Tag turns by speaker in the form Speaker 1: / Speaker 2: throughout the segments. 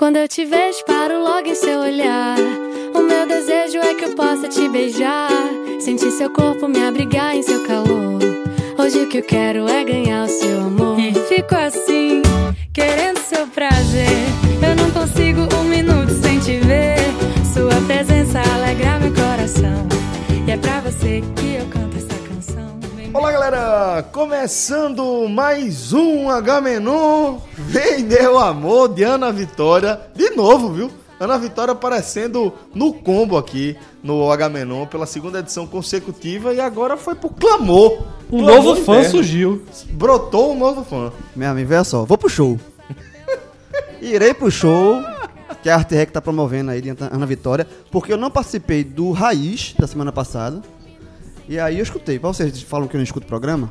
Speaker 1: Quando eu te vejo, paro logo em seu olhar. O meu desejo é que eu possa te beijar, sentir seu corpo me abrigar em seu calor. Hoje o que eu quero é ganhar o seu amor.
Speaker 2: E fico assim, querendo seu prazer. Eu não consigo um minuto sem te ver. Sua presença alegra meu coração. E é pra você que eu canto essa canção. Vem
Speaker 3: Olá galera, começando mais um H-Menu Vendeu Amor de Ana Vitória, de novo viu? Ana Vitória aparecendo no combo aqui no H-Menu pela segunda edição consecutiva e agora foi por clamor.
Speaker 4: Um
Speaker 3: Clamor
Speaker 4: novo fã
Speaker 3: interno.
Speaker 4: surgiu.
Speaker 3: Brotou um novo fã.
Speaker 5: Meu amigo, veja só, vou pro show. Irei pro show que a Arte Rec tá promovendo aí de Anta- Ana Vitória, porque eu não participei do Raiz da semana passada. E aí eu escutei. Pra vocês que falam que eu não escuto programa,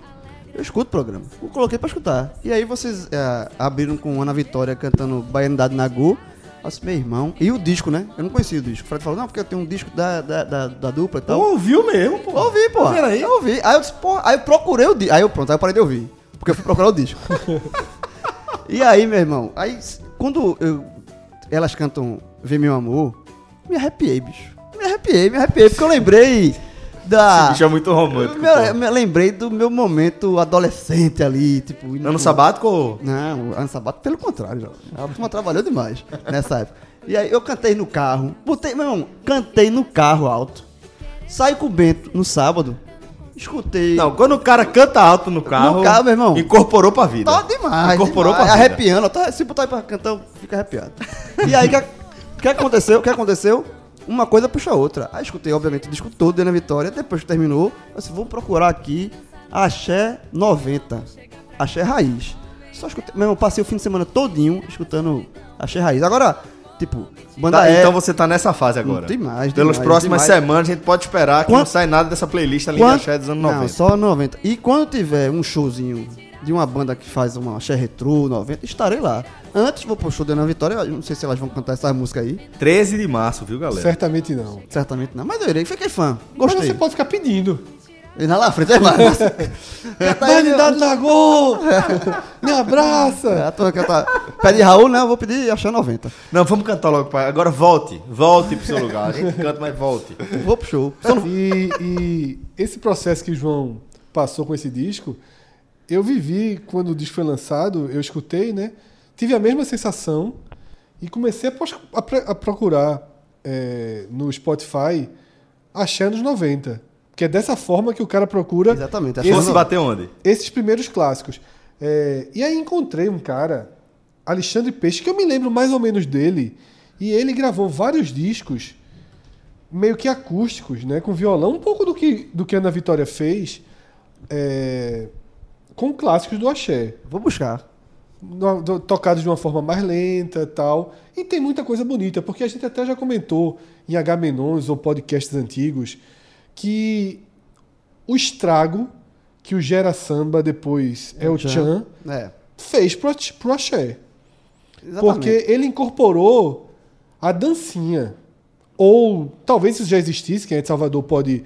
Speaker 5: eu escuto o programa. Eu coloquei pra escutar. E aí vocês é, abriram com Ana Vitória cantando Baianidade na Go. Eu disse, meu irmão. E o disco, né? Eu não conhecia o disco. O Fred falou, não, porque eu tenho um disco da, da, da, da dupla e tal.
Speaker 3: Ouviu mesmo,
Speaker 5: Eu ouvi, pô.
Speaker 3: Tá vendo aí?
Speaker 5: Eu ouvi. Aí eu disse, pô, aí eu procurei o disco. Aí eu pronto, aí eu parei de ouvir. Porque eu fui procurar o disco. e aí, meu irmão, aí s- quando eu- elas cantam Vê Meu Amor, me arrepiei, bicho. Me arrepiei, me arrepiei, porque eu lembrei da.
Speaker 3: Bicho é muito romântico.
Speaker 5: Eu me-
Speaker 3: pô.
Speaker 5: eu me lembrei do meu momento adolescente ali, tipo. indo
Speaker 3: Ano
Speaker 5: pro-
Speaker 3: sabático?
Speaker 5: não, Ana Sabato, pelo contrário, já. a turma trabalhou demais nessa época. E aí eu cantei no carro, botei, meu irmão, cantei no carro alto. Saí com o Bento no sábado, escutei.
Speaker 3: Não, quando o cara canta alto no carro.
Speaker 5: carro, meu irmão.
Speaker 3: Incorporou pra vida.
Speaker 5: tá demais.
Speaker 3: Incorporou
Speaker 5: demais,
Speaker 3: pra vida.
Speaker 5: Arrepiando, eu tava- se botar aí pra cantar, eu fico arrepiado. E aí, o que, a- o que aconteceu? O que aconteceu? Uma coisa puxa a outra. Aí escutei, obviamente, o disco todo da Ana Vitória, depois que terminou, eu disse, vou procurar aqui Axé 90. Axé Raiz. Só escutei, meu irmão, passei o fim de semana todinho escutando Axé Raiz. Agora, tipo, banda
Speaker 3: Tá,
Speaker 5: é-
Speaker 3: então você tá nessa fase agora.
Speaker 5: Demais,
Speaker 3: Pelas
Speaker 5: demais,
Speaker 3: próximas
Speaker 5: demais.
Speaker 3: semanas a gente pode esperar que
Speaker 5: Quant-
Speaker 3: não sai nada dessa playlist além
Speaker 5: Quando-
Speaker 3: da Xé dos anos 90.
Speaker 5: Não, só 90. E quando tiver um showzinho de uma banda que faz uma axé retrô 90, estarei lá. Antes vou pro show da Ana Vitória, eu não sei se elas vão cantar essa música aí,
Speaker 3: 13 de março, viu, galera?
Speaker 6: Certamente não.
Speaker 5: certamente não, mas eu irei, fiquei fã,
Speaker 6: Mas
Speaker 5: gostei.
Speaker 6: você pode ficar pedindo.
Speaker 5: E na lá na frente é mais. Cantar aí,
Speaker 6: Humanidade na Gol! Me abraça!
Speaker 5: É, a turma cantar. Pede Raul, né? Eu vou pedir axé 90.
Speaker 3: Não, vamos cantar logo. Pra... Agora volte. Volte pro seu lugar. A gente canta, mas volte.
Speaker 5: Vou pro show. Só não-
Speaker 6: E, e esse processo que o João passou com esse disco, eu vivi quando o disco foi lançado, eu escutei, né? Tive a mesma sensação e comecei a, pos- a pre- a procurar eh, no Spotify Axé anos 90. Que é dessa forma que o cara procura
Speaker 7: é
Speaker 5: Exatamente,
Speaker 6: esse-
Speaker 5: Axé
Speaker 3: Fosse bater onde?
Speaker 6: esses primeiros clássicos. É, e aí encontrei um cara, Alexandre Peixe, que eu me lembro mais ou menos dele. E ele gravou vários discos meio que acústicos, né? Com violão, um pouco do que, do que Ana Vitória fez é, com clássicos do axé.
Speaker 5: Vou buscar.
Speaker 6: No- do- tocados de uma forma mais lenta e tal. E tem muita coisa bonita, porque a gente até já comentou em H-Menons ou podcasts antigos que o estrago que o Gera Samba depois é o Chan
Speaker 5: É,
Speaker 6: fez pro, at- pro axé.
Speaker 5: exatamente.
Speaker 6: Porque ele incorporou a dancinha. Ou talvez isso já existisse, quem é de Salvador pode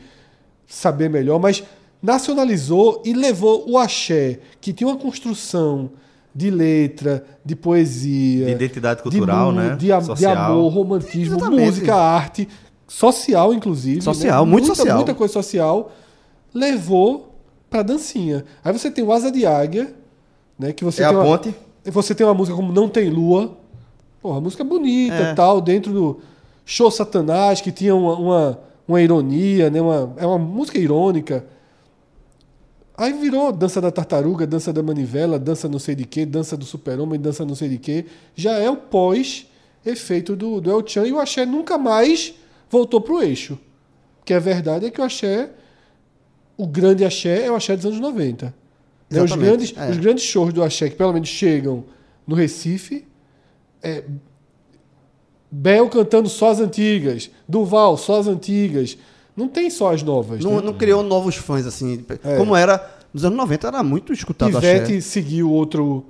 Speaker 6: saber melhor, mas nacionalizou e levou o axé, que tinha uma construção de letra, de poesia,
Speaker 3: De identidade cultural,
Speaker 6: mu-
Speaker 3: né?
Speaker 6: de, a- de
Speaker 3: Social.
Speaker 6: amor, romantismo,
Speaker 5: Exatamente.
Speaker 6: música, arte, social, inclusive. né?
Speaker 5: Social, muito
Speaker 6: muita,
Speaker 5: social.
Speaker 6: Muita coisa social levou pra dancinha. Aí você tem o Asa de Águia, né? Que você
Speaker 3: é a
Speaker 6: tem uma-
Speaker 3: ponte?
Speaker 6: você tem uma música como Não Tem Lua, porra, música é bonita
Speaker 5: É.
Speaker 6: e tal, dentro do show Satanás, que tinha uma, uma, uma ironia, né? uma, é uma música irônica. Aí virou dança da tartaruga, dança da manivela, dança não sei de quê, dança do super-homem, dança não sei de quê. Já é o pós-efeito do, do El Chan e o Axé nunca mais voltou pro eixo. Que a verdade é que o Axé, o grande Axé, é o Axé dos anos 90. Né, Os,
Speaker 5: Exatamente,
Speaker 6: grandes,
Speaker 5: é.
Speaker 6: os grandes shows do Axé, que pelo menos chegam no Recife, é Bel cantando só as antigas, Duval só as antigas. Não tem só as novas.
Speaker 5: Não, é
Speaker 6: né?
Speaker 5: não criou novos fãs, assim.
Speaker 6: É.
Speaker 5: Como era... Nos anos 90 era muito escutado
Speaker 6: Ivete
Speaker 5: axé.
Speaker 6: seguiu outro,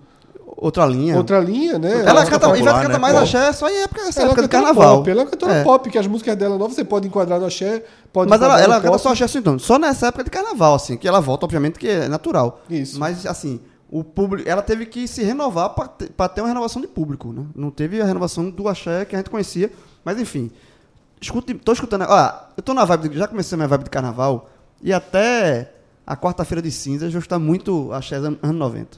Speaker 5: Outra linha.
Speaker 6: outra linha, né?
Speaker 5: É. Ela canta,
Speaker 3: popular,
Speaker 5: Ivete canta
Speaker 3: né?
Speaker 5: mais
Speaker 3: Pop.
Speaker 5: axé só em época, essa
Speaker 6: ela
Speaker 5: época do
Speaker 6: cantora
Speaker 5: carnaval.
Speaker 6: pop, ela é uma cantora
Speaker 5: É.
Speaker 6: pop, que as músicas dela novas você pode enquadrar no axé, pode
Speaker 5: Mas ela,
Speaker 6: enquadrar
Speaker 5: ela
Speaker 6: no pop.
Speaker 5: canta só axé sintônico. Só nessa época de carnaval, assim, que ela volta, obviamente, que é natural.
Speaker 6: Isso.
Speaker 5: Mas, assim, o público, ela teve que se renovar para ter, pra ter uma renovação de público, né? Não teve a renovação do axé que a gente conhecia, mas enfim. Escute, tô escutando, ó, eu tô na vibe, de- já comecei minha vibe de carnaval e até a quarta-feira de cinzas eu vou estar muito axé ano ano 90.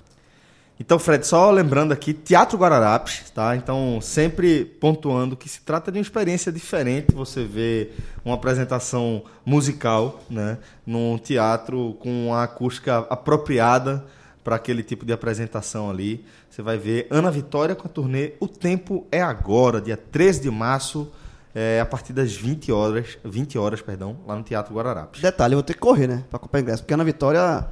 Speaker 7: Então, Fred, só lembrando aqui, Teatro Guararapes, tá? Então, sempre pontuando que se trata de uma experiência diferente você vê uma apresentação musical, né? Num teatro com uma acústica apropriada para aquele tipo de apresentação ali. Você vai ver Ana Vitória com a turnê O Tempo é Agora, dia 13 de março, é, a partir das 20 horas, 20 horas, perdão, lá no Teatro Guararapes.
Speaker 5: Detalhe, eu vou ter que correr, né, para comprar ingresso, porque na Vitória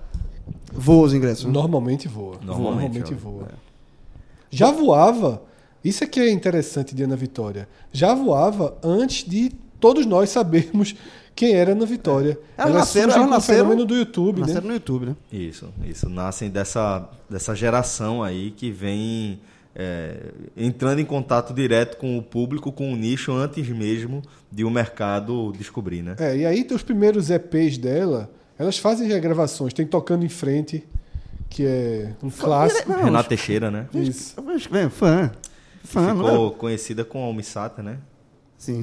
Speaker 5: voa os ingressos. né?
Speaker 6: Normalmente voa.
Speaker 7: Normalmente,
Speaker 6: Normalmente
Speaker 7: olha.
Speaker 6: voa. Já voava, isso é que é interessante de Ana Vitória. Já voava antes de todos nós sabermos quem era Ana Vitória.
Speaker 5: É. Elas
Speaker 6: Ela
Speaker 5: nasceram-
Speaker 6: surge
Speaker 5: elas
Speaker 6: com
Speaker 5: nasceram-
Speaker 6: o fenômeno do YouTube, né?
Speaker 5: Nasceram no YouTube, né?
Speaker 7: Isso, isso. Nascem dessa, dessa geração aí que vem é, entrando em contato direto com o público, com o nicho, antes mesmo de o mercado descobrir, né?
Speaker 6: É, e aí tem os primeiros EPs dela, elas fazem regravações, tem Tocando em Frente, que é um clássico.
Speaker 7: Renata Teixeira, né?
Speaker 6: Isso.
Speaker 5: Eu acho que é fã. Fã, não
Speaker 7: Ficou
Speaker 5: é?
Speaker 7: conhecida com a Omissata, né?
Speaker 5: Sim.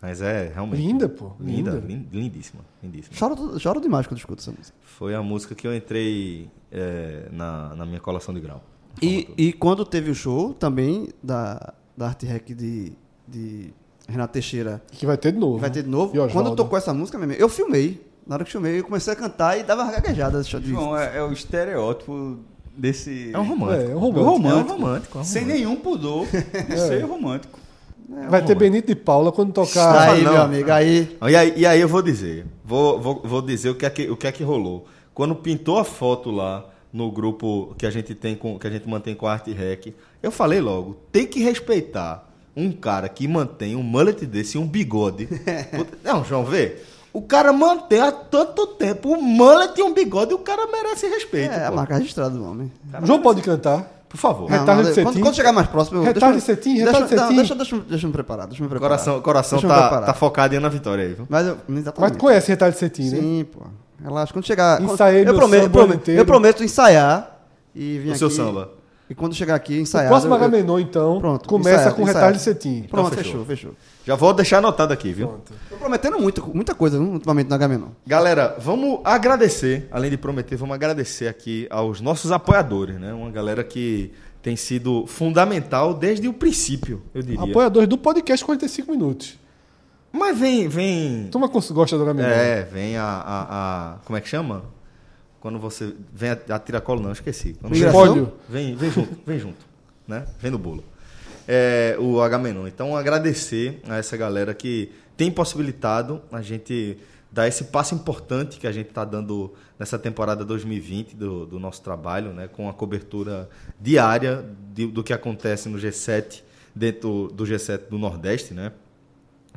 Speaker 7: Mas é realmente.
Speaker 6: Linda, pô,
Speaker 7: Linda,
Speaker 6: linda.
Speaker 7: lin- lindíssima. Lindíssima.
Speaker 5: Choro, choro demais quando escuto essa música.
Speaker 7: Foi a música que eu entrei é, na, na minha colação de grau.
Speaker 5: E, e quando teve o show também da, da Arte Rec de, de Renato Teixeira,
Speaker 6: Que vai ter de novo.
Speaker 5: vai ter de novo,
Speaker 6: E Oswaldo.
Speaker 5: quando tocou essa música, meu amigo, eu filmei. Na hora que filmei, eu comecei a cantar e dava gaguejada. De...
Speaker 8: João, é, é o estereótipo desse.
Speaker 7: É um romântico.
Speaker 6: É, é um romântico. É.
Speaker 7: É um romântico. é um
Speaker 8: Sem
Speaker 7: romântico.
Speaker 8: nenhum pudor de ser romântico.
Speaker 6: Vai ter Benito de Paula quando tocar.
Speaker 5: aí,
Speaker 7: não.
Speaker 5: meu amigo, aí.
Speaker 7: E aí, e aí eu vou dizer, vou, vou, vou dizer o que, é que, o que é que rolou. Quando pintou a foto lá no grupo que a gente tem com, que a gente mantém com a Arte Rec, eu falei logo, tem que respeitar um cara que mantém um mullet desse e um bigode. Puta- Não, João, vê. O cara mantém há tanto tempo um mullet e um bigode, o cara merece respeito.
Speaker 5: É a
Speaker 7: pô.
Speaker 5: marca registrada do homem.
Speaker 6: João pode cantar.
Speaker 7: Por favor.
Speaker 6: Retardo
Speaker 5: Não, não,
Speaker 6: de
Speaker 5: eu-
Speaker 6: cetim.
Speaker 5: quando, quando chegar mais próximo, eu
Speaker 6: Retardo
Speaker 5: deixa-
Speaker 6: de cetim,
Speaker 5: deixa-
Speaker 6: retardo de
Speaker 5: não,
Speaker 6: cetim.
Speaker 5: Deixa, deixa, deixa eu me preparar, deixa eu me
Speaker 7: O
Speaker 5: preparar.
Speaker 7: coração, o coração
Speaker 5: Deixa eu me
Speaker 7: tá,
Speaker 5: preparar.
Speaker 7: tá focado em Ana Vitória aí, viu?
Speaker 5: Mas eu,
Speaker 6: Mas
Speaker 5: exatamente.
Speaker 6: conhece Retalho de Cetim, né?
Speaker 5: Sim, pô. Relaxa. Quando chegar. quando-
Speaker 6: Ensaiei
Speaker 5: eu
Speaker 6: meu
Speaker 5: prometo,
Speaker 6: samba
Speaker 5: eu prometo,
Speaker 6: inteiro.
Speaker 5: eu prometo ensaiar e vir
Speaker 7: O
Speaker 5: aqui.
Speaker 7: seu samba.
Speaker 5: E quando chegar aqui,
Speaker 6: O
Speaker 5: ensaiar.
Speaker 6: próximo
Speaker 5: eu- eu-
Speaker 6: Agamenon, então,
Speaker 5: Pronto,
Speaker 6: começa
Speaker 5: ensaiado,
Speaker 6: com Retalho
Speaker 5: ensaiado.
Speaker 6: de Cetim.
Speaker 5: Pronto,
Speaker 7: Então,
Speaker 5: fechou, fechou.
Speaker 7: Já vou deixar anotado aqui, viu?
Speaker 5: Tô prometendo muito, muita coisa viu, ultimamente na HM, não.
Speaker 7: Galera, vamos agradecer, além de prometer, vamos agradecer aqui aos nossos apoiadores, né? Uma galera que tem sido fundamental desde o princípio, eu diria.
Speaker 6: Apoiadores do podcast 45 Minutos.
Speaker 7: Mas vem, vem.
Speaker 6: Turma cons- gosta do Agamenon.
Speaker 7: É, vem a, a, a- Como é que chama? Quando você. Vem a, a tiracolo, não, esqueci. Quando
Speaker 5: Migração?
Speaker 6: Espólio.
Speaker 7: Vem, vem junto, vem junto, né? Vem no bolo. É, o Agamenon. Então, agradecer a essa galera que tem possibilitado a gente dar esse passo importante que a gente está dando nessa temporada 2020 do, do nosso trabalho, né? Com a cobertura diária de- do que acontece no G7, dentro do G7 do Nordeste, né?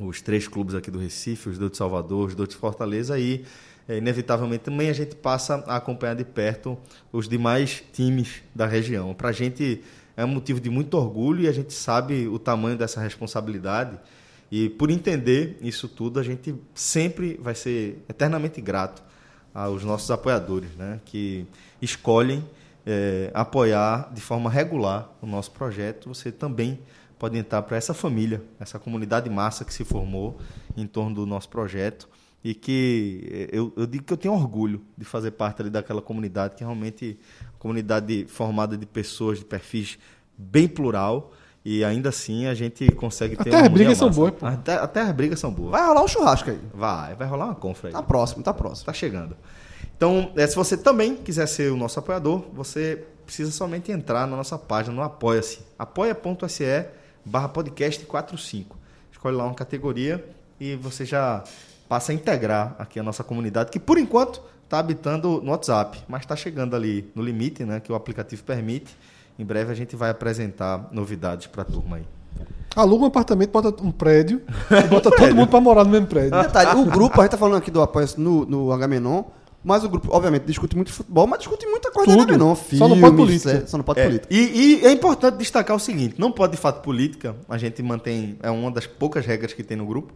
Speaker 7: Os três clubes aqui do Recife, os dois de Salvador, os dois de Fortaleza e é, inevitavelmente também a gente passa a acompanhar de perto os demais times da região. Para a gente é um motivo de muito orgulho e a gente sabe o tamanho dessa responsabilidade. E por entender isso tudo, a gente sempre vai ser eternamente grato aos nossos apoiadores, né? que escolhem é, apoiar de forma regular o nosso projeto. Você também pode entrar para essa família, essa comunidade massa que se formou em torno do nosso projeto e que eh, eu, eu digo que eu tenho orgulho de fazer parte ali daquela comunidade, que é realmente uma comunidade formada de pessoas de perfis bem plural e ainda assim a gente consegue ter
Speaker 6: Até
Speaker 7: uma
Speaker 6: as
Speaker 7: harmonia
Speaker 6: brigas são
Speaker 7: massa.
Speaker 6: boas, pô.
Speaker 7: Até, até as brigas são boas.
Speaker 5: Vai rolar um churrasco aí.
Speaker 7: Vai, vai rolar uma confra aí.
Speaker 5: Tá próximo, tá próximo.
Speaker 7: Está chegando. Então, eh, se você também quiser ser o nosso apoiador, você precisa somente entrar na nossa página no Apoia-se. apoia.se barra podcast 45. Escolhe lá uma categoria e você já passa a integrar aqui a nossa comunidade, que por enquanto está habitando no WhatsApp, mas está chegando ali no limite né, que o aplicativo permite. Em breve a gente vai apresentar novidades para a turma aí.
Speaker 6: Aluga um apartamento, bota um prédio, e bota todo mundo pra morar no mesmo prédio.
Speaker 5: Detalhe, o grupo, a gente tá falando aqui do apoio no, no HM, mas o grupo, obviamente, discute muito futebol, mas discute muita coisa da
Speaker 6: Tudo.
Speaker 5: HM,
Speaker 6: Só não pode política.
Speaker 5: Só não pode
Speaker 7: É,
Speaker 5: política.
Speaker 7: E, e é importante destacar o seguinte: não pode de fato política, a gente mantém, é uma das poucas regras que tem no grupo,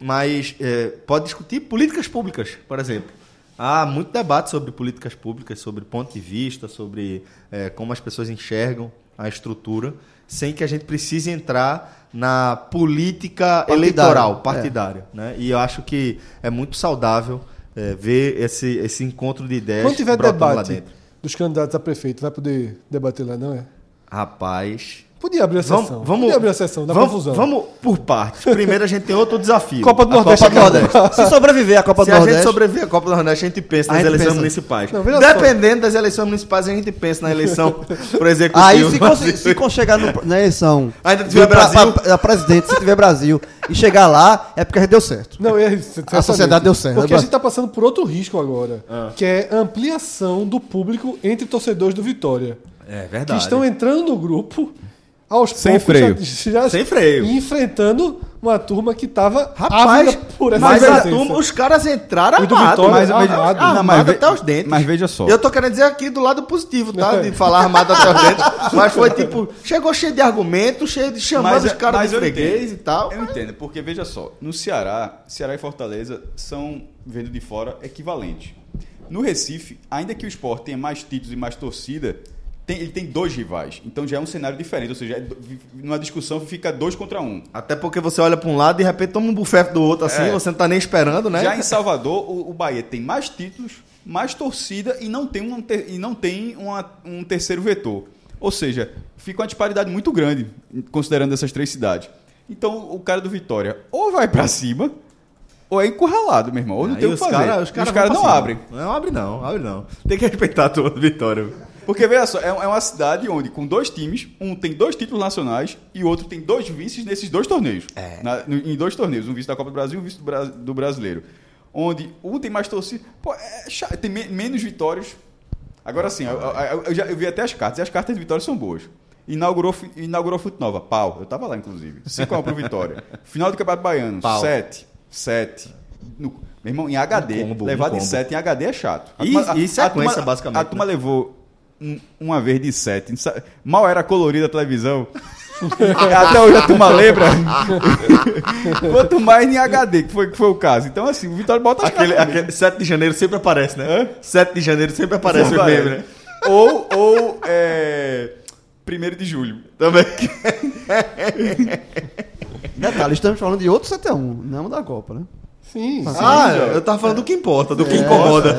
Speaker 7: mas é, pode discutir políticas públicas, por exemplo. Há muito debate sobre políticas públicas, sobre ponto de vista, sobre eh, como as pessoas enxergam a estrutura, sem que a gente precise entrar na política
Speaker 5: Partidária,
Speaker 7: eleitoral,
Speaker 5: é.
Speaker 7: partidária. Né? E eu acho que é muito saudável eh, ver esse, esse encontro de ideias
Speaker 6: Quando tiver
Speaker 7: brotando lá
Speaker 6: debate
Speaker 7: dentro.
Speaker 6: dos candidatos a prefeito, vai poder debater lá, não é?
Speaker 7: Rapaz.
Speaker 6: Podia abrir a sessão.
Speaker 7: Vamos, vamos,
Speaker 6: Podia abrir a sessão, dá
Speaker 7: vamos,
Speaker 6: confusão.
Speaker 7: vamos por partes. Primeiro a gente tem outro desafio.
Speaker 6: Copa do
Speaker 7: A
Speaker 6: Nordeste.
Speaker 5: Copa do Nordeste. Se sobreviver à Copa
Speaker 7: Se
Speaker 5: do
Speaker 7: a gente
Speaker 5: Nordeste.
Speaker 7: sobreviver à Copa do Nordeste, a gente pensa
Speaker 5: A
Speaker 7: nas
Speaker 5: gente
Speaker 7: eleições
Speaker 5: pensa-
Speaker 7: municipais.
Speaker 6: Não, veja só.
Speaker 7: Dependendo das eleições municipais, a gente pensa na eleição pro executivo.
Speaker 5: Aí, se,
Speaker 7: Mas
Speaker 5: cons- se con- chegar no- né, na eleição.
Speaker 7: Ainda tiver
Speaker 5: do- pra-
Speaker 7: Brasil.
Speaker 5: pra- pra presidente, se tiver Brasil. E chegar lá, é porque a gente deu certo.
Speaker 6: Não, é isso, certamente.
Speaker 5: sociedade deu certo.
Speaker 6: Porque a gente está passando por outro risco agora,
Speaker 7: Ah.
Speaker 6: que é a ampliação do público entre torcedores do Vitória.
Speaker 7: É
Speaker 6: Que
Speaker 7: verdade.
Speaker 6: estão entrando no grupo aos
Speaker 4: Sem
Speaker 6: poucos
Speaker 4: freio.
Speaker 6: Já, já
Speaker 7: Sem freio.
Speaker 6: e enfrentando uma turma que estava
Speaker 7: Rapaz,
Speaker 6: por essa
Speaker 7: mas a
Speaker 6: presença.
Speaker 7: turma, os caras entraram
Speaker 6: E do
Speaker 7: armados.
Speaker 6: Vitória,
Speaker 7: Mas, mas,
Speaker 6: armado.
Speaker 7: armado
Speaker 4: Não, mas ve-
Speaker 7: até os dentes.
Speaker 4: mas veja só.
Speaker 7: Eu tô querendo dizer aqui do lado positivo, tá? De falar armado até os dentes. Mas foi tipo, chegou cheio de argumento, cheio de chamando os caras de
Speaker 4: eu
Speaker 7: freguês e
Speaker 4: entendo.
Speaker 7: tal.
Speaker 4: Eu entendo, porque veja só, no Ceará, Ceará e Fortaleza são, vendo de fora, equivalentes. No Recife, ainda que o esporte tenha mais títulos e mais torcida, tem- ele tem dois rivais. Então já é um cenário diferente. Ou seja, é do- vi- numa discussão fica dois contra um.
Speaker 7: Até porque você olha pra um lado e de repente toma um bufete do outro assim,
Speaker 4: É.
Speaker 7: você não tá nem esperando, né?
Speaker 4: Já em Salvador, o, o Bahia tem mais títulos, mais torcida e não tem, um, ter- e não tem uma- um terceiro vetor. Ou seja, fica uma disparidade muito grande, considerando essas três cidades. Então, o cara do Vitória ou vai pra cima, ou é encurralado, meu irmão. Ou não
Speaker 7: Aí
Speaker 4: tem o que
Speaker 7: os
Speaker 4: fazer.
Speaker 7: cara-
Speaker 4: os
Speaker 7: os caras
Speaker 4: caras não abrem.
Speaker 7: Não abre não, abre não. Tem que respeitar a turma do Vitória.
Speaker 4: Porque, veja só, é, é uma cidade onde, com dois times, um tem dois títulos nacionais e o outro tem dois vices nesses dois torneios.
Speaker 7: É.
Speaker 4: Na- no- em dois torneios, um vice da Copa do Brasil e um vice do, Bra- do Brasileiro. Onde um tem mais torcida. Pô, é chato, tem me- menos vitórias. Agora sim, eu, eu- eu já, eu vi até as cartas, e as cartas de vitória são boas. Inaugurou, fi- inaugurou Fute Nova, pau. Eu tava lá, inclusive. 5x1 pro Vitória. Final do Campeonato Baiano,
Speaker 7: Pau.
Speaker 4: 7. 7. No- meu irmão, em HD,
Speaker 7: No combo,
Speaker 4: levar
Speaker 7: no
Speaker 4: de
Speaker 7: combo.
Speaker 4: 7 em HD é chato.
Speaker 7: E- e sequência,
Speaker 4: turma-
Speaker 7: basicamente,
Speaker 4: A
Speaker 7: né?
Speaker 4: turma levou um- uma vez de sete. Sa- Mal era colorida a televisão. Até hoje a turma lembra. Quanto mais em HD, que foi, que foi o caso. Então, assim, o Vitória bota as
Speaker 7: Aquele,
Speaker 4: caras.
Speaker 7: aquele 7 de janeiro sempre aparece, né? 7 de janeiro sempre aparece o meme, né?
Speaker 4: Ou, ou é, 1 de julho.
Speaker 7: Também.
Speaker 5: Detalhe, estamos falando de outro 7x1, não da Copa, né?
Speaker 6: Sim, sim.
Speaker 7: ah, eu tava falando do que importa, do que incomoda.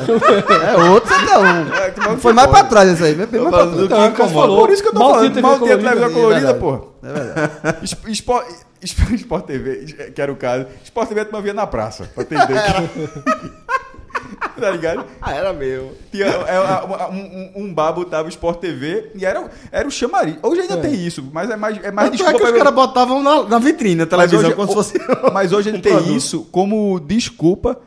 Speaker 5: É outro 7x1.
Speaker 4: É, que mal
Speaker 5: Foi
Speaker 4: que
Speaker 5: mais
Speaker 4: foi.
Speaker 5: pra trás esse aí, bem bem
Speaker 7: Eu
Speaker 5: mais pra
Speaker 7: falo do
Speaker 5: trás.
Speaker 7: que
Speaker 6: Então, como
Speaker 7: incomoda.
Speaker 6: falou.
Speaker 4: Por isso que eu tô
Speaker 6: Mal tinha
Speaker 4: falando.
Speaker 6: TV
Speaker 4: mal tinha televisão
Speaker 7: né?
Speaker 6: colorida,
Speaker 4: colorida,
Speaker 5: verdade.
Speaker 4: porra.
Speaker 5: É verdade.
Speaker 4: Es- Espo- es- Sport TV, que era o caso. Sport TV a turma via na praça, pra ter ideia. tá ligado?
Speaker 7: Ah, era meu.
Speaker 4: Tinha, é, é, um, um, um bar botava o Sport TV e era, o- era o chamariz. Hoje ainda tem isso, mas é mais, é mais
Speaker 7: Mas é que
Speaker 4: desculpa.
Speaker 7: os
Speaker 4: pra-
Speaker 7: caras botavam na, na vitrine a
Speaker 4: mas,
Speaker 7: televisão
Speaker 4: hoje,
Speaker 7: como se fosse. um
Speaker 4: mas hoje ele tem
Speaker 7: produto.
Speaker 4: isso como desculpa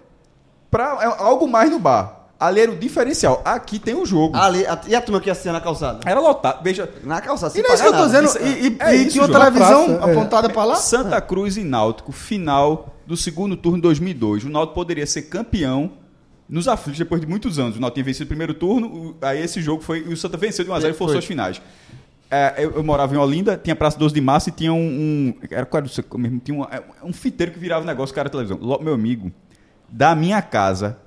Speaker 4: pra é algo mais no bar. Ali era o diferencial. Aqui tem o
Speaker 7: Ah.
Speaker 4: jogo.
Speaker 5: Ali, a- e a turma que ia ser na calçada?
Speaker 4: Era lotado. Veja,
Speaker 5: Na calçada,
Speaker 7: E
Speaker 5: sem
Speaker 7: não é isso que
Speaker 5: pagar
Speaker 7: eu tô
Speaker 5: nada.
Speaker 7: dizendo.
Speaker 5: Isso-
Speaker 7: E, e,
Speaker 4: é
Speaker 7: e
Speaker 4: isso,
Speaker 7: tinha uma
Speaker 4: João.
Speaker 7: televisão
Speaker 6: Praça, é.
Speaker 7: apontada pra lá? É.
Speaker 4: Santa Cruz e Náutico, final do segundo turno de 2002. O Náutico poderia ser campeão nos aflitos depois de muitos anos. O Náutico tinha vencido o primeiro turno, o- aí esse jogo foi. E o Santa venceu de 1x0 e forçou as finais. É, eu, eu morava em Olinda, tinha Praça 12 de Março e tinha um. um- era qual era o seu- mesmo? Tinha um, é, um fiteiro que virava negócio, cara, televisão. Lo- meu amigo, da minha casa.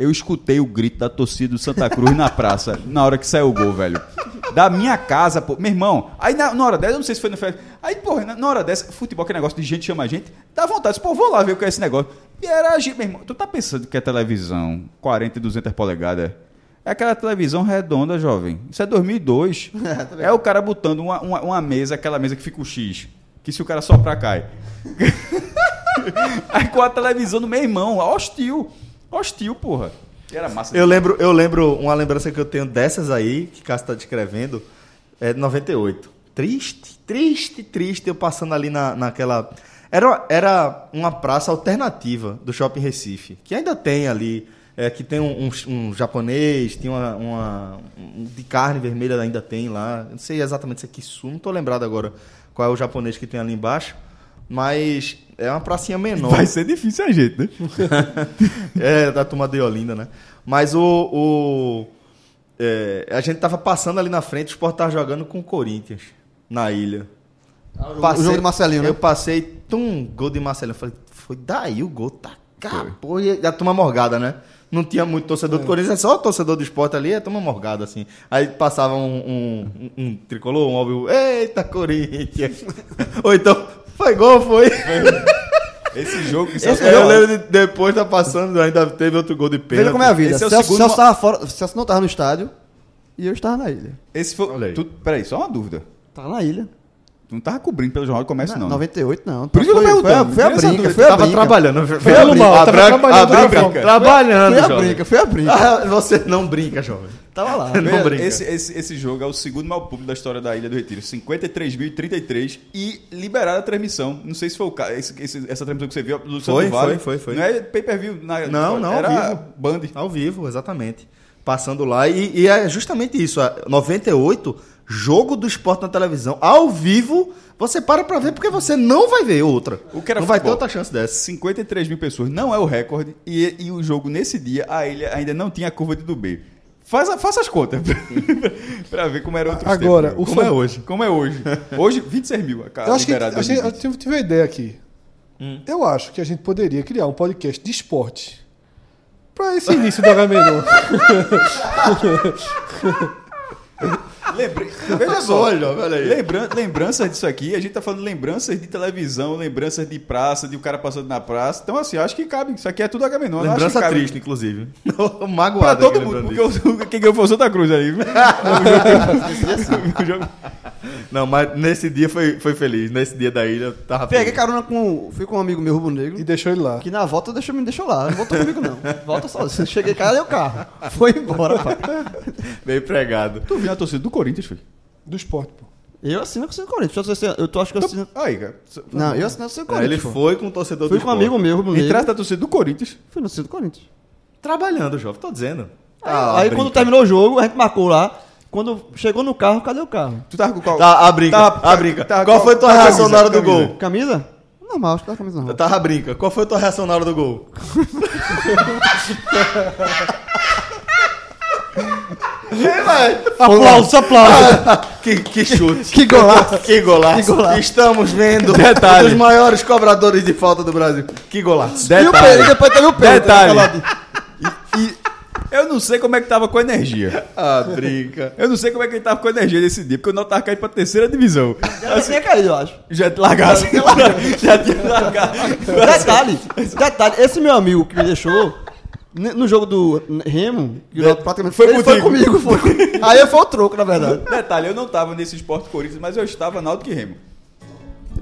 Speaker 4: Eu escutei o grito da torcida do Santa Cruz na praça na hora que saiu o gol, velho. Da minha casa, pô. Meu irmão, aí na, na hora dessa, eu não sei se foi no festa. Aí, porra, na, na hora dessa, futebol que é negócio de gente chama a gente, dá vontade. Pô, vou lá ver o que é esse negócio. E era a gente, meu irmão. Tu tá pensando que é televisão 40 e 200 polegadas? É aquela televisão redonda, jovem. Isso é
Speaker 7: Tá
Speaker 4: 2002. é o cara botando uma, uma, uma mesa, aquela mesa que fica o X. Que se o cara soprar, cai. Aí com a televisão do meu irmão, hostil. Hostil, porra. E Era massa.
Speaker 7: Eu lembro, eu lembro uma lembrança que eu tenho dessas aí, que Cássio tá descrevendo, é de 98. Triste, triste, triste, eu passando ali na, naquela. Era, era uma praça alternativa do Shopping Recife, que ainda tem ali, é, que tem um, um- um japonês, tem uma, uma- um de carne vermelha ainda tem lá. Eu Não sei exatamente se é Kisu, não tô lembrado agora qual é o japonês que tem ali embaixo, mas é uma pracinha menor.
Speaker 4: Vai ser difícil a gente, né?
Speaker 7: É, da turma de Olinda, né? Mas o. o- é, a gente tava passando ali na frente, o Sport tava jogando com o Corinthians na ilha.
Speaker 5: o jogo do Marcelinho, né?
Speaker 7: Eu passei, tum, gol de Marcelinho. Eu Falei, foi daí o gol, tá acabou. E a turma morgada, né? não tinha muito torcedor do Corinthians, é só o torcedor do esporte ali, é toma morgada, assim. Aí passava um, um, um, um tricolor, um óbvio, eita Corinthians! Ou então, foi gol, foi!
Speaker 4: Esse jogo.
Speaker 7: É,
Speaker 4: Celso
Speaker 7: eu
Speaker 4: Melo-
Speaker 7: lembro de, depois tá passando, ainda teve outro gol de pênalti.
Speaker 5: Veja como é a vida.
Speaker 4: Esse é o
Speaker 5: Celso,
Speaker 4: segundo
Speaker 5: Celso,
Speaker 4: ma-
Speaker 5: tava fora, Celso não tava no estádio e eu estava na ilha.
Speaker 4: Esse foi.
Speaker 7: Olha aí.
Speaker 4: Tu, peraí, só uma dúvida.
Speaker 5: Tava na ilha.
Speaker 4: Tu não tava cobrindo pelo Jornal do Comércio, não. né?
Speaker 5: 98 não.
Speaker 4: Por isso que eu
Speaker 5: Foi-
Speaker 4: tô
Speaker 5: foi a-
Speaker 4: perguntando.
Speaker 5: Foi é a
Speaker 4: Tira essa
Speaker 5: brinca,
Speaker 4: dúvida.
Speaker 5: foi a
Speaker 7: Tava
Speaker 5: brinca.
Speaker 7: trabalhando. Foi
Speaker 6: Pelo
Speaker 7: a brinca.
Speaker 6: mal,
Speaker 7: A
Speaker 6: tava
Speaker 7: branca-
Speaker 6: trabalhando
Speaker 7: a
Speaker 6: outra
Speaker 7: branca-
Speaker 6: forma.
Speaker 7: Trabalhando,
Speaker 5: Foi a
Speaker 7: jovem.
Speaker 5: brinca, foi a brinca.
Speaker 7: Ah, você não brinca, jovem.
Speaker 5: Tava lá.
Speaker 7: Não
Speaker 4: Veja,
Speaker 7: brinca.
Speaker 4: Esse, esse, esse jogo é o segundo maior público da história da Ilha do Retiro, 53.033 e liberaram a transmissão. Não sei se foi o caso, esse- esse- essa transmissão que você viu, a Luciano
Speaker 7: Foi,
Speaker 4: Vale.
Speaker 7: foi, foi, foi.
Speaker 4: Não é pay-per-view. Na,
Speaker 7: Não, não, ao
Speaker 4: Era
Speaker 7: vivo.
Speaker 4: Band.
Speaker 7: Ao vivo, exatamente. Passando lá. E, e é justamente isso. a 98, jogo do esporte na televisão. Ao vivo, você para pra ver porque você não vai ver outra.
Speaker 4: O que era
Speaker 7: não vai ter
Speaker 4: futebol.
Speaker 7: outra chance dessa.
Speaker 4: 53 mil pessoas não é o recorde e, e o jogo nesse dia a ilha ainda não tinha a curva de Dubai. Faz a- faça as contas pra ver como era outro
Speaker 6: Agora, o
Speaker 4: como é
Speaker 6: fan-
Speaker 4: hoje? Como é hoje? Hoje 26 mil a cara
Speaker 6: Eu acho que
Speaker 4: liberada
Speaker 6: a gente, eu
Speaker 4: hoje.
Speaker 6: tive, tive uma ideia aqui. Eu acho que a gente poderia criar um podcast de esporte pra esse início do HMNO.
Speaker 4: Lembre- Veja só.
Speaker 7: Olha, olha aí.
Speaker 4: Lembran- lembranças disso aqui, a gente tá falando lembranças de televisão, lembranças de praça, de o cara passando na praça. Então, assim, eu acho que cabe. Isso aqui é tudo h menor.
Speaker 7: Lembrança
Speaker 4: cabe...
Speaker 7: triste, inclusive.
Speaker 4: Pra
Speaker 7: Magoado.
Speaker 4: todo
Speaker 7: aqui
Speaker 4: mundo,
Speaker 7: lembrando
Speaker 4: porque
Speaker 7: disso.
Speaker 4: o- quem ganhou foi o Santa Cruz aí. viu? O jogo-
Speaker 7: Não, mas nesse dia foi, foi feliz. Nesse dia da ilha, eu tava
Speaker 5: Peguei
Speaker 7: feliz.
Speaker 5: carona com. Fui com um amigo meu rubro
Speaker 6: e
Speaker 5: negro.
Speaker 6: deixou ele lá.
Speaker 5: Que na volta deixou, me deixou lá. Não voltou comigo, não. Volta sozinho. Cheguei, cadê o carro? Foi embora, pai.
Speaker 7: Bem pregado.
Speaker 4: Tu viu a torcida do Corinthians, filho?
Speaker 6: Do esporte, pô.
Speaker 5: Eu assino com o seu Corinthians. Eu, assino- eu tô, acho que eu assino.
Speaker 4: Aí, cara.
Speaker 5: Não, eu assino com o
Speaker 4: É,
Speaker 5: seu
Speaker 7: Aí
Speaker 5: Corinthians.
Speaker 7: ele
Speaker 5: pô.
Speaker 7: foi com o torcedor
Speaker 5: Fui
Speaker 7: do
Speaker 5: tipo, com um
Speaker 7: esporte.
Speaker 5: amigo meu, rubro
Speaker 4: Entrasse
Speaker 5: negro.
Speaker 4: na torcida do Corinthians.
Speaker 5: Fui no centro do Corinthians.
Speaker 7: Trabalhando, jovem, tô dizendo. Tá,
Speaker 5: aí aí quando terminou o jogo, a gente marcou lá. Quando chegou no carro, cadê o carro?
Speaker 4: Tu tava com qual?
Speaker 7: Tá, a brinca,
Speaker 4: Tá,
Speaker 7: a brinca.
Speaker 4: tá,
Speaker 7: Qual foi tua
Speaker 4: tá,
Speaker 7: reação
Speaker 4: camisa,
Speaker 7: na hora do
Speaker 4: camisa.
Speaker 7: gol?
Speaker 5: Camisa? Normal, acho que tá com a camisa normal.
Speaker 7: Tava a brinca. Qual foi tua reação na hora do gol? Ei, vai.
Speaker 5: Aplausos, aplausos.
Speaker 7: que, que chute.
Speaker 5: Ah, Que golaço.
Speaker 7: Que golaço.
Speaker 5: Que golaço.
Speaker 7: Estamos vendo
Speaker 4: Detalhe.
Speaker 7: um dos maiores cobradores de falta do Brasil. Que golaço.
Speaker 5: E o Pedro, depois teve o Pedro. né,
Speaker 4: Detalhe.
Speaker 5: aquela de-
Speaker 4: Eu não sei como é que tava com a energia.
Speaker 7: Ah, brinca.
Speaker 4: Eu não sei como é que ele tava com a energia nesse dia, porque o Náutico tava caindo pra terceira divisão.
Speaker 5: Ela
Speaker 4: Assim-
Speaker 5: tinha caído, eu acho.
Speaker 4: Já largasse. Já tinha largado.
Speaker 5: Detalhe, detalhe, esse meu amigo que me deixou n- no jogo do Remo, que o Náutico praticamente
Speaker 4: Foi
Speaker 5: ele foi
Speaker 4: contigo.
Speaker 5: comigo, foi. Aí foi o troco, na verdade.
Speaker 4: Detalhe, eu não tava nesse esporte Corinthians, mas eu estava Náutico e Remo.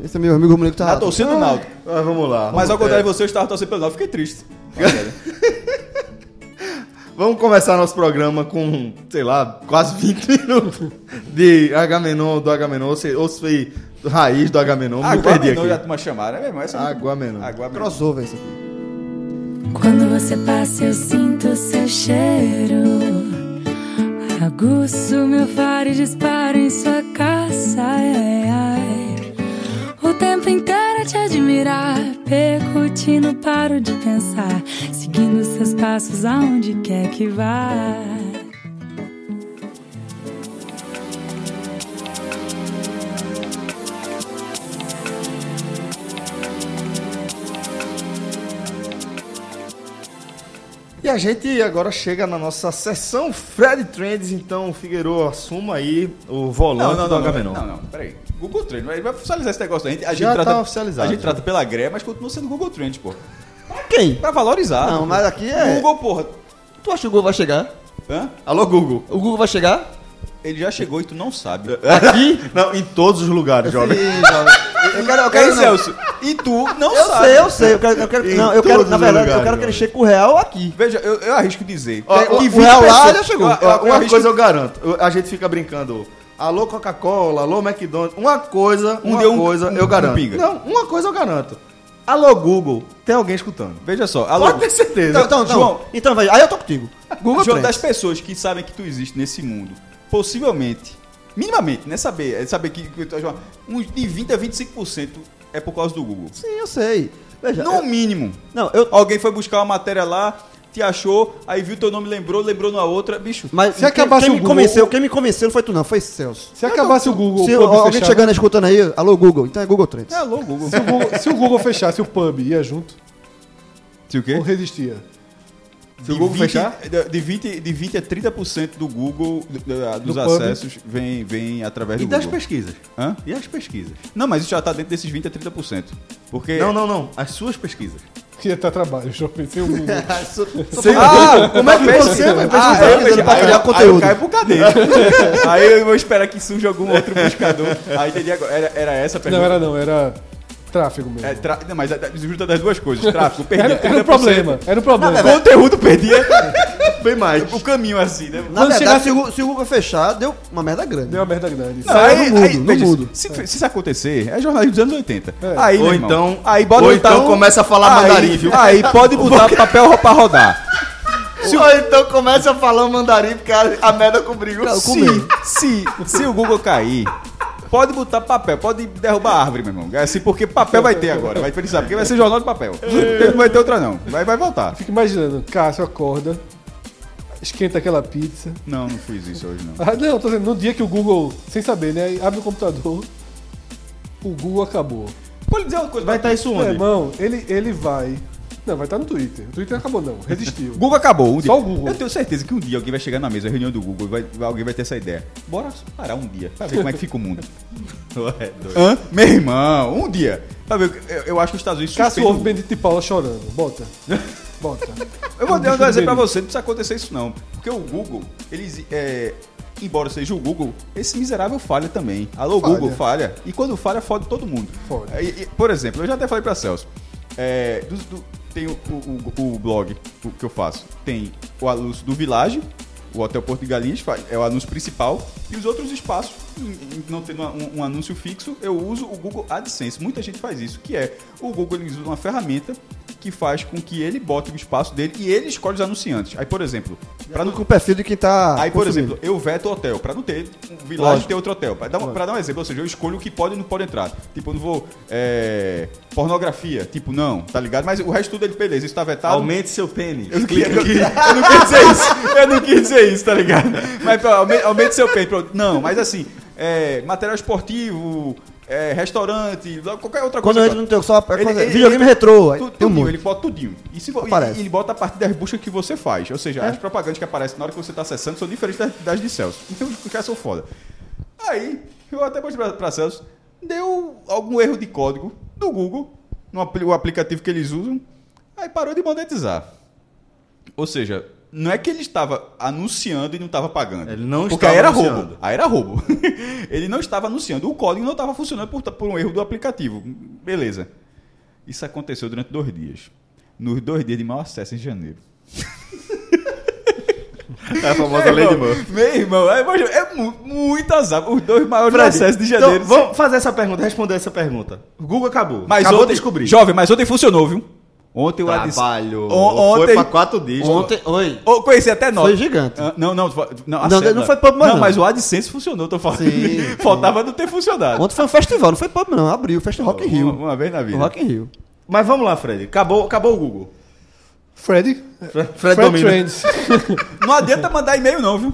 Speaker 5: Esse meu amigo Rubro Negro
Speaker 4: Na
Speaker 5: tá
Speaker 4: torcida do Náutico.
Speaker 7: Ah, vamos lá.
Speaker 4: Mas ao
Speaker 7: Vamos-
Speaker 4: contrário de você, eu estava torcendo pelo Náutico. Fiquei triste.
Speaker 7: Vamos começar nosso programa com, sei lá, quase 20 minutos de Agamenon, do Agamenon, ou se, ou se foi raiz do Agamenon, me
Speaker 4: Água
Speaker 7: perdi
Speaker 4: menor já
Speaker 7: aqui.
Speaker 4: te chamaram, é mesmo? Essa é muito-
Speaker 7: Água menor.
Speaker 4: Água menor.
Speaker 5: crossover isso aqui.
Speaker 1: Quando você passa, eu sinto seu cheiro. Aguço meu faro e disparo em sua caça. ai, ai. O tempo inteiro a te admirar. Percute, não paro de pensar. Seguindo seus passos aonde quer que vá.
Speaker 7: E a gente agora chega na nossa sessão Fred Trends, então Figueiredo assuma aí o
Speaker 4: Não,
Speaker 7: volante do
Speaker 4: não, não, não,
Speaker 7: Agamenon.
Speaker 4: não, não, peraí. Google Trends, vai vai oficializar esse negócio. A gente, a gente
Speaker 7: Já
Speaker 4: trata,
Speaker 7: tá oficializado.
Speaker 4: A gente trata pela GRE, mas continua sendo Google Trends, pô.
Speaker 5: Quem?
Speaker 4: Pra valorizar.
Speaker 5: Não,
Speaker 4: pô.
Speaker 5: mas aqui é-
Speaker 4: Google, porra.
Speaker 5: Tu acha que o Google vai chegar?
Speaker 4: Hã?
Speaker 7: Alô, Google.
Speaker 5: O Google vai chegar?
Speaker 4: Ele já chegou e tu não sabe.
Speaker 5: Aqui?
Speaker 7: Não, em todos os lugares, jovem.
Speaker 5: Ih, jovem. Eu quero, eu quero
Speaker 4: Ei,
Speaker 5: não.
Speaker 4: Celso, e tu não
Speaker 5: Eu
Speaker 4: sabe.
Speaker 5: sei, eu sei. Eu quero, eu quero,
Speaker 7: Em
Speaker 5: não, eu quero,
Speaker 7: todos
Speaker 5: na
Speaker 7: os
Speaker 5: verdade, eu
Speaker 7: lugares,
Speaker 5: quero que
Speaker 7: jovem.
Speaker 5: ele chegue com o real aqui.
Speaker 4: Veja, eu, eu arrisco dizer.
Speaker 7: Ó,
Speaker 4: Tem-
Speaker 7: ó,
Speaker 4: tem
Speaker 5: o
Speaker 4: 20
Speaker 5: Real lá
Speaker 4: pessoas-
Speaker 5: já chegou.
Speaker 4: Ó, ó,
Speaker 7: Ó,
Speaker 4: eu
Speaker 7: Uma
Speaker 4: arrisco-
Speaker 7: coisa eu garanto, eu- a gente fica brincando. Alô Coca-Cola, alô McDonald's, uma coisa,
Speaker 4: Um
Speaker 7: uma
Speaker 4: deu um-
Speaker 7: coisa
Speaker 4: um-
Speaker 7: eu
Speaker 4: um
Speaker 7: garanto.
Speaker 4: pinga.
Speaker 7: não, uma coisa eu garanto. Alô Google, tem alguém escutando.
Speaker 4: Veja só. alô-
Speaker 7: Pode ter certeza.
Speaker 5: Então, então, então,
Speaker 4: João.
Speaker 5: então vai. Aí eu tô contigo. Google
Speaker 4: João,
Speaker 5: Trends.
Speaker 4: das pessoas que sabem que tu existe nesse mundo, possivelmente, minimamente, né? Saber, é saber que, que tu- João, uns de 20 a 25% é por causa do Google.
Speaker 5: Sim, eu sei. Veja,
Speaker 4: No
Speaker 5: eu-
Speaker 4: mínimo.
Speaker 5: não, eu...
Speaker 4: Alguém foi buscar uma matéria lá, te achou, aí viu teu nome, lembrou, lembrou numa outra. Bicho,
Speaker 5: Mas
Speaker 6: Se acabasse
Speaker 5: quem, quem
Speaker 6: o
Speaker 5: me
Speaker 6: Google-
Speaker 5: convenceu, quem me convenceu não foi tu não, foi Celso.
Speaker 6: Se acabasse o Google,
Speaker 5: Se
Speaker 6: o pub
Speaker 5: alguém
Speaker 6: fechava-
Speaker 5: chegando e escutando aí, alô Google, então é Google Trends.
Speaker 4: é alô, Google.
Speaker 6: se o Google, se o Google fechasse o pub, ia junto
Speaker 4: Se o quê?
Speaker 6: ou resistia?
Speaker 4: De
Speaker 9: Se o Google
Speaker 4: 20
Speaker 9: fechar?
Speaker 4: De 20, de 20 a 30% do Google, do- da- dos
Speaker 6: Do pub.
Speaker 4: acessos, vem, vem através
Speaker 9: E
Speaker 4: do
Speaker 9: das
Speaker 4: Google.
Speaker 9: pesquisas?
Speaker 4: Hã?
Speaker 9: E as pesquisas?
Speaker 4: Não, mas isso já tá dentro desses 20 a 30%. Porque.
Speaker 9: Não, não, não. As suas pesquisas.
Speaker 6: Que ia estar trabalho, já pensei um minuto.
Speaker 4: Ah, como é que
Speaker 5: você vai pesquisar pesquisando
Speaker 4: Ah, eu,
Speaker 5: pra
Speaker 4: aí,
Speaker 5: criar
Speaker 4: eu- aí eu
Speaker 5: conteúdo?
Speaker 4: caio pro cadeiro. aí eu vou esperar que surja algum outro buscador. Aí entendi agora. Era, era essa a pergunta.
Speaker 6: Não, era não, era tráfego mesmo.
Speaker 4: É, tra... não, mas a- a- junta das duas coisas. Tráfico, perdia
Speaker 6: Era, era o
Speaker 4: 30%.
Speaker 6: problema, era o problema.
Speaker 4: Conteúdo perdia bem mais. O caminho assim, né?
Speaker 5: Na
Speaker 6: Quando chegar-
Speaker 5: verdade, se o, Google- se o Google fechar, deu uma merda grande.
Speaker 6: Deu uma merda grande.
Speaker 4: Não, é-
Speaker 6: Saiu do mundo, do
Speaker 4: veja,
Speaker 6: mundo.
Speaker 4: Se, se isso acontecer, é jornalismo dos anos 80.
Speaker 6: É.
Speaker 4: Aí,
Speaker 9: Ou
Speaker 4: meu irmão,
Speaker 9: então-
Speaker 4: aí bota
Speaker 9: ou
Speaker 4: botar
Speaker 9: então começa a falar
Speaker 4: aí,
Speaker 9: mandarim, viu?
Speaker 4: Aí pode botar papel pra rodar.
Speaker 9: Ou então começa a falar mandarim, porque a, a merda cobriu.
Speaker 4: se, se, se o Google cair, pode botar papel, pode derrubar a árvore, meu irmão. É Assim, porque papel vai ter agora, vai precisar, porque vai ser jornal de papel.
Speaker 6: É.
Speaker 4: Não vai ter outra, não. Vai, vai voltar.
Speaker 6: Fico imaginando, Cássio acorda, esquenta aquela pizza.
Speaker 4: Não, não fiz isso hoje, não.
Speaker 6: Ah, não, tô dizendo, no dia que o Google, sem saber, né, abre o computador, o Google acabou.
Speaker 4: Pode dizer uma coisa,
Speaker 9: Vai estar isso
Speaker 6: Meu
Speaker 9: onde?
Speaker 6: irmão, ele, ele vai... Não, vai estar no Twitter. O Twitter acabou não, resistiu.
Speaker 4: Google acabou. Um dia.
Speaker 6: Só o Google.
Speaker 4: Eu tenho certeza que um dia alguém vai chegar na mesa, reunião do Google, vai, alguém vai ter essa ideia. Bora parar um dia pra ver como é que fica o mundo.
Speaker 9: Ué, doido.
Speaker 4: Hã? Meu irmão, um dia. Pra ver, eu, eu acho que os Estados Unidos
Speaker 6: Cássio
Speaker 4: suspendem
Speaker 6: ouve Benedito de Paula chorando. Bota. Bota.
Speaker 4: o- Eu vou dar um
Speaker 6: Benedito.
Speaker 4: exemplo pra você, não precisa acontecer isso não. Porque o Google, eles. é, embora seja o Google, esse miserável falha também. Alô,
Speaker 6: Falha.
Speaker 4: Google, falha. E quando falha, fode todo mundo.
Speaker 6: Fode.
Speaker 4: É, E- e, por exemplo, eu já até falei pra Celso. é, dos- do- tem o, o- o blog o que eu faço. Tem o anúncio do Village, o Hotel Porto de Galinhas, fa- é o anúncio principal. E os outros espaços, em- em não tendo uma- um, um anúncio fixo, eu uso o Google AdSense. Muita gente faz isso, que é o Google ele usa uma ferramenta que faz com que ele bote o espaço dele e ele escolhe os anunciantes. Aí, por exemplo, pra não
Speaker 5: Com o perfil de quem tá.
Speaker 4: Aí, por
Speaker 5: consumindo.
Speaker 4: exemplo, eu veto o hotel, pra não ter um vilagem
Speaker 5: Lógico.
Speaker 4: ter outro hotel. Pra dar, um, pra dar um exemplo, ou seja, eu escolho o que pode e não pode entrar. Tipo, eu não vou. é, pornografia, tipo, não, tá ligado? Mas o resto tudo ele, beleza, isso tá vetado.
Speaker 9: Aumente seu pênis.
Speaker 4: Eu não, quis, eu- eu não quis dizer isso, eu não quis dizer isso, tá ligado? Mas pô, aumente, aumente seu peito, pronto. Não, mas assim, é, material esportivo, é, restaurante, qualquer outra
Speaker 5: Quando
Speaker 4: coisa.
Speaker 5: entra no teu só. é
Speaker 4: Ele-
Speaker 5: coisa-
Speaker 4: ele-
Speaker 5: videogame
Speaker 4: ele-
Speaker 5: retrô. aí Tem um
Speaker 4: Tu- tudinho,
Speaker 5: monte.
Speaker 4: ele bota tudinho. E se, vo- e-
Speaker 5: Aparece. É.
Speaker 4: e ele bota a partir das buscas que você faz. Ou seja, as propagandas que aparecem na hora que você tá acessando são diferentes das, das de Celso. Então os caras são foda. Aí, eu até mostrei pra, pra Celso, deu algum erro de código do Google, no apli- o aplicativo que eles usam, aí parou de monetizar. Ou seja, não é que ele estava anunciando e não estava pagando.
Speaker 9: Ele não
Speaker 4: Porque
Speaker 9: estava
Speaker 4: aí era
Speaker 9: anunciando.
Speaker 4: roubo. Aí era roubo. ele não estava anunciando. O código não estava funcionando por, por um erro do aplicativo. Beleza. Isso aconteceu durante dois dias. Nos dois dias de mau acesso em janeiro.
Speaker 9: É a famosa
Speaker 4: Meu
Speaker 9: Lady
Speaker 4: irmão,
Speaker 9: Murphy.
Speaker 4: Meu irmão, é, mas é mu- muito azar. Os dois maiores acessos de
Speaker 9: então,
Speaker 4: janeiro.
Speaker 9: vamos fazer essa pergunta, responder essa pergunta. O Google acabou.
Speaker 4: mas
Speaker 9: acabou
Speaker 4: ontem, Jovem, mas ontem funcionou, viu? Ontem
Speaker 7: Tá,
Speaker 4: o ADC
Speaker 9: Trabalho.
Speaker 4: On-
Speaker 9: Foi
Speaker 4: ontem-
Speaker 9: pra quatro discos.
Speaker 5: Ontem. Oi.
Speaker 4: Eu conheci até nós.
Speaker 5: Foi gigante.
Speaker 4: Ah, não, não, foi- não, a
Speaker 5: Não,
Speaker 4: cena-
Speaker 5: não foi pub mais
Speaker 4: Não,
Speaker 5: não.
Speaker 4: mas o AdSense funcionou, tô falando.
Speaker 5: Sim, sim.
Speaker 4: Faltava não ter funcionado.
Speaker 5: Ontem foi um festival, não foi pub, não. Abriu, festa Rock in
Speaker 4: Uma,
Speaker 5: Rio.
Speaker 4: uma vez na vida.
Speaker 5: Rock in Rio.
Speaker 9: Mas vamos lá, Fred. Acabou, acabou o Google.
Speaker 6: Fred?
Speaker 9: Fred,
Speaker 6: Fred
Speaker 9: domina.
Speaker 6: Trends.
Speaker 4: Não adianta mandar e-mail, não, viu?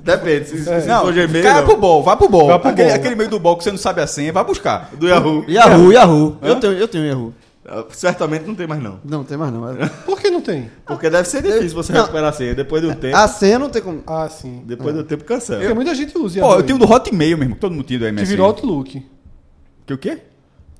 Speaker 9: Depende. Se, se
Speaker 4: É. Não,
Speaker 9: for Gmail,
Speaker 4: cara,
Speaker 9: não.
Speaker 4: pro bol, vai pro bol.
Speaker 6: Vai pro
Speaker 4: aquele,
Speaker 6: bol.
Speaker 4: aquele e-mail do bol que você não sabe a senha, vai buscar.
Speaker 9: do Yahoo.
Speaker 5: Yahoo, Yahoo. Eu tenho, eu tenho Yahoo.
Speaker 9: Ah, Certamente não tem mais, não.
Speaker 5: Não, tem mais não.
Speaker 6: Por que não tem?
Speaker 9: Porque deve ser difícil você
Speaker 5: Não.
Speaker 9: recuperar a senha. Depois do tempo,
Speaker 5: A senha não tem como.
Speaker 6: Ah, sim.
Speaker 9: depois do tempo cancela.
Speaker 6: Porque muita gente usa.
Speaker 4: Pô,
Speaker 6: Yahoo
Speaker 4: eu tenho
Speaker 6: aí,
Speaker 4: do Hotmail mesmo, que todo mundo tinha do MSN.
Speaker 6: Que virou Outlook.
Speaker 4: Que o quê?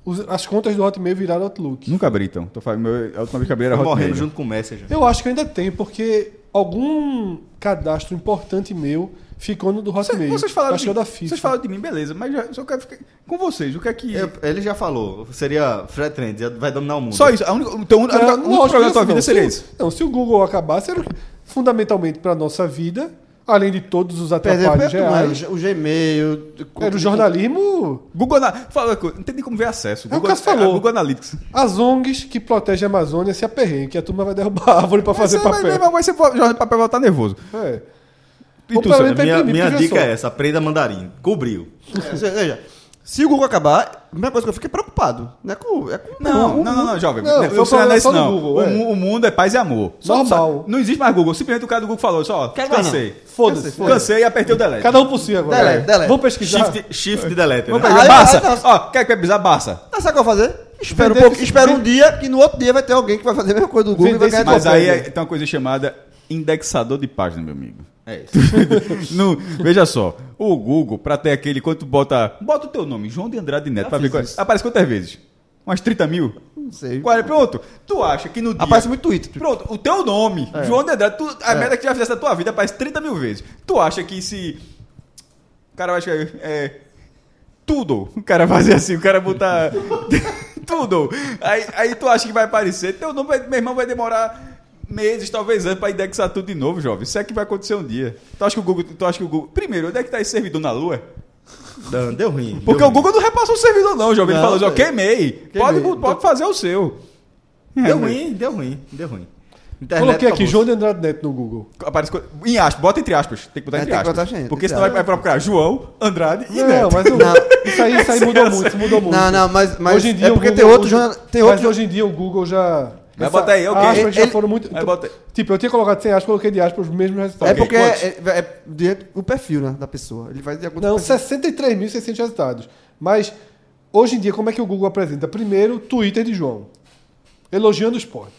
Speaker 6: Os- As contas do Hotmail viraram Outlook.
Speaker 4: Nunca abri, então. Tô falando, meu, a última vez que abri era
Speaker 9: Foi morrendo
Speaker 4: Hotmail.
Speaker 9: junto com o Messenger.
Speaker 6: Eu acho que ainda tem, porque algum cadastro importante meu ficou no do
Speaker 4: Cê-
Speaker 6: Hotmail.
Speaker 4: vocês, falaram
Speaker 6: Acho que é o
Speaker 4: de,
Speaker 6: da FIFA.
Speaker 4: vocês falaram de mim, beleza, mas já, só quero ficar com vocês. O que é que.
Speaker 9: Eu- ele já falou. Seria Fred Trends. já Vai dominar o mundo.
Speaker 4: Só isso. A única, então,
Speaker 6: Ah, Não,
Speaker 4: a única- o
Speaker 6: É, lógico
Speaker 4: único
Speaker 6: que
Speaker 4: problema da tua
Speaker 6: não.
Speaker 4: vida é
Speaker 6: Se
Speaker 4: seria
Speaker 6: o-
Speaker 4: isso.
Speaker 6: Não, se o Google acabasse, era fundamentalmente para nossa vida, além de todos os
Speaker 5: Perdeu
Speaker 6: atrapalhos reais,
Speaker 5: é o Gmail.
Speaker 4: É
Speaker 6: era o jornalismo,
Speaker 4: Google Ana- fala, uma coisa, não tem nem como ver acesso.
Speaker 6: É o que você falou.
Speaker 4: Google Analytics.
Speaker 6: as ONGs que protegem a Amazônia se aperreiam, que a turma vai derrubar a árvore para fazer
Speaker 5: é,
Speaker 4: Mas,
Speaker 6: papel.
Speaker 4: Mas, mas, mas você for- jornal de papel vai estar nervoso.
Speaker 6: É.
Speaker 4: E
Speaker 6: O
Speaker 4: tu,
Speaker 6: problema
Speaker 4: Sandra?
Speaker 6: tá
Speaker 9: Minha,
Speaker 6: imprimido,
Speaker 9: minha
Speaker 6: veja
Speaker 9: dica
Speaker 6: só.
Speaker 9: é essa. Aprenda mandarim. Cobriu.
Speaker 5: É, você- Veja, se o Google acabar, a primeira coisa que eu fico é preocupado. Não é com. É com
Speaker 4: Não,
Speaker 6: Não,
Speaker 4: não, não, não, jovem.
Speaker 6: não,
Speaker 4: Não,
Speaker 6: foi
Speaker 4: não,
Speaker 6: o problema
Speaker 4: funciona isso,
Speaker 6: só do
Speaker 4: não.
Speaker 6: Google,
Speaker 4: o,
Speaker 6: é.
Speaker 4: mu- o mundo é paz e amor.
Speaker 6: Normal.
Speaker 4: não existe mais Google. Simplesmente o cara do Google falou só, ó, cansei.
Speaker 6: Foda-se. foda-se.
Speaker 4: Cansei e apertei o delete.
Speaker 6: Cada um por si agora.
Speaker 5: Delete, delete.
Speaker 6: Vamos pesquisar.
Speaker 5: É.
Speaker 9: Shift, shift e delete. Né?
Speaker 4: Vamos pegar
Speaker 5: Aí-
Speaker 4: Barça.
Speaker 5: aí tá-
Speaker 4: Ó, é, quer que vai pisar Barça?
Speaker 5: Ah, sabe o que eu vou fazer? Espera um,
Speaker 4: Vender-
Speaker 5: pouco- espera um dia que no outro dia vai ter alguém que vai fazer a mesma coisa do Google e vai ganhar
Speaker 4: Mas
Speaker 5: tua
Speaker 4: aí
Speaker 5: conta.
Speaker 4: é- tem uma coisa chamada indexador de página, meu amigo. É isso. veja só, o Google, pra ter aquele, quando tu bota. Bota o teu nome, João de Andrade Neto, pra ver
Speaker 5: fiz
Speaker 4: qual, é.
Speaker 5: isso.
Speaker 4: Aparece quantas vezes? Umas 30 mil?
Speaker 5: Não sei.
Speaker 4: Qual é? Pronto. Tu acha que no dia.
Speaker 5: Aparece muito Twitter.
Speaker 4: Pronto, o teu nome,
Speaker 3: É.
Speaker 4: João de Andrade, tu- a merda que tu já fizesse na tua vida aparece 30 mil vezes. Tu acha que se. O cara vai chegar. É. Tudo. O cara fazer assim, o cara botar. tudo. Aí, aí tu acha que vai aparecer. Teu nome, vai, meu irmão, vai demorar meses, talvez anos, pra indexar tudo de novo, jovem. Isso é que vai acontecer um dia. Tu acha que o Google. Tu acha que o Google. Primeiro, onde é que tá esse servidor na Lua?
Speaker 3: Não, deu ruim.
Speaker 4: Porque o Google não repassou o servidor, não, jovem. Ele
Speaker 5: Não,
Speaker 4: falou, assim, ó,
Speaker 5: velho.
Speaker 4: queimei. Pode,
Speaker 5: Queimei.
Speaker 4: pode fazer o seu. É,
Speaker 3: Deu ruim, deu ruim, deu ruim. Internet tá
Speaker 6: Coloquei aqui,
Speaker 3: acabou.
Speaker 6: João de Andrade Neto no Google.
Speaker 4: Aparece, co- em aspas, bota entre aspas. Tem que botar
Speaker 5: É,
Speaker 4: entre
Speaker 5: tem que
Speaker 4: aspas.
Speaker 5: botar, gente,
Speaker 4: porque
Speaker 5: entre
Speaker 4: senão vai, vai procurar João, Andrade e
Speaker 6: Não,
Speaker 4: Neto.
Speaker 6: É, mas não-
Speaker 5: Não.
Speaker 6: isso aí, isso aí mudou muito, mudou muito.
Speaker 5: Não, não, mas, mas
Speaker 6: hoje em dia
Speaker 5: é
Speaker 6: o
Speaker 5: porque
Speaker 6: Google-
Speaker 5: tem outro,
Speaker 6: hoje-
Speaker 5: João- tem
Speaker 6: mas
Speaker 5: outro
Speaker 6: hoje em dia o Google já... Ah,
Speaker 4: Vai botar aí, ok.
Speaker 6: As aspas já
Speaker 5: Ele-
Speaker 6: foram muito...
Speaker 4: Vai botar aí.
Speaker 6: Tipo, eu tinha colocado sem aspas, coloquei de aspas os mesmos resultados.
Speaker 5: É
Speaker 4: Ok,
Speaker 5: porque
Speaker 4: quantos?
Speaker 5: é, é, é diante do perfil né, da pessoa. Ele vai de acordo
Speaker 6: Não,
Speaker 5: com o perfil.
Speaker 6: 63.600 resultados. Mas, hoje em dia, como é que o Google apresenta? Primeiro, Twitter de João. Elogiando o esporte.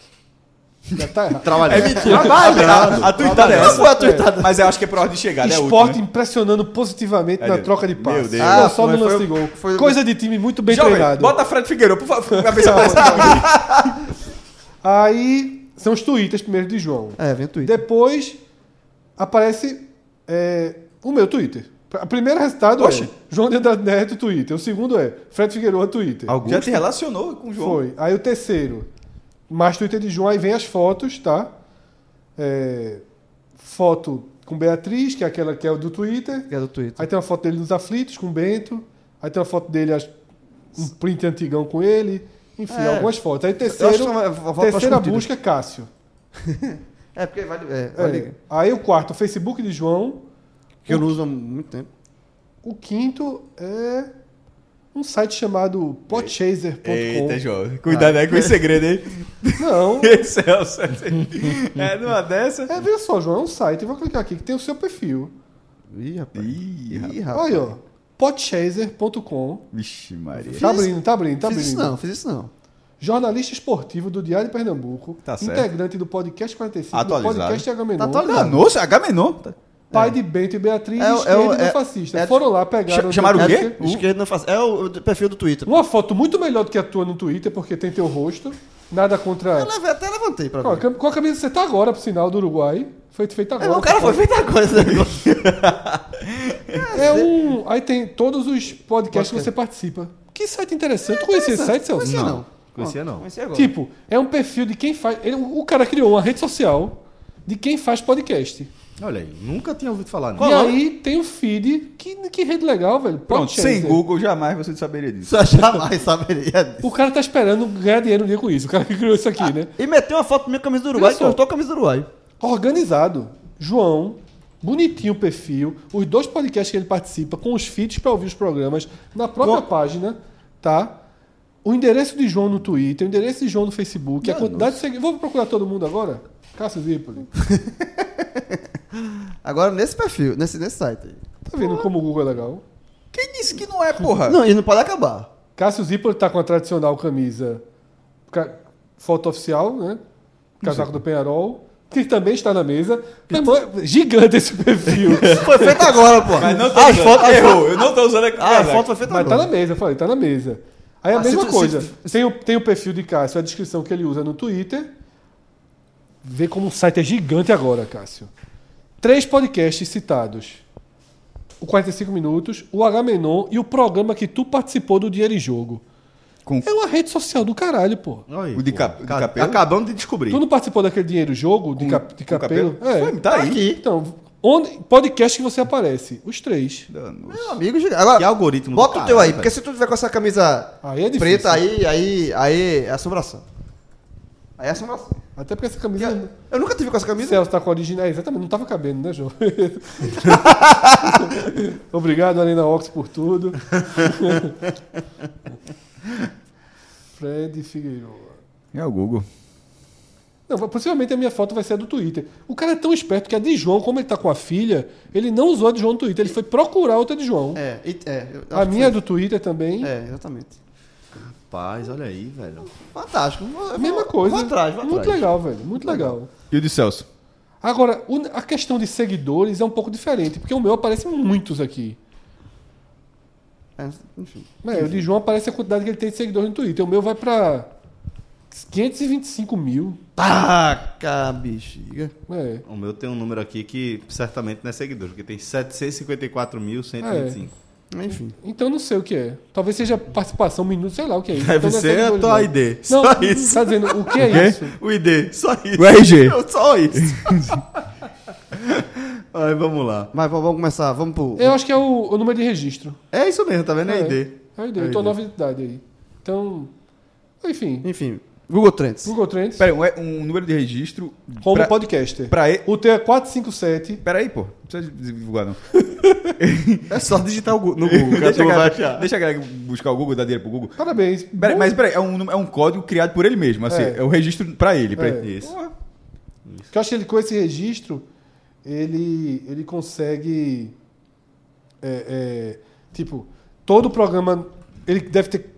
Speaker 6: Já tá errado.
Speaker 4: É mentira. a, a, a tuitada é essa.
Speaker 5: Qual foi a tuitada?
Speaker 4: Mas eu acho que é por ordem de chegada. é
Speaker 6: Esporte
Speaker 4: outro, né?
Speaker 6: impressionando positivamente
Speaker 4: É,
Speaker 6: na
Speaker 4: Deus.
Speaker 6: troca de passes.
Speaker 4: Meu Deus.
Speaker 6: Não
Speaker 5: Ah,
Speaker 6: só no
Speaker 5: mas
Speaker 6: lance
Speaker 5: foi-
Speaker 6: de gol.
Speaker 5: foi-
Speaker 6: Coisa de time muito bem
Speaker 4: Jovem,
Speaker 6: treinado.
Speaker 4: bota Fred Figueiredo, por favor. pra ver se aparece pra mim.
Speaker 6: Aí são os tweets primeiro de João.
Speaker 5: É, vem o Twitter.
Speaker 6: Depois aparece é, o meu Twitter. O primeiro resultado
Speaker 4: Oxi.
Speaker 6: é João de Andrade Neto, Twitter. O segundo é Fred Figueiredo, Twitter.
Speaker 4: Já te relacionou com o João.
Speaker 6: Foi. Aí o terceiro, mais Twitter de João. Aí vem as fotos, tá? É, foto com Beatriz, que é aquela que é o do Twitter.
Speaker 5: Que é do Twitter.
Speaker 6: Aí tem uma foto dele nos aflitos com o Bento. Aí tem uma foto dele, acho, um print antigão com ele. Enfim,
Speaker 5: É.
Speaker 6: algumas fotos. Aí
Speaker 5: Eu acho que
Speaker 6: terceiro,
Speaker 5: é uma- uma foto
Speaker 6: terceira
Speaker 5: escondida.
Speaker 6: busca é Cássio.
Speaker 5: É, porque vale. É,
Speaker 6: É.
Speaker 5: vale-
Speaker 6: Aí o quarto, o Facebook de João.
Speaker 5: Que eu não uso há muito tempo.
Speaker 6: O quinto é um site chamado
Speaker 4: Eita,
Speaker 6: podchaser.com.
Speaker 4: João. Cuidado aí com esse segredo, hein?
Speaker 6: Não.
Speaker 4: Esse é o certo. É numa dessa.
Speaker 6: É, veja só, João, é um site. Eu vou clicar aqui que tem o seu perfil.
Speaker 5: Ih, rapaz.
Speaker 4: Ih, rapaz.
Speaker 5: Ih, rapaz.
Speaker 6: Olha, ó. podchaser.com.
Speaker 4: Vixe, Maria.
Speaker 6: Tá abrindo, tá abrindo, tá
Speaker 5: fiz isso
Speaker 6: abrindo.
Speaker 5: não, fiz isso não.
Speaker 6: Jornalista esportivo do Diário de Pernambuco.
Speaker 4: Tá certo.
Speaker 6: integrante do Podcast 45,
Speaker 4: Atualizado.
Speaker 6: do Podcast
Speaker 5: Tá
Speaker 6: Agamenon.
Speaker 5: atualizado.
Speaker 4: Ah, nossa, H-Menon. Tá.
Speaker 6: pai de Bento e Beatriz,
Speaker 5: É, é,
Speaker 6: esquerdo
Speaker 5: é,
Speaker 6: do fascista.
Speaker 5: é,
Speaker 6: Foram lá, pegaram...
Speaker 4: Ch- chamaram o
Speaker 6: Twitter.
Speaker 4: quê?
Speaker 5: O esquerdo não faz. É o, o perfil do Twitter.
Speaker 6: Uma foto muito melhor do que a tua no Twitter, porque tem teu rosto. Nada contra...
Speaker 5: Eu levei- até levantei pra
Speaker 6: Ó,
Speaker 5: ver.
Speaker 6: cam- Qual a camisa que você tá agora, pro sinal do Uruguai? Foi feita
Speaker 5: É,
Speaker 6: agora.
Speaker 5: mas o cara foi feita a coisa. né?
Speaker 6: É um. Aí tem todos os podcasts que você participa. Que site interessante. conhecia esse site, Celso?
Speaker 5: Conhecia É não.
Speaker 3: Conhecia não.
Speaker 5: Conhecia agora.
Speaker 6: Tipo, é um perfil de quem faz. ele- o cara criou uma rede social de quem faz podcast.
Speaker 3: Olha aí, nunca tinha ouvido falar. né?
Speaker 6: e aí tem o feed. Que, que rede legal, velho.
Speaker 4: é? Pronto,
Speaker 6: Podchaser.
Speaker 4: sem Google jamais você saberia disso.
Speaker 6: é?
Speaker 5: Só jamais saberia disso.
Speaker 6: O cara tá esperando ganhar dinheiro um dia com isso. O cara que criou isso aqui, né?
Speaker 5: E meteu uma foto minha com a camisa do Uruguai,
Speaker 6: Olha
Speaker 5: que
Speaker 6: só.
Speaker 5: eu tô com a camisa do Uruguai.
Speaker 6: Organizado. João. Bonitinho o perfil. Os dois podcasts que ele participa, com os feeds pra ouvir os programas, na própria página, tá? O endereço de João no Twitter, o endereço de João no Facebook, a quantidade de seguidores. Vou procurar todo mundo agora? Cássio Zipoli.
Speaker 5: Agora nesse perfil, nesse, nesse site. aí.
Speaker 6: Tá vendo como o Google é legal?
Speaker 4: Quem disse que não é, porra?
Speaker 5: Não, e não pode acabar.
Speaker 6: Cássio Zipoli tá com a tradicional camisa, ca- foto oficial, né? Casaco do Penharol, que também está na mesa. Meu irmão, é gigante esse perfil.
Speaker 5: Foi feito agora, pô.
Speaker 4: Mas não tô
Speaker 5: as
Speaker 4: usando.
Speaker 5: fotos, as
Speaker 4: Errou,
Speaker 5: fotos-
Speaker 4: eu não tô usando a
Speaker 5: Ah, a
Speaker 4: casaca.
Speaker 5: foto foi feita
Speaker 6: Mas tá
Speaker 5: agora.
Speaker 6: na mesa, eu falei, tá na mesa. Aí a
Speaker 5: Ah, se
Speaker 6: mesma
Speaker 5: tu-
Speaker 6: coisa.
Speaker 5: se-
Speaker 6: Tem, o, tem o perfil de Cássio, a descrição que ele usa no Twitter. Vê como o site é gigante agora, Cássio. Três podcasts citados. O 45 Minutos, o H-Menon e o programa que tu participou do Dinheiro em Jogo.
Speaker 4: Com
Speaker 6: É uma rede social do caralho, pô.
Speaker 3: Olha aí,
Speaker 4: O de
Speaker 3: pô.
Speaker 4: cap- de
Speaker 3: Ca-
Speaker 4: capelo?
Speaker 3: Acabamos de descobrir.
Speaker 6: Tu não participou daquele Dinheiro em Jogo de, cap, de
Speaker 4: com
Speaker 6: capelo? É.
Speaker 4: Foi, tá aí.
Speaker 6: Então, onde, podcast que você aparece? Os três.
Speaker 5: Meu amigo, giga- agora,
Speaker 3: Que algoritmo do
Speaker 5: Bota o teu
Speaker 3: caralho,
Speaker 5: aí, porque se tu tiver com essa camisa
Speaker 6: Aí é difícil.
Speaker 5: preta aí, aí, aí é assombração. Aí é assombração.
Speaker 6: Até porque essa camisa.
Speaker 5: Eu nunca tive com essa camisa.
Speaker 6: Celso tá com a original. É, exatamente, não tava cabendo, né, João? Obrigado, Arena Ox, por tudo. Fred Figueiredo.
Speaker 4: É o Google.
Speaker 6: Não, possivelmente a minha foto vai ser a do Twitter. O cara é tão esperto que a de João, como ele tá com a filha, ele não usou a de João no Twitter, ele foi procurar outra de João.
Speaker 5: É, e- é. eu acho
Speaker 6: a
Speaker 5: que
Speaker 6: minha é
Speaker 5: foi.
Speaker 6: do Twitter também.
Speaker 5: É, exatamente.
Speaker 3: Rapaz, olha aí, velho.
Speaker 5: Fantástico. Eu vou-
Speaker 6: Mesma
Speaker 5: vou-
Speaker 6: coisa.
Speaker 5: Vou atrás, vou
Speaker 6: Muito
Speaker 5: atrás.
Speaker 6: legal, velho. Muito legal.
Speaker 4: E o de Celso?
Speaker 6: Agora, o- a questão de seguidores é um pouco diferente, porque o meu aparece muitos aqui.
Speaker 5: É, enfim.
Speaker 6: É, o de João aparece a quantidade que ele tem de seguidores no Twitter. O meu vai pra 525 mil.
Speaker 5: Paca, bexiga.
Speaker 6: É.
Speaker 3: O meu tem um número aqui que certamente não é seguidor, porque tem 754.125.
Speaker 5: Enfim.
Speaker 6: Então não sei o que é. Talvez seja participação, minuto, sei lá o que é isso.
Speaker 3: Deve
Speaker 6: Então, não é
Speaker 3: ser a
Speaker 6: seguidores,
Speaker 3: tua
Speaker 6: não.
Speaker 3: ID.
Speaker 6: Não,
Speaker 3: só isso.
Speaker 6: tá dizendo o que é isso?
Speaker 3: O ID, só isso.
Speaker 4: O RG.
Speaker 3: Eu- Só isso. Aí vamos lá.
Speaker 5: Mas vamos vamos começar, vamos pro.
Speaker 6: Eu acho que é o, o número de registro.
Speaker 3: É isso mesmo, tá vendo? É,
Speaker 6: É.
Speaker 3: ID.
Speaker 6: É a ideia.
Speaker 3: É a
Speaker 6: Eu tô
Speaker 3: ideia.
Speaker 6: nova identidade aí. Então, enfim.
Speaker 5: Enfim, Google Trends.
Speaker 6: Google Trends,
Speaker 4: Peraí, um, é- um número de registro.
Speaker 6: como
Speaker 4: pra,
Speaker 6: podcaster.
Speaker 4: pra e-
Speaker 6: O teu é 457.
Speaker 4: Peraí, pô. Não precisa divulgar, não.
Speaker 3: É só digitar o Gu- no Google, que a
Speaker 4: deixa, a
Speaker 3: turma vai
Speaker 4: galera,
Speaker 3: achar.
Speaker 4: deixa a galera buscar o Google, dar dinheiro pro Google.
Speaker 6: Parabéns.
Speaker 4: Peraí,
Speaker 6: Bom,
Speaker 4: mas peraí, é um, número- é um código criado por ele mesmo. Assim,
Speaker 6: É.
Speaker 4: é. o registro pra ele. Pra
Speaker 6: É.
Speaker 4: ele.
Speaker 3: Isso.
Speaker 4: Porra.
Speaker 6: que eu acho que ele, com esse registro, ele, ele consegue. é, é, tipo, todo o programa. Ele deve ter.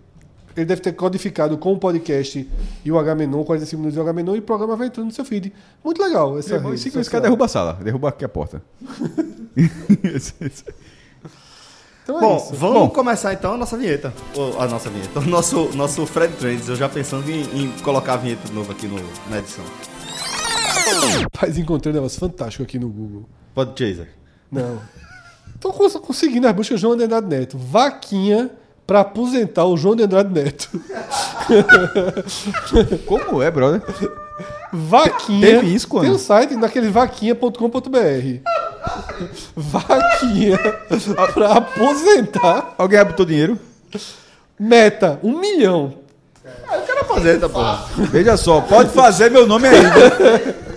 Speaker 6: Ele deve ter codificado com o podcast e o H-Menon, 45 minutos e o H-Menon, e o programa vai entrando no seu feed. Muito legal essa
Speaker 4: Meu irmão,
Speaker 6: rede
Speaker 4: em cinco minutos é um. o
Speaker 6: social.
Speaker 4: cara derruba a sala. Derruba aqui a porta.
Speaker 6: Então é
Speaker 3: Bom,
Speaker 6: isso.
Speaker 3: vamos começar então a nossa vinheta. Ô, a nossa vinheta. O nosso, nosso Fred Trends. Eu já pensando em, em colocar a vinheta de novo aqui no, na edição.
Speaker 6: Rapaz, encontrei um negócio fantástico aqui no Google.
Speaker 3: Pode, Chaser.
Speaker 6: Não. Tô cons- conseguindo as buscas João de Andrade Neto. Vaquinha pra aposentar o João de Andrade Neto.
Speaker 4: Como é, brother?
Speaker 6: Vaquinha.
Speaker 4: Teve isso quando?
Speaker 6: Tem um site naquele vaquinha.com.br. Vaquinha
Speaker 5: Ah.
Speaker 6: pra aposentar.
Speaker 4: Alguém abriu dinheiro?
Speaker 6: Meta, um milhão.
Speaker 3: Aposenta, porra.
Speaker 4: Veja só, pode fazer meu nome ainda.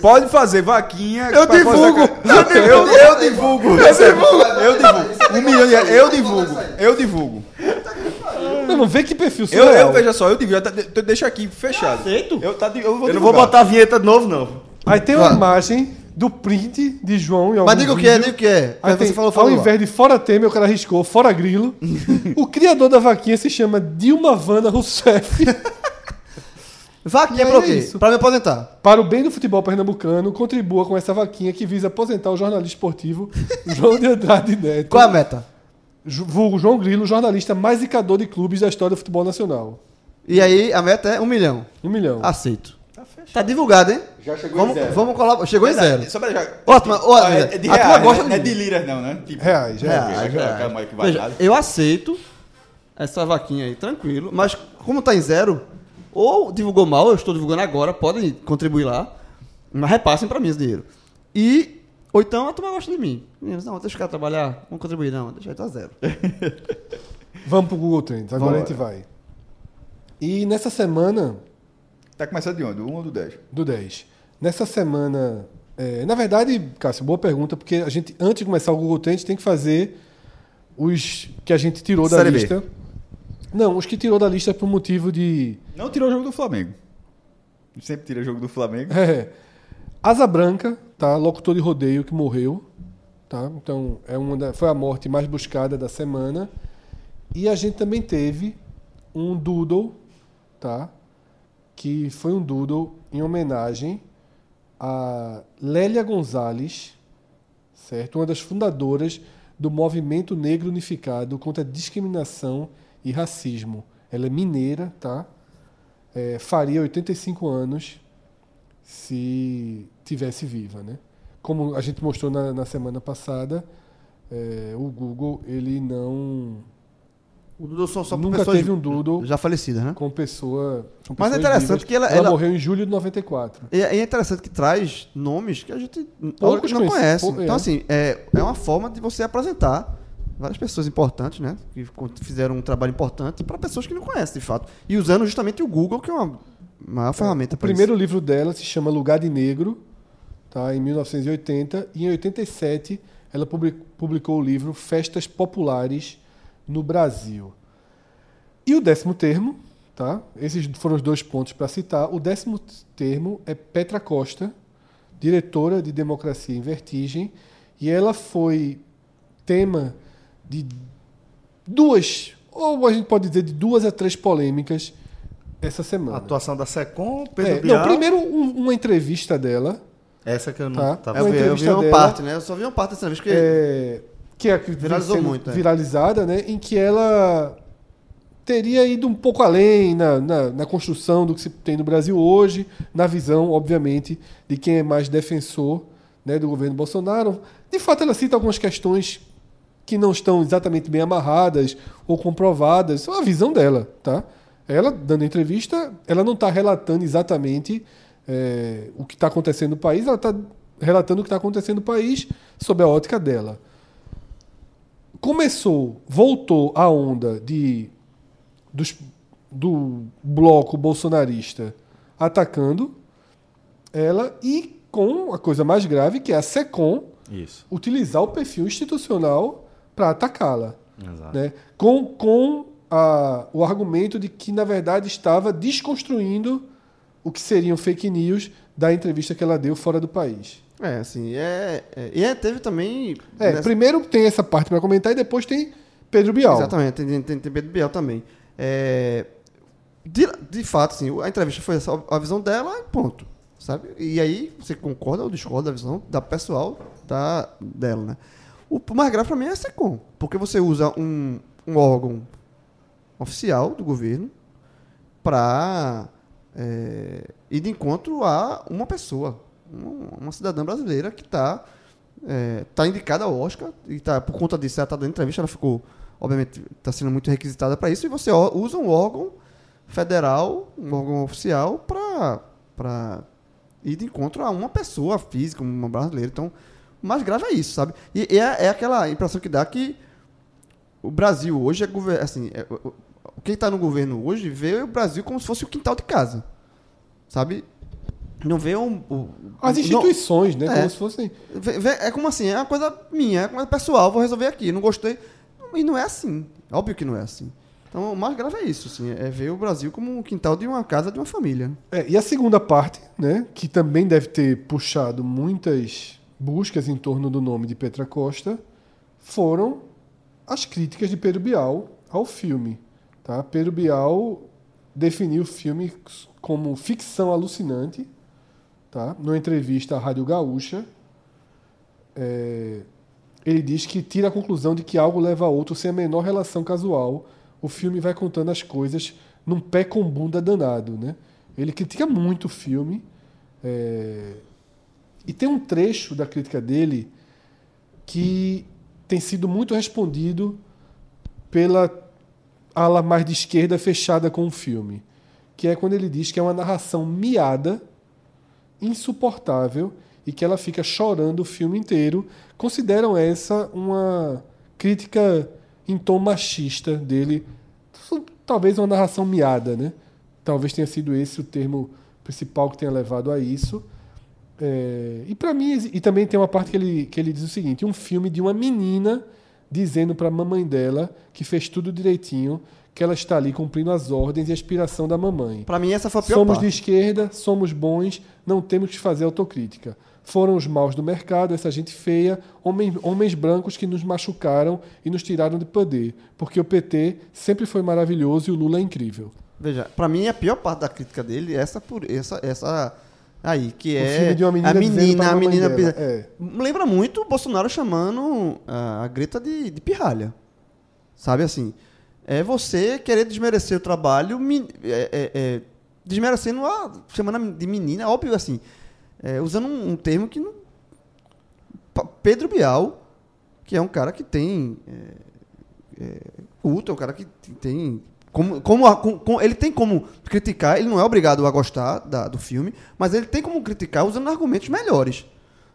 Speaker 4: Pode fazer vaquinha.
Speaker 3: Eu
Speaker 4: pra
Speaker 3: divulgo.
Speaker 4: aposentar- Eu, eu divulgo. Eu divulgo. Eu
Speaker 6: é
Speaker 4: divulgo. Um milhão de reais. Eu divulgo. Eu divulgo.
Speaker 6: Meu, não vê que perfil
Speaker 4: Eu,
Speaker 6: surreal.
Speaker 4: eu- veja só, eu divulgo. Eu tá- de- Deixa aqui fechado. é Aceito. Eu, tá, de- eu vou
Speaker 3: Eu não vou
Speaker 4: divulgar.
Speaker 3: botar a vinheta de novo, não.
Speaker 6: Aí tem uma
Speaker 5: Claro.
Speaker 6: imagem do print de João e algum
Speaker 5: Ah. Mas diga o que é,
Speaker 6: vídeo.
Speaker 5: diga o que é.
Speaker 6: Aí
Speaker 5: Aí você
Speaker 6: tem,
Speaker 5: falou,
Speaker 6: ao
Speaker 5: falou. lá.
Speaker 6: invés de fora Temer, o cara arriscou fora Grilo. o criador da vaquinha se chama Dilma Vana Rousseff.
Speaker 5: Vaquinha é pra o quê?
Speaker 6: é isso.
Speaker 5: Pra me aposentar.
Speaker 6: Para o bem do futebol pernambucano, contribua com essa vaquinha que visa aposentar o jornalista esportivo João de Andrade Neto.
Speaker 5: Qual é a meta?
Speaker 6: Ju- Vulgo João Grilo, jornalista mais zicador de clubes da história do futebol nacional.
Speaker 5: E aí, a meta é um milhão.
Speaker 6: Um milhão.
Speaker 4: Ah,
Speaker 5: Aceito. Tá fechado. Tá divulgado, hein? Já chegou vamos, em zero. Vamos colaborar. Chegou em zero.
Speaker 4: Só pra deixar.
Speaker 5: Ótimo, ótimo.
Speaker 4: É, é de
Speaker 5: a
Speaker 4: reais,
Speaker 5: tua gosta
Speaker 4: né? é
Speaker 5: de
Speaker 4: de liras, não, né? Tipo,
Speaker 6: Reais, reais.
Speaker 5: É,
Speaker 4: Aquela-
Speaker 5: é.
Speaker 4: aquela moeda que vai
Speaker 5: Veja,
Speaker 4: nada.
Speaker 5: eu aceito essa vaquinha aí, tranquilo, mas como tá em zero, ou divulgou mal, eu estou divulgando agora, podem contribuir lá, mas repassem pra mim esse dinheiro. E, ou então a turma gosta de mim. Não, deixa o cara trabalhar, não contribuir não, deixa aí tá zero.
Speaker 4: É.
Speaker 6: Vamos pro Google Trends. Agora
Speaker 5: Vambora.
Speaker 6: a gente vai. E nessa semana
Speaker 4: Tá começando de onde? Do 1 ou do 10?
Speaker 6: do 10. Nessa semana. é, na verdade, Cássio, boa pergunta, porque a gente, antes de começar o Google Trends, tem que fazer os que a gente tirou da
Speaker 4: Série B.
Speaker 6: lista. Não, os que tirou da lista por motivo de.
Speaker 4: Não tirou o jogo do Flamengo. Sempre tira o jogo do Flamengo.
Speaker 6: É. Asa Branca, tá? Locutor de rodeio que morreu, tá? Então, é uma da- foi a morte mais buscada da semana. E a gente também teve um doodle, tá? Que foi um doodle em homenagem a Lélia Gonzalez, certo? Uma das fundadoras do Movimento Negro Unificado contra a discriminação e racismo. Ela é mineira, tá? É, faria 85 anos se tivesse viva, né? Como a gente mostrou na, na semana passada, é, o Google ele não
Speaker 5: O Dudu só, só
Speaker 6: nunca teve um doodle
Speaker 5: já falecida, né?
Speaker 6: com pessoa. com
Speaker 5: Mas é
Speaker 6: pessoas
Speaker 5: interessante
Speaker 6: vivas.
Speaker 5: que ela-
Speaker 6: ela
Speaker 5: ela-
Speaker 6: morreu em julho de 94.
Speaker 5: E é interessante que traz nomes que a gente
Speaker 6: Poucos
Speaker 5: não conhece.
Speaker 6: conhece- pou-
Speaker 5: Então,
Speaker 6: é.
Speaker 5: assim, é, é uma forma de você apresentar várias pessoas importantes, né? Que co- fizeram um trabalho importante para pessoas que não conhecem, de fato. E usando justamente o Google, que é uma maior ferramenta
Speaker 6: O
Speaker 5: pra
Speaker 6: primeiro livro dela se chama Lugar de Negro, tá? em 1980, e em 87 ela publi- publicou o livro Festas Populares no Brasil. E o décimo termo, tá? esses foram os dois pontos para citar, o décimo termo é Petra Costa, diretora de Democracia em Vertigem, e ela foi tema de duas, ou a gente pode dizer de duas a três polêmicas essa semana.
Speaker 3: A atuação da Secom, Pedro
Speaker 6: É, não,
Speaker 3: Bial.
Speaker 6: primeiro um- uma entrevista dela,
Speaker 3: Essa que eu
Speaker 6: Tá.
Speaker 3: não tava
Speaker 5: Eu
Speaker 6: Uma
Speaker 5: vi, eu vi
Speaker 6: entrevista
Speaker 5: uma
Speaker 6: dela.
Speaker 5: parte, né? Eu só vi uma parte dessa vez, porque
Speaker 6: é, que é a que vem
Speaker 5: Viralizou
Speaker 6: sendo
Speaker 5: muito, é.
Speaker 6: viralizada, né? Em que ela teria ido um pouco além na, na, na construção do que se tem no Brasil hoje, na visão, obviamente, de quem é mais defensor né, do governo Bolsonaro. De fato, ela cita algumas questões que não estão exatamente bem amarradas ou comprovadas. Isso é uma visão dela, tá? Ela, dando entrevista, ela não está relatando exatamente eh, o que está acontecendo no país, ela está relatando o que está acontecendo no país sob a ótica dela começou, voltou a onda de dos- do bloco bolsonarista atacando ela e com a coisa mais grave que é a Secom
Speaker 3: Isso.
Speaker 6: utilizar o perfil institucional para atacá-la,
Speaker 3: Exato.
Speaker 6: né? Com com a- o argumento de que na verdade estava desconstruindo o que seriam fake news da entrevista que ela deu fora do país.
Speaker 5: É, assim, é. é- e é, teve também.
Speaker 6: É,
Speaker 5: nessa-
Speaker 6: primeiro tem essa parte para comentar e depois tem Pedro Bial.
Speaker 5: Exatamente, tem, tem, tem Pedro Biel também. É, de, de fato, assim, a entrevista foi essa, a visão dela e ponto. Sabe? E aí, você concorda ou discorda da visão da pessoal da, dela, né? O mais grave pra mim é a SECOM, porque você usa um, um órgão oficial do governo para ir de encontro a uma pessoa, um- uma cidadã brasileira que está é, tá indicada ao Oscar e tá, por conta disso ela está dando entrevista, ela ficou, obviamente, está sendo muito requisitada para isso e você ó- usa um órgão federal, um órgão oficial para ir de encontro a uma pessoa física, uma brasileira. Então, o mais grave é isso, sabe? E, e é, é aquela impressão que dá que o Brasil hoje é governo, assim, é, o- o- quem está no governo hoje vê o Brasil como se fosse o quintal de casa, sabe? Não vê um, o-
Speaker 6: As
Speaker 5: não-
Speaker 6: instituições, né?
Speaker 5: É.
Speaker 6: Como se fossem.
Speaker 5: Vê- vê- É como assim, é uma coisa minha, é uma coisa pessoal, vou resolver aqui, não gostei. E não é assim. Óbvio que não é assim. Então, o mais grave é isso, assim, é ver o Brasil como um quintal de uma casa de uma família.
Speaker 6: É, e a segunda parte, né? Que também deve ter puxado muitas buscas em torno do nome de Petra Costa, foram as críticas de Pedro Bial ao filme. Tá? Pedro Bial definiu o filme como ficção alucinante, tá? numa entrevista à Rádio Gaúcha. É, ele diz que tira a conclusão de que algo leva a outro sem a menor relação casual. O filme vai contando as coisas num pé com bunda danado, né? Ele critica muito o filme. é, E tem um trecho da crítica dele que tem sido muito respondido pela ala mais de esquerda fechada com o filme, que é quando ele diz que é uma narração miada insuportável e que ela fica chorando o filme inteiro. Consideram essa uma crítica em tom machista dele. Talvez uma narração miada, né? Talvez tenha sido esse o termo principal que tenha levado a isso. É, e para mim, exi- e também tem uma parte que ele, que ele diz o seguinte: um filme de uma menina dizendo para a mamãe dela que fez tudo direitinho, que ela está ali cumprindo as ordens e a aspiração da mamãe.
Speaker 5: Pra mim, essa foi a pior
Speaker 6: Somos de
Speaker 5: parte.
Speaker 6: esquerda, somos bons, não temos que fazer autocrítica. Foram os maus do mercado, essa gente feia, homens, homens brancos que nos machucaram e nos tiraram de poder, porque o PT sempre foi maravilhoso e o Lula é incrível.
Speaker 5: Veja, pra mim, a pior parte da crítica dele é essa, por, essa, essa aí, que
Speaker 6: O
Speaker 5: é...
Speaker 6: filme de uma menina
Speaker 5: a
Speaker 6: dizendo pra
Speaker 5: menina, a
Speaker 6: mamãe
Speaker 5: menina...
Speaker 6: dela,
Speaker 5: pisa-
Speaker 6: é.
Speaker 5: Lembra muito o Bolsonaro chamando ah, a a Greta de, de pirralha. Sabe assim? É você querer desmerecer o trabalho, me- é- é- é, desmerecendo a. chamando de menina, óbvio assim. é, usando um, um termo que não. Pa- Pedro Bial, que é um cara que tem. É, é, culto, é um cara que t- tem. Como, como, a- com- com- ele tem como criticar, ele não é obrigado a gostar da- do filme, mas ele tem como criticar usando argumentos melhores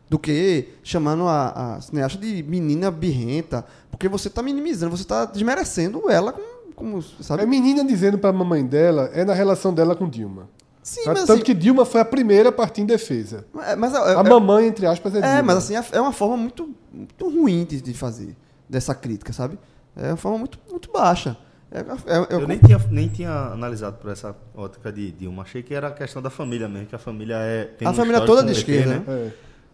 Speaker 5: do que chamando a, a cineasta de menina birrenta, porque você está minimizando, você está desmerecendo ela como, como, sabe?
Speaker 6: A menina dizendo para a mamãe dela é na relação dela com Dilma.
Speaker 5: Sim, assim,
Speaker 6: Tá? Tanto que Dilma foi a primeira a partir em defesa.
Speaker 5: É, mas é-
Speaker 6: A
Speaker 5: é-
Speaker 6: mamãe, entre aspas, é, Dilma.
Speaker 5: é, mas
Speaker 4: né?
Speaker 5: assim, é- é uma forma muito, muito ruim de, de fazer dessa crítica, sabe? É uma forma muito, muito baixa. É- é- é-
Speaker 3: Eu nem tinha, nem tinha analisado por essa ótica de Dilma. Achei que era a questão da família mesmo, que a família é. tem
Speaker 5: A
Speaker 3: um
Speaker 5: família
Speaker 3: histórico
Speaker 5: toda
Speaker 3: com
Speaker 5: de
Speaker 3: o PT,
Speaker 5: esquerda, né?
Speaker 6: É.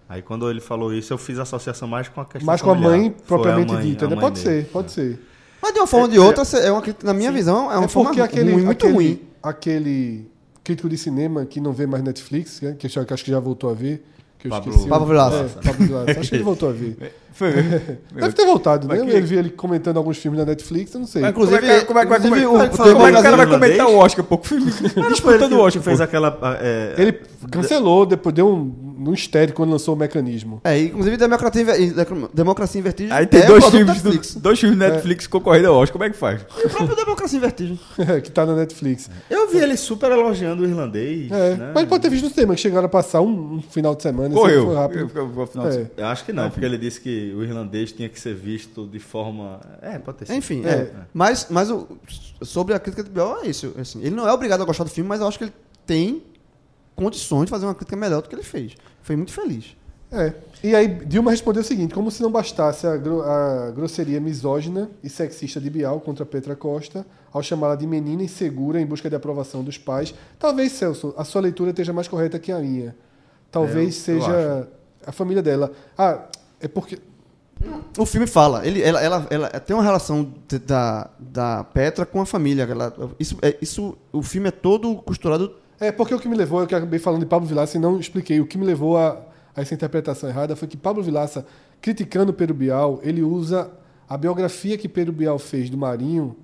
Speaker 3: Aí quando ele falou isso, eu fiz a associação mais com a questão
Speaker 6: Mas com a
Speaker 3: familiar.
Speaker 6: mãe
Speaker 3: Foi
Speaker 6: propriamente
Speaker 3: a mãe-
Speaker 6: dita,
Speaker 3: a
Speaker 6: né?
Speaker 3: mãe
Speaker 6: Pode
Speaker 3: dele.
Speaker 6: ser, pode ser.
Speaker 5: Mas de uma forma ou de outra, cê- é uma, crítica- na minha visão, é uma
Speaker 6: É
Speaker 5: forma
Speaker 6: porque aquele,
Speaker 5: ruim, muito
Speaker 6: aquele,
Speaker 4: é
Speaker 5: ruim.
Speaker 6: aquele crítico de cinema que não vê mais Netflix, né, que eu acho que já voltou a ver. Que eu
Speaker 7: Pablo-
Speaker 6: esqueci. o-
Speaker 5: Pablo Vilaça.
Speaker 6: É, Pablo Vilaça. Acho que ele voltou a ver.
Speaker 4: Foi.
Speaker 6: Deve ter voltado, né?
Speaker 4: Mas que-
Speaker 6: Eu vi ele comentando alguns filmes da Netflix, eu não sei.
Speaker 5: Inclusive,
Speaker 4: Como é que- como é que vai-
Speaker 5: inclusive o-
Speaker 4: como é
Speaker 5: teve
Speaker 4: que- como é que o cara vai
Speaker 7: irlandês?
Speaker 4: comentar o Oscar, pô? Que filme
Speaker 7: Foi ele
Speaker 4: disputando
Speaker 7: que,
Speaker 4: o
Speaker 7: que
Speaker 4: Oscar,
Speaker 7: fez
Speaker 4: pô.
Speaker 7: aquela. ah, é,
Speaker 6: Ele cancelou, depois deu um, um histérico quando lançou o mecanismo.
Speaker 5: É, inclusive Democracia, em Ver- Democracia em Vertigem.
Speaker 4: Aí tem
Speaker 5: é
Speaker 4: dois
Speaker 5: produto
Speaker 4: filmes, do-
Speaker 5: Netflix.
Speaker 4: dois filmes Netflix É. concorrendo ao Oscar, como é que faz?
Speaker 5: O próprio Democracia em Vertigem.
Speaker 6: que tá na Netflix.
Speaker 7: Eu vi ele super elogiando o irlandês.
Speaker 6: É,
Speaker 7: né?
Speaker 6: Mas ele pode ter visto no cinema, que chegaram a passar um, um final de semana. e sempre
Speaker 4: Correu.
Speaker 6: Foi
Speaker 4: Eu-
Speaker 6: rápido.
Speaker 4: eu- eu- afinal de-
Speaker 6: É.
Speaker 7: Eu acho que não, porque ele disse que o irlandês tinha que ser visto de forma. É, pode ter sido.
Speaker 5: Enfim, é. Mas, mas o- sobre a crítica de Biel, é isso. assim, ele não é obrigado a gostar do filme, mas eu acho que ele tem condições de fazer uma crítica melhor do que ele fez. Foi muito feliz.
Speaker 6: É. E aí Dilma respondeu o seguinte: como se não bastasse a, gro- a grosseria misógina e sexista de Bial contra Petra Costa, ao chamá-la de menina insegura em busca de aprovação dos pais, talvez, Celso, a sua leitura esteja mais correta que a minha. Talvez seja a família dela. Ah, é porque.
Speaker 5: O filme fala, ele, ela, ela, ela tem uma relação de- da, da Petra com a família. ela- isso, é, isso, o filme é todo costurado.
Speaker 6: É porque o que me levou, eu que acabei falando de Pablo Vilaça e não expliquei. O que me levou a, a essa interpretação errada foi que Pablo Vilaça, criticando Pedro Bial, ele usa a biografia que Pedro Bial fez do Marinho.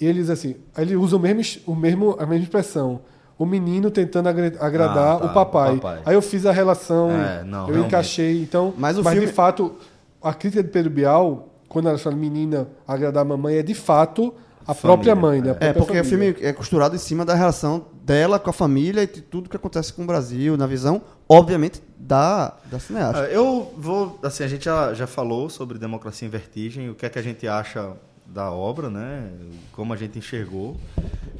Speaker 6: E ele diz assim, ele usa o mesmo, es- o mesmo, a mesma expressão. O menino tentando agre- agradar
Speaker 7: Ah, tá,
Speaker 6: o, papai.
Speaker 7: o papai.
Speaker 6: Aí eu fiz a relação,
Speaker 7: É, não,
Speaker 6: eu
Speaker 7: realmente.
Speaker 6: encaixei. Então,
Speaker 5: Mas o filme-
Speaker 6: de fato, a crítica de Pedro Bial, quando ela fala menina agradar a mamãe, é de fato a própria mãe, né? A
Speaker 5: É,
Speaker 6: própria
Speaker 5: porque o
Speaker 6: família.
Speaker 5: filme é costurado em cima da relação dela com a família e de tudo que acontece com o Brasil, na visão, obviamente, da, da cineasta.
Speaker 7: Ah, Eu vou, assim, a gente já, já falou sobre Democracia em Vertigem, o que é que a gente acha da obra, né? Como a gente enxergou.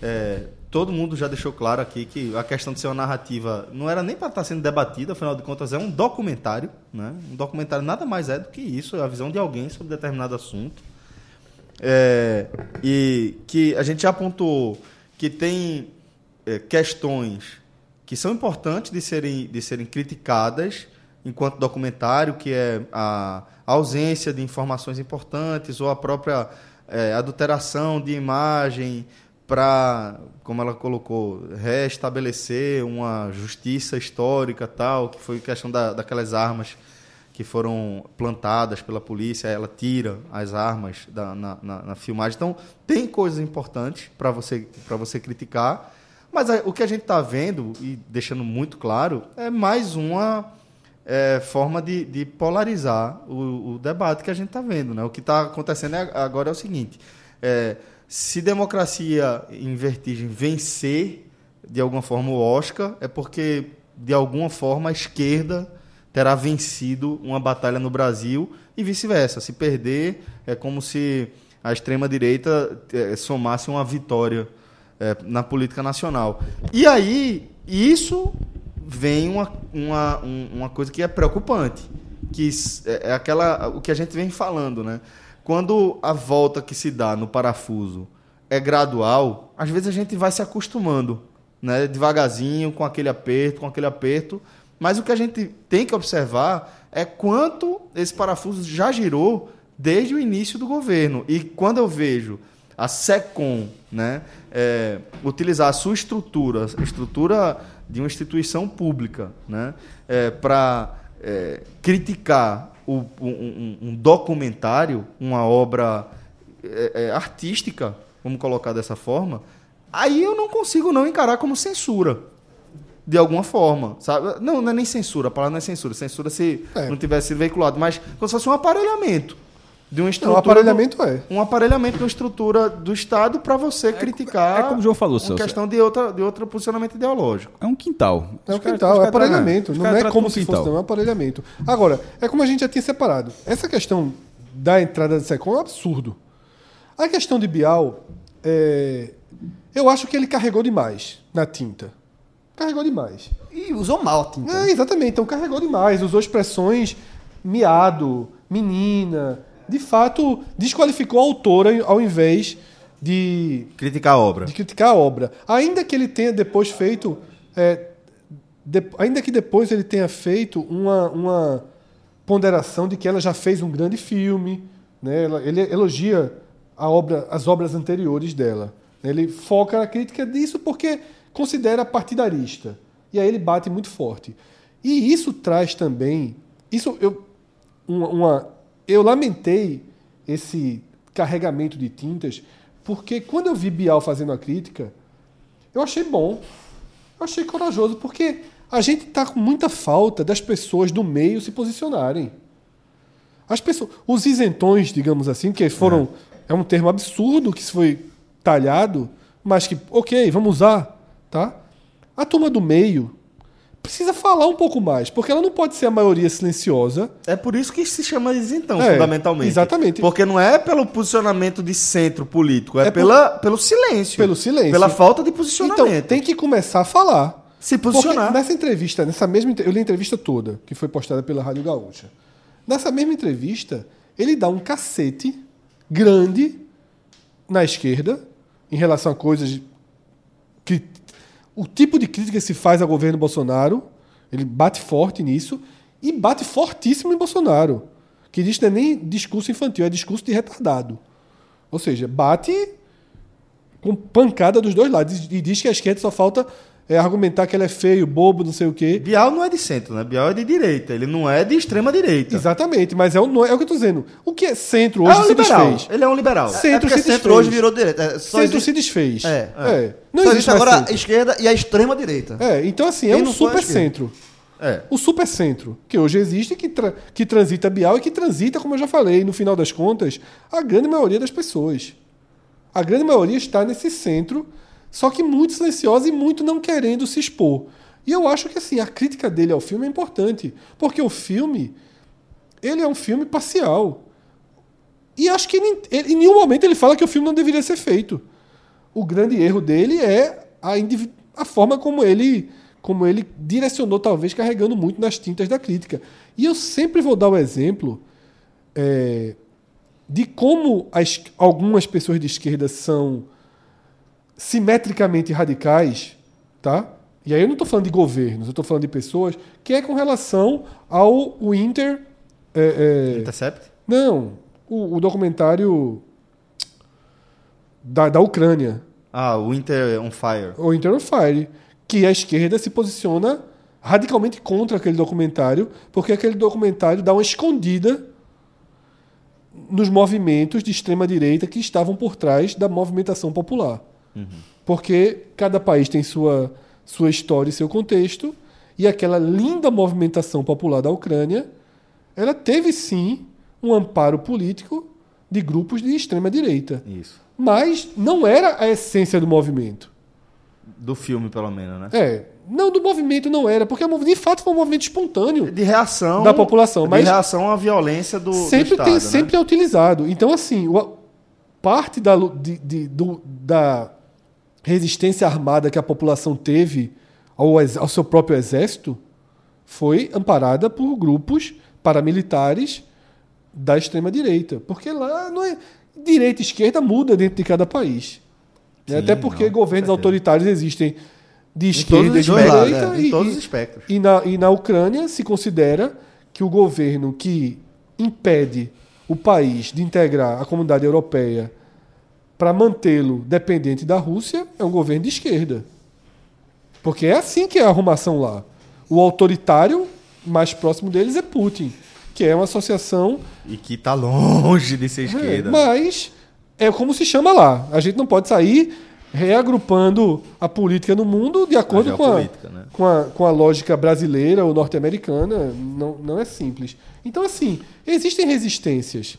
Speaker 7: É, todo mundo já deixou claro aqui que a questão de ser uma narrativa não era nem para estar sendo debatida, afinal de contas é um documentário, né? Um documentário nada mais é do que isso, é a visão de alguém sobre determinado assunto. É, e que a gente já apontou que tem é, questões que são importantes de serem, de serem criticadas enquanto documentário, que é a ausência de informações importantes ou a própria é, adulteração de imagem para, como ela colocou, restabelecer uma justiça histórica tal, que foi questão da, daquelas armas que foram plantadas pela polícia, ela tira as armas da- na, na- na filmagem. Então, tem coisas importantes para você, pra você criticar, mas a- o que a gente está vendo, e deixando muito claro, é mais uma é, forma de, de polarizar o, o debate que a gente está vendo. Né? O que está acontecendo é- agora é o seguinte: é, se democracia em vertigem vencer de alguma forma o Oscar, é porque de alguma forma a esquerda terá vencido uma batalha no Brasil e vice-versa. Se perder, é como se a extrema-direita eh, somasse uma vitória eh, na política nacional. E aí, isso vem uma, uma, um- uma coisa que é preocupante, que s- é é aquela, o que a gente vem falando, né? Quando a volta que se dá no parafuso é gradual, às vezes a gente vai se acostumando né, devagarzinho, com aquele aperto, com aquele aperto. Mas o que a gente tem que observar é quanto esse parafuso já girou desde o início do governo. E quando eu vejo a SECOM né, é, utilizar a sua estrutura, a estrutura de uma instituição pública, né, para criticar o- um- um- um documentário, uma obra é, é, artística, vamos colocar dessa forma, aí eu não consigo não encarar como censura. De alguma forma, sabe? Não, não é nem censura, a palavra não é censura. Censura se
Speaker 6: É.
Speaker 7: não tivesse sido veiculado, mas como se fosse um aparelhamento de uma
Speaker 6: Não,
Speaker 7: estrutura.
Speaker 6: o aparelhamento é.
Speaker 7: Um aparelhamento de uma estrutura do Estado para você criticar.
Speaker 4: é como o João falou,
Speaker 7: Uma
Speaker 4: Celso.
Speaker 7: questão de, outra, de outro posicionamento ideológico.
Speaker 4: É um quintal.
Speaker 6: É
Speaker 4: Os
Speaker 6: um quintal,
Speaker 4: caras- os
Speaker 6: é
Speaker 4: caras tratam-
Speaker 6: aparelhamento.
Speaker 4: os
Speaker 6: Não
Speaker 4: caras
Speaker 6: é
Speaker 4: tratam
Speaker 6: como
Speaker 4: um
Speaker 6: se
Speaker 4: quintal.
Speaker 6: fosse, não, é um aparelhamento. Agora, é como a gente já tinha separado. Essa questão da entrada da SECOM é um absurdo. A questão de Bial, é, eu acho que ele carregou demais na tinta. Carregou demais.
Speaker 5: E usou mal, tinta.
Speaker 6: É, exatamente, então carregou demais, usou expressões miado, menina. De fato, desqualificou a autora ao invés de
Speaker 7: Criticar a obra.
Speaker 6: de criticar a obra. Ainda que ele tenha depois feito. é, de- ainda que depois ele tenha feito uma, uma ponderação de que ela já fez um grande filme. Né? Ela- ele elogia a obra, as obras anteriores dela. Ele foca na crítica disso porque considera partidarista. E aí ele bate muito forte. E isso traz também. Isso eu. Uma, uma- eu lamentei esse carregamento de tintas, porque quando eu vi Bial fazendo a crítica, eu achei bom. Eu achei corajoso, porque a gente está com muita falta das pessoas do meio se posicionarem. As pessoas, os isentões, digamos assim, que foram. É, um termo absurdo que foi talhado, mas que, ok, vamos usar. Tá? A turma do meio precisa falar um pouco mais, porque ela não pode ser a maioria silenciosa.
Speaker 7: É por isso que se chama isentão,
Speaker 6: É,
Speaker 7: fundamentalmente.
Speaker 6: exatamente.
Speaker 7: Porque não é pelo posicionamento de centro político, é,
Speaker 6: É por-
Speaker 7: pela, pelo silêncio.
Speaker 6: Pelo silêncio.
Speaker 7: Pela falta de posicionamento.
Speaker 6: Então, tem que começar a falar.
Speaker 7: Se
Speaker 6: Porque
Speaker 7: posicionar.
Speaker 6: nessa entrevista, nessa mesma entre- eu li a entrevista toda, que foi postada pela Rádio Gaúcha. Nessa mesma entrevista, ele dá um cacete grande na esquerda em relação a coisas que o tipo de crítica que se faz ao governo Bolsonaro, ele bate forte nisso e bate fortíssimo em Bolsonaro, que diz que não é nem discurso infantil, é discurso de retardado. Ou seja, bate com pancada dos dois lados. E diz que a esquerda só falta é, argumentar que ela é feio, bobo, não sei o quê.
Speaker 7: Bial não é de centro, né? Bial é de direita. Ele não é de extrema direita.
Speaker 6: Exatamente, mas é o, no- é o que eu tô dizendo. O que é centro
Speaker 7: É
Speaker 6: hoje
Speaker 7: um
Speaker 6: se
Speaker 7: liberal.
Speaker 6: desfez.
Speaker 7: Ele é um liberal.
Speaker 6: Centro
Speaker 5: porque
Speaker 6: se desfez.
Speaker 5: centro hoje virou direita. É, só
Speaker 6: Centro
Speaker 5: existe,
Speaker 6: se desfez.
Speaker 5: É,
Speaker 6: é. Não
Speaker 5: só
Speaker 6: existe
Speaker 5: existe
Speaker 6: mais
Speaker 5: agora a
Speaker 6: centro.
Speaker 5: esquerda e a extrema direita.
Speaker 6: É, então assim, é
Speaker 5: Quem
Speaker 6: um
Speaker 5: não for à
Speaker 6: super
Speaker 5: esquerda.
Speaker 6: centro.
Speaker 7: É.
Speaker 6: O super centro, que hoje existe, que, tra- que transita Bial e que transita, como eu já falei, no final das contas, a grande maioria das pessoas. A grande maioria está nesse centro, só que muito silenciosa e muito não querendo se expor. E eu acho que assim, a crítica dele ao filme é importante, porque o filme ele é um filme parcial. E acho que ele- ele- em nenhum momento ele fala que o filme não deveria ser feito. O grande erro dele é a, indivi- a forma como ele, como ele direcionou, talvez carregando muito nas tintas da crítica. E eu sempre vou dar o exemplo é, de como as- algumas pessoas de esquerda são simetricamente radicais, tá? E aí eu não estou falando de governos, eu estou falando de pessoas, que é com relação ao o Inter. é, é,
Speaker 7: Intercept?
Speaker 6: não, o, o documentário da, da Ucrânia,
Speaker 7: Ah, o Inter on fire.
Speaker 6: o Inter on Fire, que a esquerda se posiciona radicalmente contra aquele documentário, porque aquele documentário dá uma escondida nos movimentos de extrema direita que estavam por trás da movimentação popular. Porque cada país tem sua, sua história e seu contexto, e aquela linda movimentação popular da Ucrânia, ela teve sim um amparo político de grupos de extrema direita.
Speaker 7: Isso.
Speaker 6: Mas não era a essência do movimento.
Speaker 7: Do filme, pelo menos, né?
Speaker 6: É. Não, do movimento não era, porque o mov- de fato foi um movimento espontâneo.
Speaker 7: De reação.
Speaker 6: Da população,
Speaker 7: De
Speaker 6: mas-
Speaker 7: reação à violência do. do
Speaker 6: sempre
Speaker 7: Estado,
Speaker 6: tem,
Speaker 7: né?
Speaker 6: sempre é utilizado. Então, assim, o- parte da, lu- de- de- do- da resistência armada que a população teve ao, ex- ao seu próprio exército foi amparada por grupos paramilitares da extrema-direita. Porque lá não é. Direita e esquerda muda dentro de cada país. né? Até porque governos autoritários existem de esquerda e de
Speaker 7: os dois lados,
Speaker 6: direita.
Speaker 7: né? Em
Speaker 6: e-
Speaker 7: todos os
Speaker 6: e-
Speaker 7: espectros.
Speaker 6: E na, e na Ucrânia se considera que o governo que impede o país de integrar a comunidade europeia para mantê-lo dependente da Rússia é um governo de esquerda. Porque é assim que é a arrumação lá. O autoritário mais próximo deles é Putin, que é uma associação
Speaker 7: E que tá longe de ser esquerda.
Speaker 6: é, mas é como se chama lá. A gente não pode sair reagrupando a política no mundo de acordo com a,
Speaker 7: geopolítica, né?
Speaker 6: com, a, com a lógica brasileira ou norte-americana. Não, não é simples. Então, assim, existem resistências.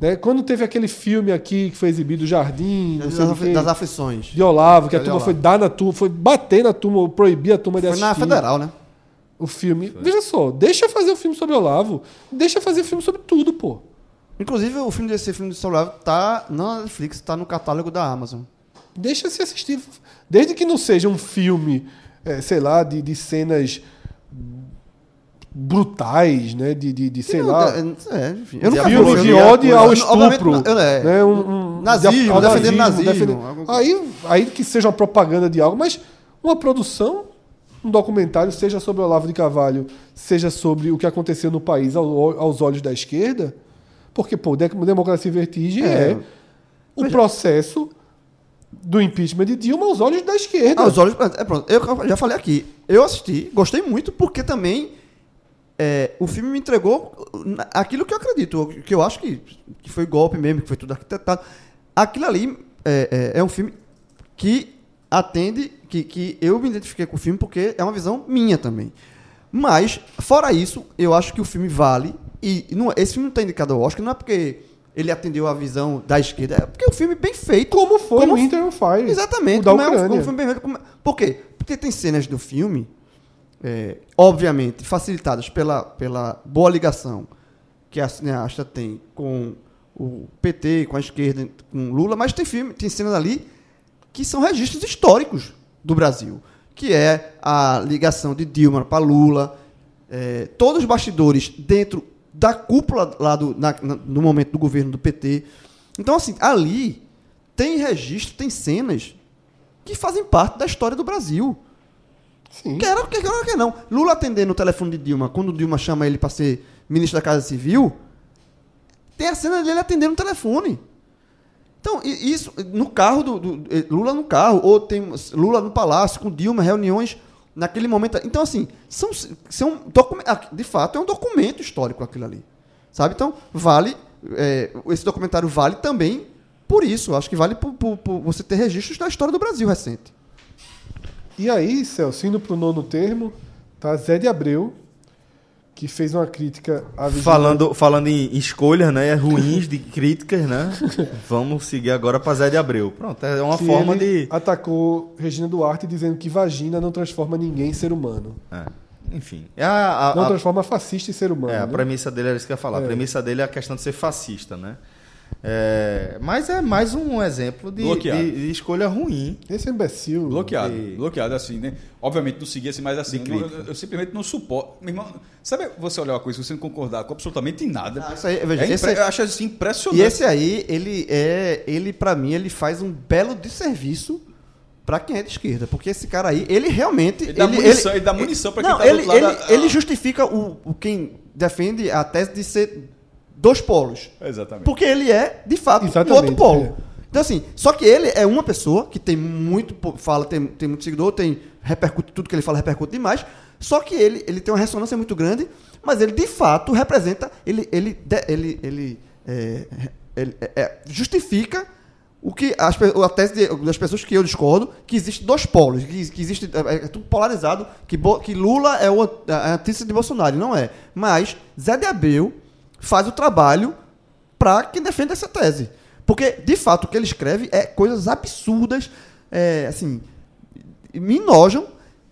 Speaker 6: né? Quando teve aquele filme aqui que foi exibido, Jardim, não
Speaker 5: Das,
Speaker 6: sei do quê,
Speaker 5: afli- das aflições.
Speaker 6: de Olavo, que a
Speaker 5: de
Speaker 6: turma
Speaker 5: Olavo.
Speaker 6: foi dar na turma, foi bater na turma, proibir a turma de
Speaker 5: Foi na
Speaker 6: assistir
Speaker 5: federal, né?
Speaker 6: o filme. Veja só, deixa eu fazer o filme sobre Olavo, deixa eu fazer filme sobre tudo, pô.
Speaker 5: Inclusive, o filme desse filme de celular tá na Netflix, tá no catálogo da Amazon.
Speaker 6: deixa se assistir. Desde que não seja um filme, eh, sei lá, de, de cenas brutais, né? De, de, de, sei
Speaker 5: Não,
Speaker 6: lá.
Speaker 5: é, é, enfim. Eu nunca
Speaker 6: Filme
Speaker 5: vi.
Speaker 6: um de ódio ao
Speaker 5: Obviamente,
Speaker 6: estupro.
Speaker 5: não, eu- é.
Speaker 6: né? um, um-
Speaker 5: Nazismo,
Speaker 6: de- ao
Speaker 5: defendendo nazismo,
Speaker 6: defendendo-
Speaker 5: alguma coisa.
Speaker 6: Aí, assim. aí que seja uma propaganda de algo, mas uma produção, um documentário, seja sobre Olavo de Carvalho, seja sobre o que aconteceu no país ao- aos olhos da esquerda, porque, pô, Demo- Democracia em Vertigem é, o é processo do impeachment de Dilma aos olhos da esquerda.
Speaker 5: Ah, os olhos. É pronto, eu já falei aqui. Eu assisti, gostei muito, porque também é, o filme me entregou na- aquilo que eu acredito, o que eu acho que, que foi golpe mesmo, que foi tudo arquitetado. Aquilo ali é, é- é um filme que atende, que, que eu me identifiquei com o filme porque é uma visão minha também. Mas, fora isso, eu acho que o filme vale. E não- é, esse filme não está indicado ao Oscar, não é porque ele atendeu a visão da esquerda, é porque é um filme bem feito.
Speaker 6: Como foi
Speaker 5: Como
Speaker 6: o Winter on Fire.
Speaker 5: Exatamente.
Speaker 6: O da
Speaker 5: como é um-
Speaker 6: Ucrânia.
Speaker 5: um filme bem feito, como é- Por quê? Porque tem cenas do filme, é, obviamente, facilitadas pela, pela boa ligação que a cineasta tem com o PT, com a esquerda, com o Lula, mas tem filme, tem cenas ali que são registros históricos do Brasil, que é a ligação de Dilma para Lula, é, todos os bastidores dentro da cúpula lá do, na- na- no momento do governo do PT. Então, assim, ali tem registro, tem cenas que fazem parte da história do Brasil.
Speaker 6: Sim.
Speaker 5: Quer ou quer, quer, quer não. Lula atendendo o telefone de Dilma, quando Dilma chama ele para ser ministro da Casa Civil, tem a cena dele atendendo o telefone. Então, e- isso, no carro do, do- eh, Lula no carro, ou tem Lula no palácio com Dilma, reuniões naquele momento. Então, assim, são, são docu- ah, de fato, é um documento histórico aquilo ali. Sabe? Então, vale, eh, esse documentário vale também por isso. Acho que vale por, por- por você ter registros da história do Brasil recente.
Speaker 6: E aí, Celso, indo pro nono termo, tá Zé de Abreu, que fez uma crítica à visita-
Speaker 7: Falando, falando em escolhas, né? Ruins de críticas, né? Vamos seguir agora pra Zé de Abreu. Pronto, é uma
Speaker 6: que
Speaker 7: forma
Speaker 6: ele
Speaker 7: de.
Speaker 6: atacou Regina Duarte dizendo que vagina não transforma ninguém em ser humano.
Speaker 7: É, enfim. É a, a-
Speaker 6: Não
Speaker 7: a-
Speaker 6: transforma fascista em ser humano.
Speaker 7: é, a
Speaker 6: né?
Speaker 7: premissa dele era isso que eu ia falar. A premissa dele é a questão de ser fascista, né? É, mas é mais um exemplo de,
Speaker 4: Bloqueado.
Speaker 7: de- de escolha ruim.
Speaker 6: Esse imbecil.
Speaker 4: Bloqueado,
Speaker 7: E-
Speaker 4: bloqueado assim, né? Obviamente não seguia assim, mas assim,
Speaker 7: De
Speaker 4: eu, eu-
Speaker 7: crítica.
Speaker 4: eu simplesmente não suporto. Meu irmão, sabe você olhar uma coisa e você não concordar com absolutamente nada?
Speaker 5: Ah, isso aí, veja,
Speaker 4: É impre-
Speaker 5: esse aí-
Speaker 4: Eu acho assim impressionante.
Speaker 5: E esse aí, ele é, ele para mim, ele faz um belo desserviço pra quem é de esquerda, porque esse cara aí, ele realmente,
Speaker 4: Ele dá munição- ele dá munição pra quem
Speaker 5: não,
Speaker 4: tá do
Speaker 5: ele,
Speaker 4: outro lado
Speaker 5: ele,
Speaker 4: da-
Speaker 5: ele justifica o, o quem defende a tese de ser dois polos,
Speaker 4: Exatamente.
Speaker 5: porque ele é de fato do
Speaker 6: Exatamente,
Speaker 5: outro polo.
Speaker 6: é.
Speaker 5: Então assim, só que ele é uma pessoa que tem muito po- fala, tem, tem muito seguidor, tem repercute tudo que ele fala repercute demais. Só que ele, ele tem uma ressonância muito grande, mas ele de fato representa, ele ele de- ele ele, é, ele, é, é, justifica o que as, pe- a tese de- das pessoas que eu discordo, que existe dois polos, que, que existe é, é tudo polarizado, que, Bo- que Lula é o an- a antítese de Bolsonaro, não é. Mas Zé de Abreu faz o trabalho para quem defende essa tese. Porque, de fato, o que ele escreve é coisas absurdas, é, assim, me enojam.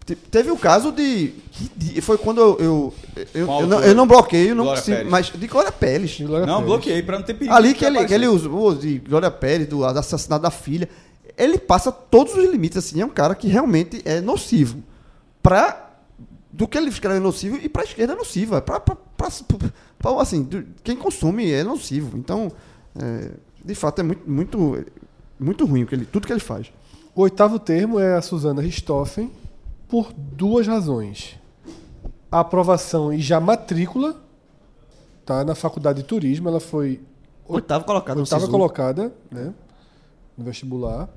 Speaker 5: Te- Teve o caso de. que di- Foi quando eu. Eu, eu,
Speaker 4: Qual
Speaker 5: eu não,
Speaker 4: foi?
Speaker 5: eu não bloqueio, não
Speaker 4: Glória
Speaker 5: consigo,
Speaker 4: Pérez.
Speaker 5: mas de Glória Pérez.
Speaker 6: De Glória
Speaker 4: Não,
Speaker 6: Pérez.
Speaker 4: bloqueei pra não ter perigo.
Speaker 5: Ali
Speaker 4: de
Speaker 5: que ele, que
Speaker 4: aparecer.
Speaker 5: ele usou de Glória Pérez, do assassinato da filha. Ele passa todos os limites, assim. É um cara que realmente é nocivo. Pra. Do que ele escreve é nocivo e pra esquerda é nociva. Pra, pra, pra, pra- assim, do- quem consome é nocivo. Então, é, de fato, é muito, muito, muito ruim o que ele, tudo que ele faz.
Speaker 6: O oitavo termo é a Susana Richthofen por duas razões. A aprovação e já matrícula tá, na faculdade de turismo, ela foi
Speaker 5: Oitavo colocado no
Speaker 6: estava
Speaker 5: Sisu.
Speaker 6: colocada né, no vestibular.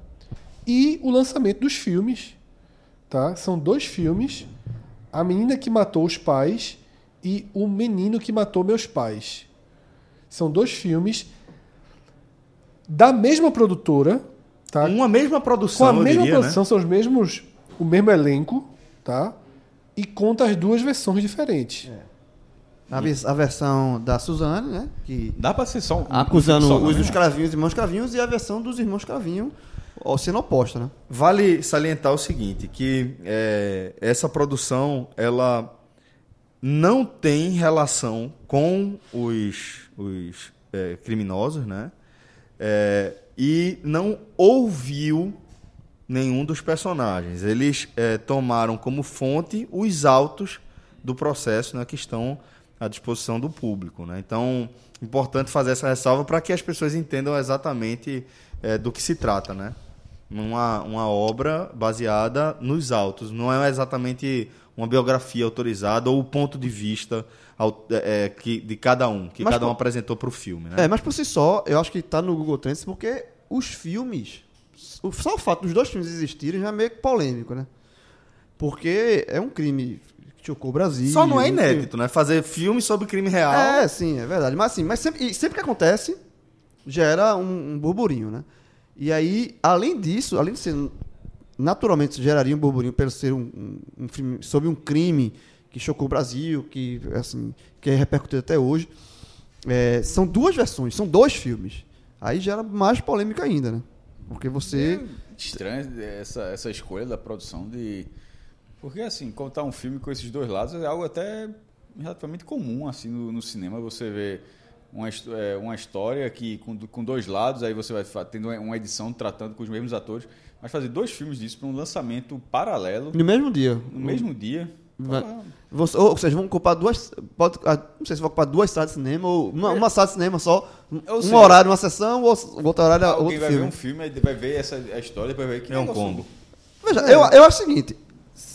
Speaker 6: E o lançamento dos filmes. Tá? São dois filmes. A Menina que Matou os Pais e O Menino que Matou Meus Pais. São dois filmes da mesma produtora. Tá?
Speaker 7: Uma mesma
Speaker 6: com
Speaker 7: produção,
Speaker 6: a
Speaker 7: eu
Speaker 6: mesma
Speaker 7: diria, né?
Speaker 6: produção, são os mesmos, o mesmo elenco, tá? E conta as duas versões diferentes.
Speaker 5: A, vers- a versão da Suzane, né? Que
Speaker 4: Dá pra ser só um.
Speaker 5: acusando
Speaker 4: só,
Speaker 5: os,
Speaker 4: né?
Speaker 5: os cravinhos, irmãos cravinhos, e a versão dos irmãos cravinhos ó, sendo oposta, né?
Speaker 7: Vale salientar o seguinte, que é, essa produção ela não tem relação com os, os é, criminosos, né? É, e não ouviu nenhum dos personagens. Eles é, tomaram como fonte os autos do processo né, que estão à disposição do público. Né? Então, importante fazer essa ressalva para que as pessoas entendam exatamente é, do que se trata. Né? Uma, uma obra baseada nos autos, não é exatamente uma biografia autorizada ou o ponto de vista au- é, é, que, de cada um, que
Speaker 5: Mas
Speaker 7: cada um
Speaker 5: por-
Speaker 7: apresentou para o filme. Né?
Speaker 5: É, mas por si só, eu acho que tá no Google Trends porque os filmes o- só o fato dos dois filmes existirem já é meio que polêmico, né? Porque é um crime que chocou o Brasil.
Speaker 7: Só não
Speaker 5: um
Speaker 7: é
Speaker 5: crime-
Speaker 7: inédito, né? Fazer filme sobre crime real.
Speaker 5: É, sim, é verdade. Mas assim, mas sempre, e sempre que acontece, gera um, um burburinho, né? E aí, além disso, além de ser naturalmente geraria um burburinho pelo ser um, um- um filme sobre um crime que chocou o Brasil, que assim, que é repercutido até hoje. é, são duas versões, são dois filmes. Aí gera mais polêmica ainda, né? Porque você
Speaker 4: É. Estranho essa, essa escolha da produção de. Porque, assim, contar um filme com esses dois lados é algo até relativamente comum, assim, no, no cinema. Você vê uma, his- é, uma história que com, do- com dois lados, aí você vai fa- tendo uma- uma edição tratando com os mesmos atores. Mas fazer dois filmes disso para um lançamento paralelo,
Speaker 5: no mesmo dia,
Speaker 4: no mesmo dia. tá
Speaker 5: Vai-
Speaker 4: porra,
Speaker 5: Você- ou vocês vão ocupar duas. Pode, ah, não sei se vão ocupar duas salas de cinema, ou uma, uma sala de cinema só. Um
Speaker 4: Ou
Speaker 5: um
Speaker 4: seja,
Speaker 5: horário, uma sessão, ou o outro horário,
Speaker 4: Alguém
Speaker 5: outro
Speaker 4: vai ver
Speaker 5: filme.
Speaker 4: um filme, aí vai ver essa a história, depois vai ver que
Speaker 7: É um
Speaker 4: negócio-
Speaker 7: combo.
Speaker 5: Veja, eu, eu acho o seguinte.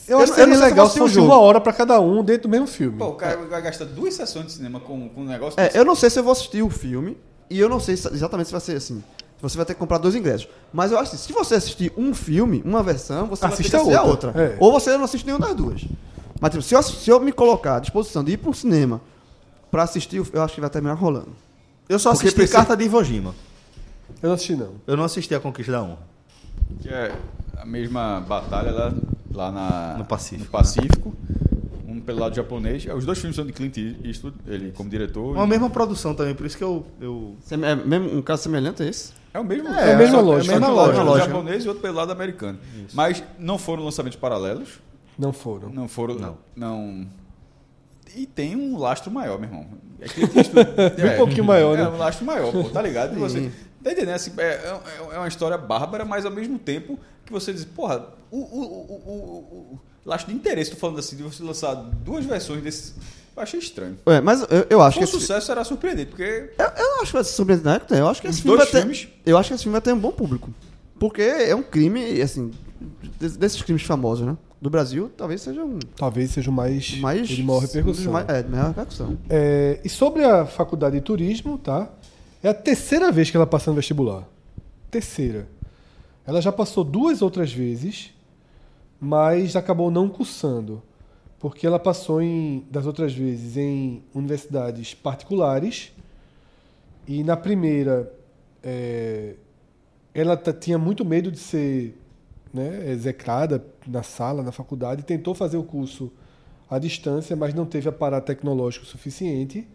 Speaker 6: Eu acho que seria legal se
Speaker 5: um
Speaker 6: fosse uma hora pra cada um dentro do mesmo filme.
Speaker 4: Pô, o cara vai gastar duas sessões de cinema com, com um negócio
Speaker 5: É,
Speaker 4: desse.
Speaker 5: eu não sei se eu vou assistir o filme, e eu não sei se- exatamente se vai ser assim. Você vai ter que comprar dois ingressos. Mas eu acho que se você assistir um filme, uma versão, você
Speaker 6: Assista
Speaker 5: vai ter que assistir a
Speaker 6: outra.
Speaker 5: outra.
Speaker 6: É.
Speaker 5: Ou você não assiste nenhuma das duas. Mas tipo, se eu, assi- se eu me colocar à disposição de ir para um cinema pra assistir, o fi- eu acho que vai terminar rolando.
Speaker 7: Eu só
Speaker 5: Porque
Speaker 7: assisti
Speaker 5: precisa-
Speaker 7: Carta de Iwo Jima.
Speaker 6: Eu não assisti, não.
Speaker 7: Eu não assisti a Conquista da Honra.
Speaker 4: Que é a mesma batalha lá, lá na,
Speaker 7: No Pacífico, né?
Speaker 4: no Pacífico. Um pelo lado japonês. Os dois filmes são de Clint Eastwood, ele como diretor.
Speaker 7: Uma mesma produção também, por isso que eu. eu...
Speaker 5: Sem- É mesmo um caso semelhante a esse?
Speaker 4: É o mesmo.
Speaker 6: É a mesma
Speaker 4: só-
Speaker 6: lógica.
Speaker 4: É a
Speaker 6: Só
Speaker 4: mesma
Speaker 6: que
Speaker 4: lógica.
Speaker 7: é
Speaker 4: Um
Speaker 7: lógica.
Speaker 4: japonês e outro pelo lado americano. Mas não foram lançamentos paralelos.
Speaker 6: Não foram.
Speaker 4: Não foram.
Speaker 7: Não.
Speaker 4: Não. E tem um lastro maior, meu irmão. É Clint Eastwood.
Speaker 6: Um pouquinho maior, né?
Speaker 4: É um lastro maior, pô, tá ligado? E Você, tá entendendo? Assim, é, é- é uma história bárbara, mas ao mesmo tempo que você diz, porra, o, o, o, o, o- o lastro de interesse, tô falando assim, de você lançar duas versões desse. Eu achei estranho.
Speaker 5: É, mas eu, eu acho
Speaker 4: o
Speaker 5: que esse,
Speaker 4: sucesso era surpreendente, porque.
Speaker 5: Eu, eu não acho que vai ser surpreendente, né? Eu acho que esse
Speaker 4: Os
Speaker 5: filme vai
Speaker 4: dois
Speaker 5: ter,
Speaker 4: filmes?
Speaker 5: Eu acho que esse filme vai ter um bom público. Porque é um crime, assim, des- desses crimes famosos, né? Do Brasil, talvez seja um
Speaker 6: Talvez seja o mais,
Speaker 5: mais...
Speaker 6: de maior
Speaker 5: um dos
Speaker 6: repercussão.
Speaker 5: mais- é, de maior repercussão.
Speaker 6: É, e sobre a faculdade de turismo, tá? É a terceira vez que ela passa no vestibular. Terceira. Ela já passou duas outras vezes, mas acabou não cursando. Porque ela passou em, das outras vezes em universidades particulares. E na primeira, é, ela ta- tinha muito medo de ser né, execrada na sala, na faculdade, tentou fazer o curso à distância, mas não teve aparato tecnológico suficiente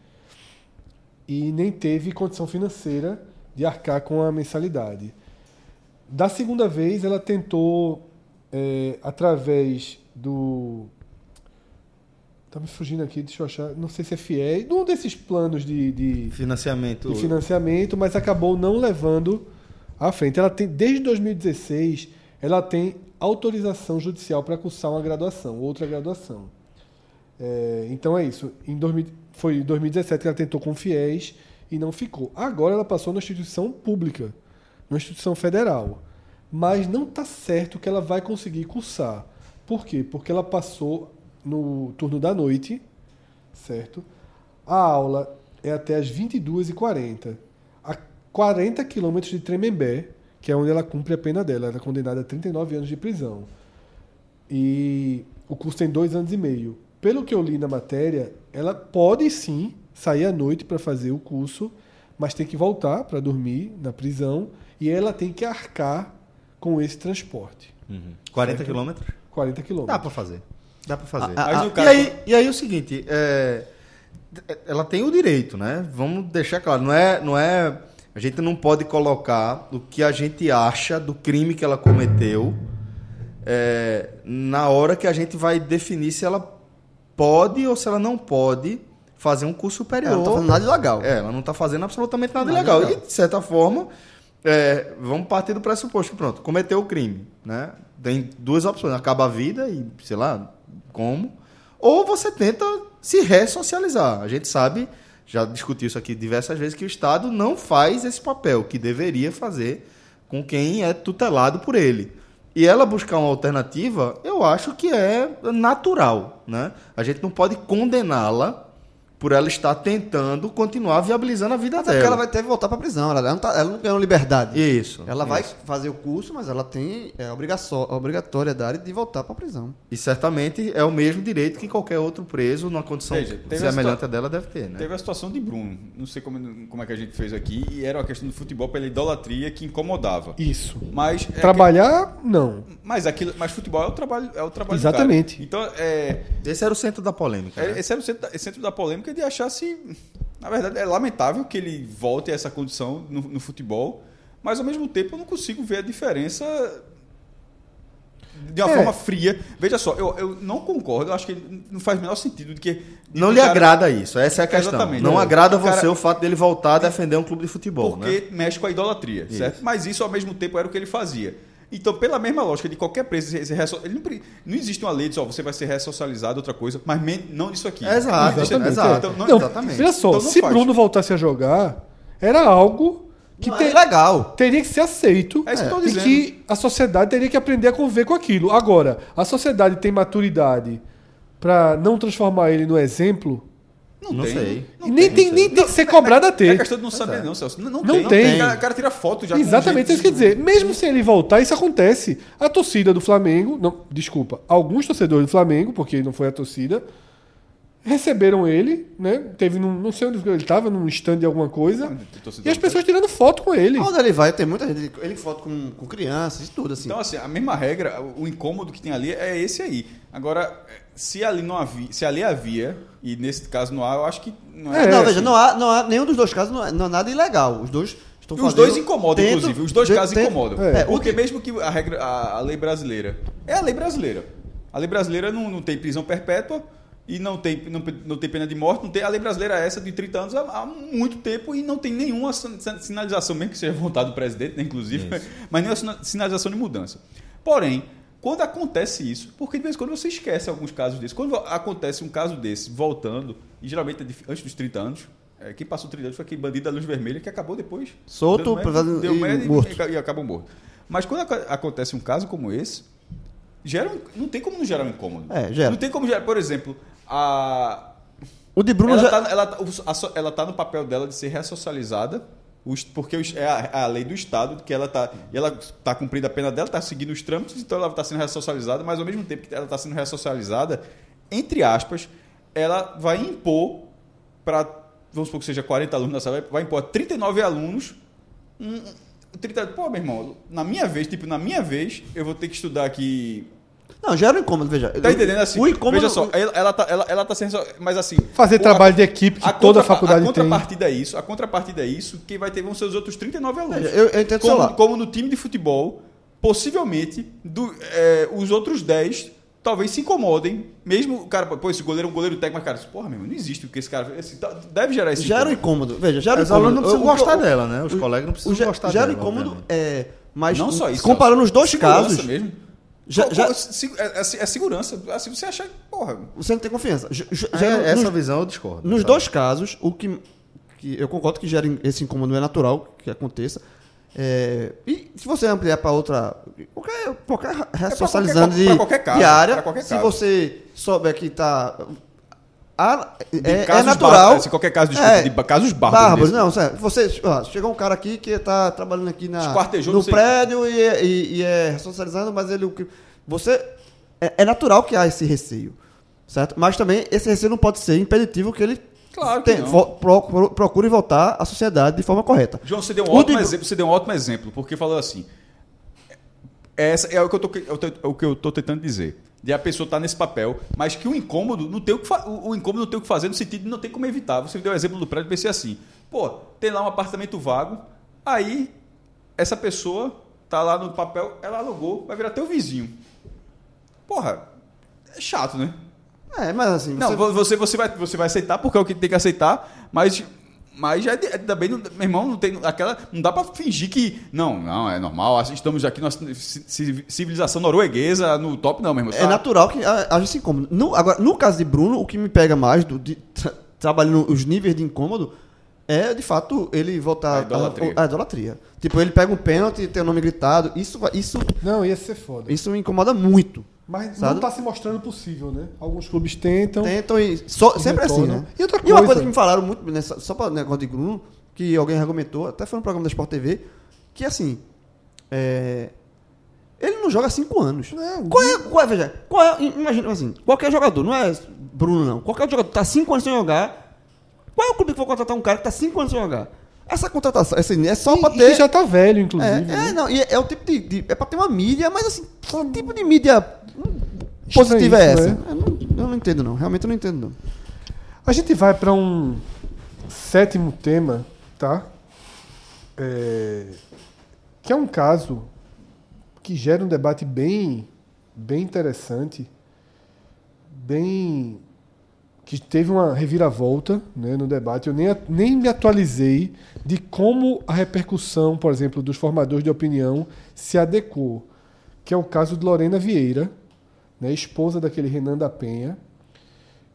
Speaker 6: e nem teve condição financeira de arcar com a mensalidade. Da segunda vez, ela tentou, é, através do. Tá me fugindo aqui, deixa eu achar. Não sei se é FIES, de um desses planos de- de
Speaker 7: Financiamento.
Speaker 6: de financiamento, mas acabou não levando à frente. Ela tem desde 2016, ela tem autorização judicial para cursar uma graduação, outra graduação. É, então é isso. Em 2000 foi em 2017 que ela tentou com fiéis e não ficou. Agora ela passou na instituição pública, na instituição federal, mas não está certo que ela vai conseguir cursar. Por quê? Porque ela passou no turno da noite, certo? A aula é até as 22h40, a 40 quilômetros de Tremembé, que é onde ela cumpre a pena dela. Ela é condenada a 39 anos de prisão. E o curso tem dois anos e meio. Pelo que eu li na matéria, ela pode sim sair à noite para fazer o curso, mas tem que voltar para dormir na prisão e ela tem que arcar com esse transporte.
Speaker 7: Uhum. 40 quilômetros?
Speaker 6: 40
Speaker 7: Dá
Speaker 6: quilômetros.
Speaker 7: pra fazer. Dá pra fazer.
Speaker 5: Ah,
Speaker 4: Mas
Speaker 5: ah,
Speaker 4: o
Speaker 7: E
Speaker 4: cara.
Speaker 7: aí, e aí é o seguinte, é, ela tem o direito, né? Vamos deixar claro, não é, não é, a gente não pode colocar o que a gente acha do crime que ela cometeu é, na hora que a gente vai definir se ela pode ou se ela não pode fazer um curso superior.
Speaker 5: Ela não tá fazendo nada ilegal.
Speaker 7: É, ela não está fazendo absolutamente nada
Speaker 5: Nada
Speaker 7: legal.
Speaker 5: ilegal.
Speaker 7: E, de certa forma, é, vamos partir do pressuposto que, pronto, cometeu o crime, né? Tem duas opções, acaba a vida e, sei lá, como. Ou você tenta se ressocializar. A gente sabe, já discutiu isso aqui diversas vezes, que o Estado não faz esse papel que deveria fazer com quem é tutelado por ele. E ela buscar uma alternativa, eu acho que é natural, né? A gente não pode condená-la por ela estar tentando continuar viabilizando a vida
Speaker 5: Porque
Speaker 7: dela.
Speaker 5: ela vai ter é que voltar pra prisão. Ela, ela não, tá, ela não ganhou liberdade.
Speaker 7: Isso.
Speaker 5: Ela vai
Speaker 7: isso.
Speaker 5: fazer o curso, mas ela tem é, obrigação- obrigatoriedade de voltar pra prisão.
Speaker 7: E certamente é o mesmo direito que qualquer outro preso, numa condição
Speaker 4: Veja, teve a
Speaker 7: semelhante
Speaker 4: situa-
Speaker 7: à dela, deve ter, né?
Speaker 4: Teve a situação de Bruno, não sei como, como é que a gente fez aqui, e era uma questão do futebol pela idolatria que incomodava.
Speaker 6: Isso.
Speaker 4: Mas é
Speaker 6: Trabalhar, não.
Speaker 4: que- mas aquilo, mas futebol é o trabalho, é o trabalho. do
Speaker 6: Exatamente.
Speaker 4: cara. Então, é,
Speaker 7: Esse era o centro da polêmica.
Speaker 4: é-
Speaker 7: né?
Speaker 4: esse era o centro, da- centro da polêmica de achar se, na verdade, é lamentável que ele volte a essa condição no, no futebol, mas ao mesmo tempo eu não consigo ver a diferença de uma
Speaker 6: É.
Speaker 4: forma fria. Veja só, eu, eu não concordo, eu acho que não faz o menor sentido de que de
Speaker 7: Não
Speaker 4: que
Speaker 7: lhe
Speaker 4: o cara-
Speaker 7: agrada isso, essa é a questão.
Speaker 4: Exatamente.
Speaker 7: Não
Speaker 4: É.
Speaker 7: agrada
Speaker 4: O cara-
Speaker 7: você o fato dele voltar a defender um clube de futebol, né?
Speaker 4: porque mexe com a idolatria, certo? Mas isso ao mesmo tempo era o que ele fazia. Então, pela mesma lógica de qualquer preso, esse resso- ele não, pre- não existe uma lei de só você vai ser ressocializado, outra coisa, mas men- não disso aqui.
Speaker 7: Exato,
Speaker 4: Não existe-
Speaker 7: exatamente.
Speaker 4: Então, não-
Speaker 6: Não,
Speaker 4: exatamente.
Speaker 6: Veja só,
Speaker 4: Então, não
Speaker 6: se
Speaker 4: faz.
Speaker 6: Bruno voltasse a jogar, era algo que
Speaker 5: Não,
Speaker 6: te-
Speaker 5: é legal.
Speaker 6: teria que ser aceito
Speaker 4: É isso que eu tô
Speaker 6: e
Speaker 4: dizendo.
Speaker 6: que a sociedade teria que aprender a conviver com aquilo. Agora, a sociedade tem maturidade para não transformar ele no exemplo?
Speaker 4: Não,
Speaker 7: Não
Speaker 4: tem.
Speaker 7: sei.
Speaker 4: Não
Speaker 6: E nem tem, nem tem que ser cobrada a
Speaker 4: É
Speaker 6: ter.
Speaker 4: questão de não saber, não, Celso. Não,
Speaker 6: Não
Speaker 4: tem.
Speaker 6: tem.
Speaker 4: O cara, o cara tira foto já com
Speaker 6: Exatamente, é
Speaker 4: um
Speaker 6: isso quer dizer, mesmo se ele voltar, isso acontece. A torcida do Flamengo, não, desculpa, alguns torcedores do Flamengo, porque não foi a torcida, receberam ele, né? Teve num, não sei onde ele estava, num stand de alguma coisa, e as pessoas tirando foto com ele.
Speaker 5: Onde ele vai, tem muita gente. Ele foto com, com crianças e tudo, assim.
Speaker 4: Então, assim, a mesma regra, o incômodo que tem ali é esse aí. Agora, se ali não havia, se ali havia, e nesse caso não há, eu acho que não é.
Speaker 5: não,
Speaker 6: é,
Speaker 5: veja,
Speaker 6: assim.
Speaker 5: não há, não há nenhum dos dois casos, não, é- não há nada ilegal. Os dois estão
Speaker 4: E os
Speaker 5: fazendo-
Speaker 4: dois incomodam,
Speaker 5: tento-
Speaker 4: inclusive. Os dois
Speaker 5: de-
Speaker 4: casos
Speaker 5: tento-
Speaker 4: incomodam.
Speaker 5: É,
Speaker 4: Porque mesmo que a regra, a, a lei brasileira. É a lei brasileira. A lei brasileira não, não tem prisão perpétua e não tem, não, pe- não tem pena de morte. Não tem, a lei brasileira é essa de 30 anos há, há muito tempo e não tem nenhuma sin- sin- sinalização, mesmo que seja vontade do presidente, né, inclusive, mas nenhuma sina- sinalização de mudança. Porém, quando acontece isso, porque de vez em quando você esquece alguns casos desses. Quando acontece um caso desse, voltando, e geralmente é dif- antes dos 30 anos, é, quem passou 30 anos foi aquele bandido da luz vermelha que acabou depois.
Speaker 5: Solto,
Speaker 4: deu merda,
Speaker 5: privado
Speaker 4: deu
Speaker 5: e
Speaker 4: merda e,
Speaker 5: morto.
Speaker 4: e, e acabam morto. Mas quando aco- acontece um caso como esse, gera um- não tem como não gerar um incômodo.
Speaker 5: É, gera.
Speaker 4: Não tem como gerar. Por exemplo, a,
Speaker 5: O de Bruno
Speaker 4: ela,
Speaker 5: já.
Speaker 4: tá, ela, tá- o- a so- ela tá no papel dela de ser ressocializada, os- porque os- é a, a lei do Estado, que ela tá. E ela tá cumprindo a pena dela, tá seguindo os trâmites, então ela tá sendo ressocializada, mas ao mesmo tempo que ela tá sendo ressocializada, entre aspas, ela vai impor para, vamos supor que seja 40 alunos na sala, vai impor a 39 alunos. Um, um- 30, pô, meu irmão, na minha vez, tipo, na minha vez, eu vou ter que estudar aqui
Speaker 5: Não, gera um incômodo, veja.
Speaker 4: Tá entendendo assim?
Speaker 5: O incômodo.
Speaker 4: Veja só, ela, ela tá, ela, ela tá sendo. só- Mas assim.
Speaker 6: Fazer
Speaker 4: o-
Speaker 6: trabalho de equipe que toda
Speaker 4: contrapa-
Speaker 6: faculdade
Speaker 4: a
Speaker 6: tem.
Speaker 4: contrapartida é isso. A contrapartida é isso. Quem vai ter vão ser os outros 39 alunos.
Speaker 5: Eu, eu entendo sei
Speaker 4: como,
Speaker 5: lá.
Speaker 4: como no time de futebol, possivelmente, do- é, os outros 10 talvez se incomodem. Mesmo o cara. Pô, esse goleiro é um goleiro técnico, mas cara, porra, meu, irmão, não existe o que esse cara. esse tá- deve gerar esse.
Speaker 5: Gera um
Speaker 4: incômodo.
Speaker 5: incômodo. Veja, gera um
Speaker 7: Os alunos
Speaker 5: incômodo.
Speaker 7: não precisam
Speaker 5: O- o-
Speaker 7: gostar
Speaker 5: o-
Speaker 7: dela, né? Os
Speaker 5: o-
Speaker 7: colegas não precisam
Speaker 5: o-
Speaker 7: gostar
Speaker 5: gera
Speaker 7: dela. né?
Speaker 5: incômodo,
Speaker 7: obviamente.
Speaker 5: é. Mas.
Speaker 4: Não só isso.
Speaker 5: Comparando
Speaker 4: Celso.
Speaker 5: os dois
Speaker 4: Segurança né?
Speaker 5: casos.
Speaker 4: mesmo.
Speaker 5: Já-
Speaker 4: Co-
Speaker 5: já-
Speaker 4: co- se- é, é- é segurança. Assim, você achar. Porra.
Speaker 5: Você não tem confiança. Ge- ge-
Speaker 7: É,
Speaker 5: gera- um
Speaker 7: essa
Speaker 5: nos-
Speaker 7: visão eu discordo.
Speaker 5: Nos
Speaker 7: sabe?
Speaker 5: dois casos, o que, que eu concordo que gera esse incômodo é natural que aconteça. É, e se você ampliar para outra. Qualquer, qualquer ressocializando
Speaker 4: qualquer-
Speaker 5: de,
Speaker 4: É pra qualquer caso,
Speaker 5: de área,
Speaker 4: pra qualquer
Speaker 5: se
Speaker 4: caso.
Speaker 5: você souber que está. É, é
Speaker 4: casos
Speaker 5: natural. É,
Speaker 4: bárbaros, em qualquer caso, desculpa, de ba- casos bárbaros
Speaker 5: Bárbaros,
Speaker 4: desse.
Speaker 5: não, sério. Você, ó, chegou um cara aqui que está trabalhando aqui na,
Speaker 4: Esquartejou,
Speaker 5: no
Speaker 4: não sei.
Speaker 5: prédio e, é- e- e é ressocializando, mas ele. o que- Você. É, é natural que há esse receio. Certo? Mas também esse receio não pode ser impeditivo que ele
Speaker 4: Claro que não.
Speaker 5: vo- pro- pro- procure voltar à sociedade de forma correta.
Speaker 4: João, você deu um
Speaker 5: O
Speaker 4: ótimo
Speaker 5: de-
Speaker 4: exemplo, você deu um ótimo exemplo, porque falou assim. Essa é o que eu tô, que- eu tô- é o que eu tô tentando dizer. De a pessoa estar nesse papel, mas que o incômodo não tem o que fa- o, o incômodo não tem o que fazer no sentido de não tem como evitar. Você me deu o exemplo do prédio, eu pensei assim: pô, tem lá um apartamento vago, aí essa pessoa tá lá no papel, ela alugou, vai virar teu vizinho. Porra, é chato, né?
Speaker 5: É, mas assim,
Speaker 4: Não,
Speaker 5: você-
Speaker 4: vo- você, você, vai, você vai aceitar porque é o que tem que aceitar, mas, mas já, é- também, não- meu irmão, não tem aquela. Não dá pra fingir que. Não, não, é normal. assim, Estamos aqui na ci- ci- civilização norueguesa no top, não, meu irmão. tá?
Speaker 5: é natural que ha- haja esse incômodo. No, agora, no caso de Bruno, o que me pega mais, do, de- tra- trabalhando os níveis de incômodo, é de fato ele voltar
Speaker 4: A idolatria.
Speaker 5: A, a idolatria. Tipo, ele pega um pênalti e tem o nome gritado. Isso, vai- isso,
Speaker 6: Não, ia ser foda.
Speaker 5: isso me incomoda muito.
Speaker 6: Mas
Speaker 5: Sabe?
Speaker 6: não tá se mostrando possível, né? Alguns clubes tentam.
Speaker 5: Tentam e. só-
Speaker 6: E
Speaker 5: sempre assim,
Speaker 6: retornam.
Speaker 5: Então, né?
Speaker 6: E outra
Speaker 5: uma
Speaker 6: coisa-
Speaker 5: coisa que me falaram muito, né, só- só para negócio de Bruno, que alguém argumentou, até foi no programa da Sport TV, que assim. é, ele não joga há cinco anos.
Speaker 6: Não.
Speaker 5: Qual é, qual é, veja, qual é, imagina assim, qualquer jogador, não é Bruno não, qualquer jogador que tá cinco anos sem jogar, qual é o clube que for contratar um cara que tá cinco anos sem jogar? Essa contratação, assim, é só pra
Speaker 6: E-
Speaker 5: ter...
Speaker 6: E já tá velho,
Speaker 5: É,
Speaker 6: inclusive.
Speaker 5: é,
Speaker 6: né? Tá
Speaker 5: não, e é, é o tipo de, de- É pra ter uma mídia, mas assim, que tipo de mídia hum, positiva é essa?
Speaker 6: Estranhíssimo,
Speaker 5: Eu, não, eu não entendo, não. Realmente eu não entendo, não.
Speaker 6: A gente vai para um sétimo tema, tá? É, Que é um caso que gera um debate bem, bem interessante, bem que teve uma reviravolta né, no debate. Eu nem, a- nem me atualizei de como a repercussão, por exemplo, dos formadores de opinião se adequou. Que é o caso de Lorena Vieira, né, esposa daquele Renan da Penha,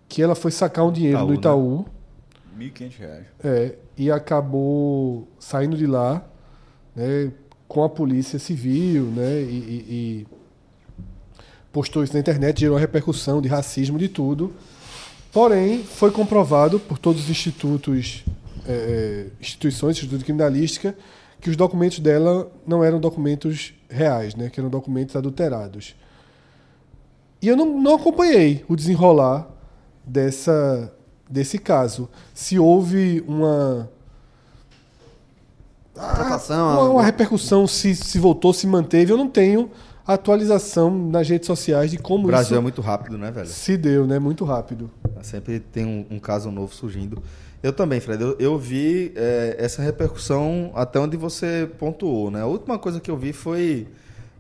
Speaker 6: que ela foi sacar um dinheiro
Speaker 7: Itaú,
Speaker 6: do
Speaker 7: né?
Speaker 6: Itaú.
Speaker 4: 1.500 reais.
Speaker 6: É, e acabou saindo de lá né, com a polícia civil, né? E, e- e postou isso na internet, gerou repercussão de racismo, de tudo. Porém, foi comprovado por todos os institutos, é, é, instituições, Instituto de Criminalística, que os documentos dela não eram documentos reais, né? Que eram documentos adulterados. E eu não, não acompanhei o desenrolar dessa, desse caso. Se houve uma,
Speaker 5: Contratação,
Speaker 6: Ah, uma,
Speaker 7: né?
Speaker 6: uma repercussão, se, se voltou, se manteve, eu não tenho atualização nas redes sociais de
Speaker 7: O
Speaker 6: como
Speaker 7: Brasil é
Speaker 6: isso
Speaker 7: muito rápido, né, velho?
Speaker 6: se deu, né? Muito rápido.
Speaker 7: Sempre tem um, um caso novo surgindo. Eu também, Fred. Eu, eu vi é, essa repercussão até onde você pontuou, né? A última coisa que eu vi foi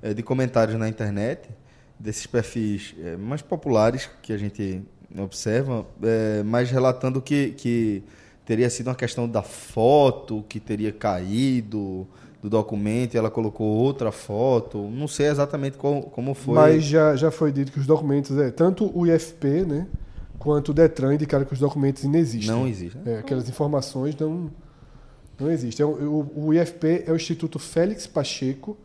Speaker 7: é, de comentários na internet, desses perfis é, mais populares que a gente observa, é, mas relatando que, que teria sido uma questão da foto que teria caído do documento e ela colocou outra foto. Não sei exatamente qual- como foi.
Speaker 6: Mas já, já foi dito que os documentos, é, tanto o IFP, né? Quanto o Detran indicaram que os documentos inexistem.
Speaker 7: Não existe. né?
Speaker 6: É, aquelas informações não, não existem. É o, o- o IFP é o Instituto Félix Pacheco,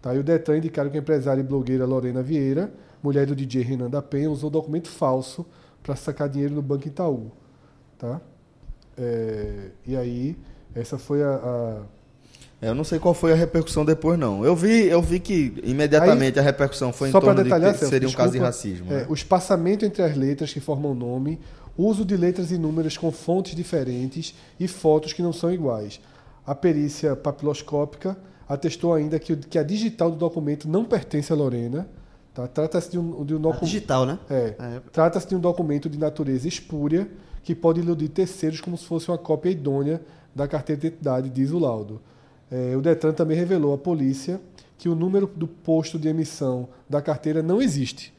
Speaker 6: tá? e o Detran indicaram que a empresária e blogueira Lorena Vieira, mulher do DJ Renan da Penha, usou documento falso para sacar dinheiro no Banco Itaú. Tá? É, e aí, essa foi a- a,
Speaker 7: É, Eu não sei qual foi a repercussão depois, não. Eu vi, eu vi que imediatamente a repercussão foi em
Speaker 6: Só pra
Speaker 7: torno de que
Speaker 6: detalhar, Celso,
Speaker 7: seria um caso de
Speaker 6: desculpa,
Speaker 7: racismo.
Speaker 6: é,
Speaker 7: né?
Speaker 6: O espaçamento entre as letras que formam o nome, uso de letras e números com fontes diferentes e fotos que não são iguais. A perícia papiloscópica atestou ainda que, o- que a digital do documento não pertence a Lorena. tá? Trata-se de um, de um
Speaker 5: A
Speaker 6: docu-
Speaker 5: digital, né?
Speaker 6: é.
Speaker 5: É.
Speaker 6: Trata-se de um documento de natureza espúria que pode iludir terceiros como se fosse uma cópia idônea da carteira de identidade, diz o laudo. É, o Detran também revelou à polícia que o número do posto de emissão da carteira não existe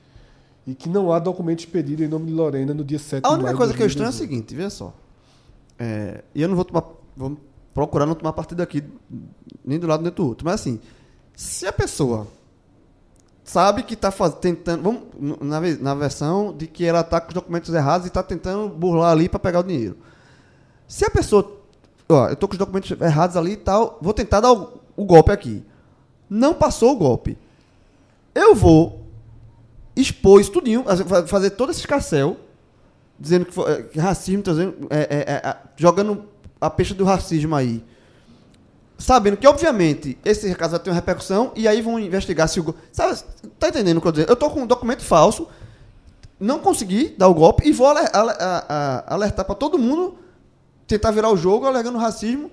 Speaker 6: e que não há documento expedido em nome de Lorena no dia 7
Speaker 5: A
Speaker 6: de
Speaker 5: única
Speaker 6: maio de
Speaker 5: coisa que eu estranho é o
Speaker 6: 2018.
Speaker 5: seguinte, veja só. É, e eu não vou tomar. Vou procurar não tomar partido aqui, nem do lado nem do outro. Mas assim, se a pessoa sabe que está tentando. Vamos, n- na, ve- na versão de que ela está com os documentos errados e está tentando burlar ali para pegar o dinheiro. Se a pessoa. Ó, eu tô com os documentos errados ali e tal, vou tentar dar o, o golpe aqui. Não passou o golpe. Eu vou expor isso tudinho, fa- fazer todo esse escarcel dizendo que, foi, eh, que racismo, trazendo, eh, eh, eh, a- jogando a peixe do racismo aí. Sabendo que, obviamente, esse caso vai ter uma repercussão e aí vão investigar se o. go- Sabe, tá entendendo o que eu tô dizendo? Eu tô com um documento falso, não consegui dar o golpe e vou aler- ale- a- a- alertar para todo mundo tentar virar o jogo alegando racismo,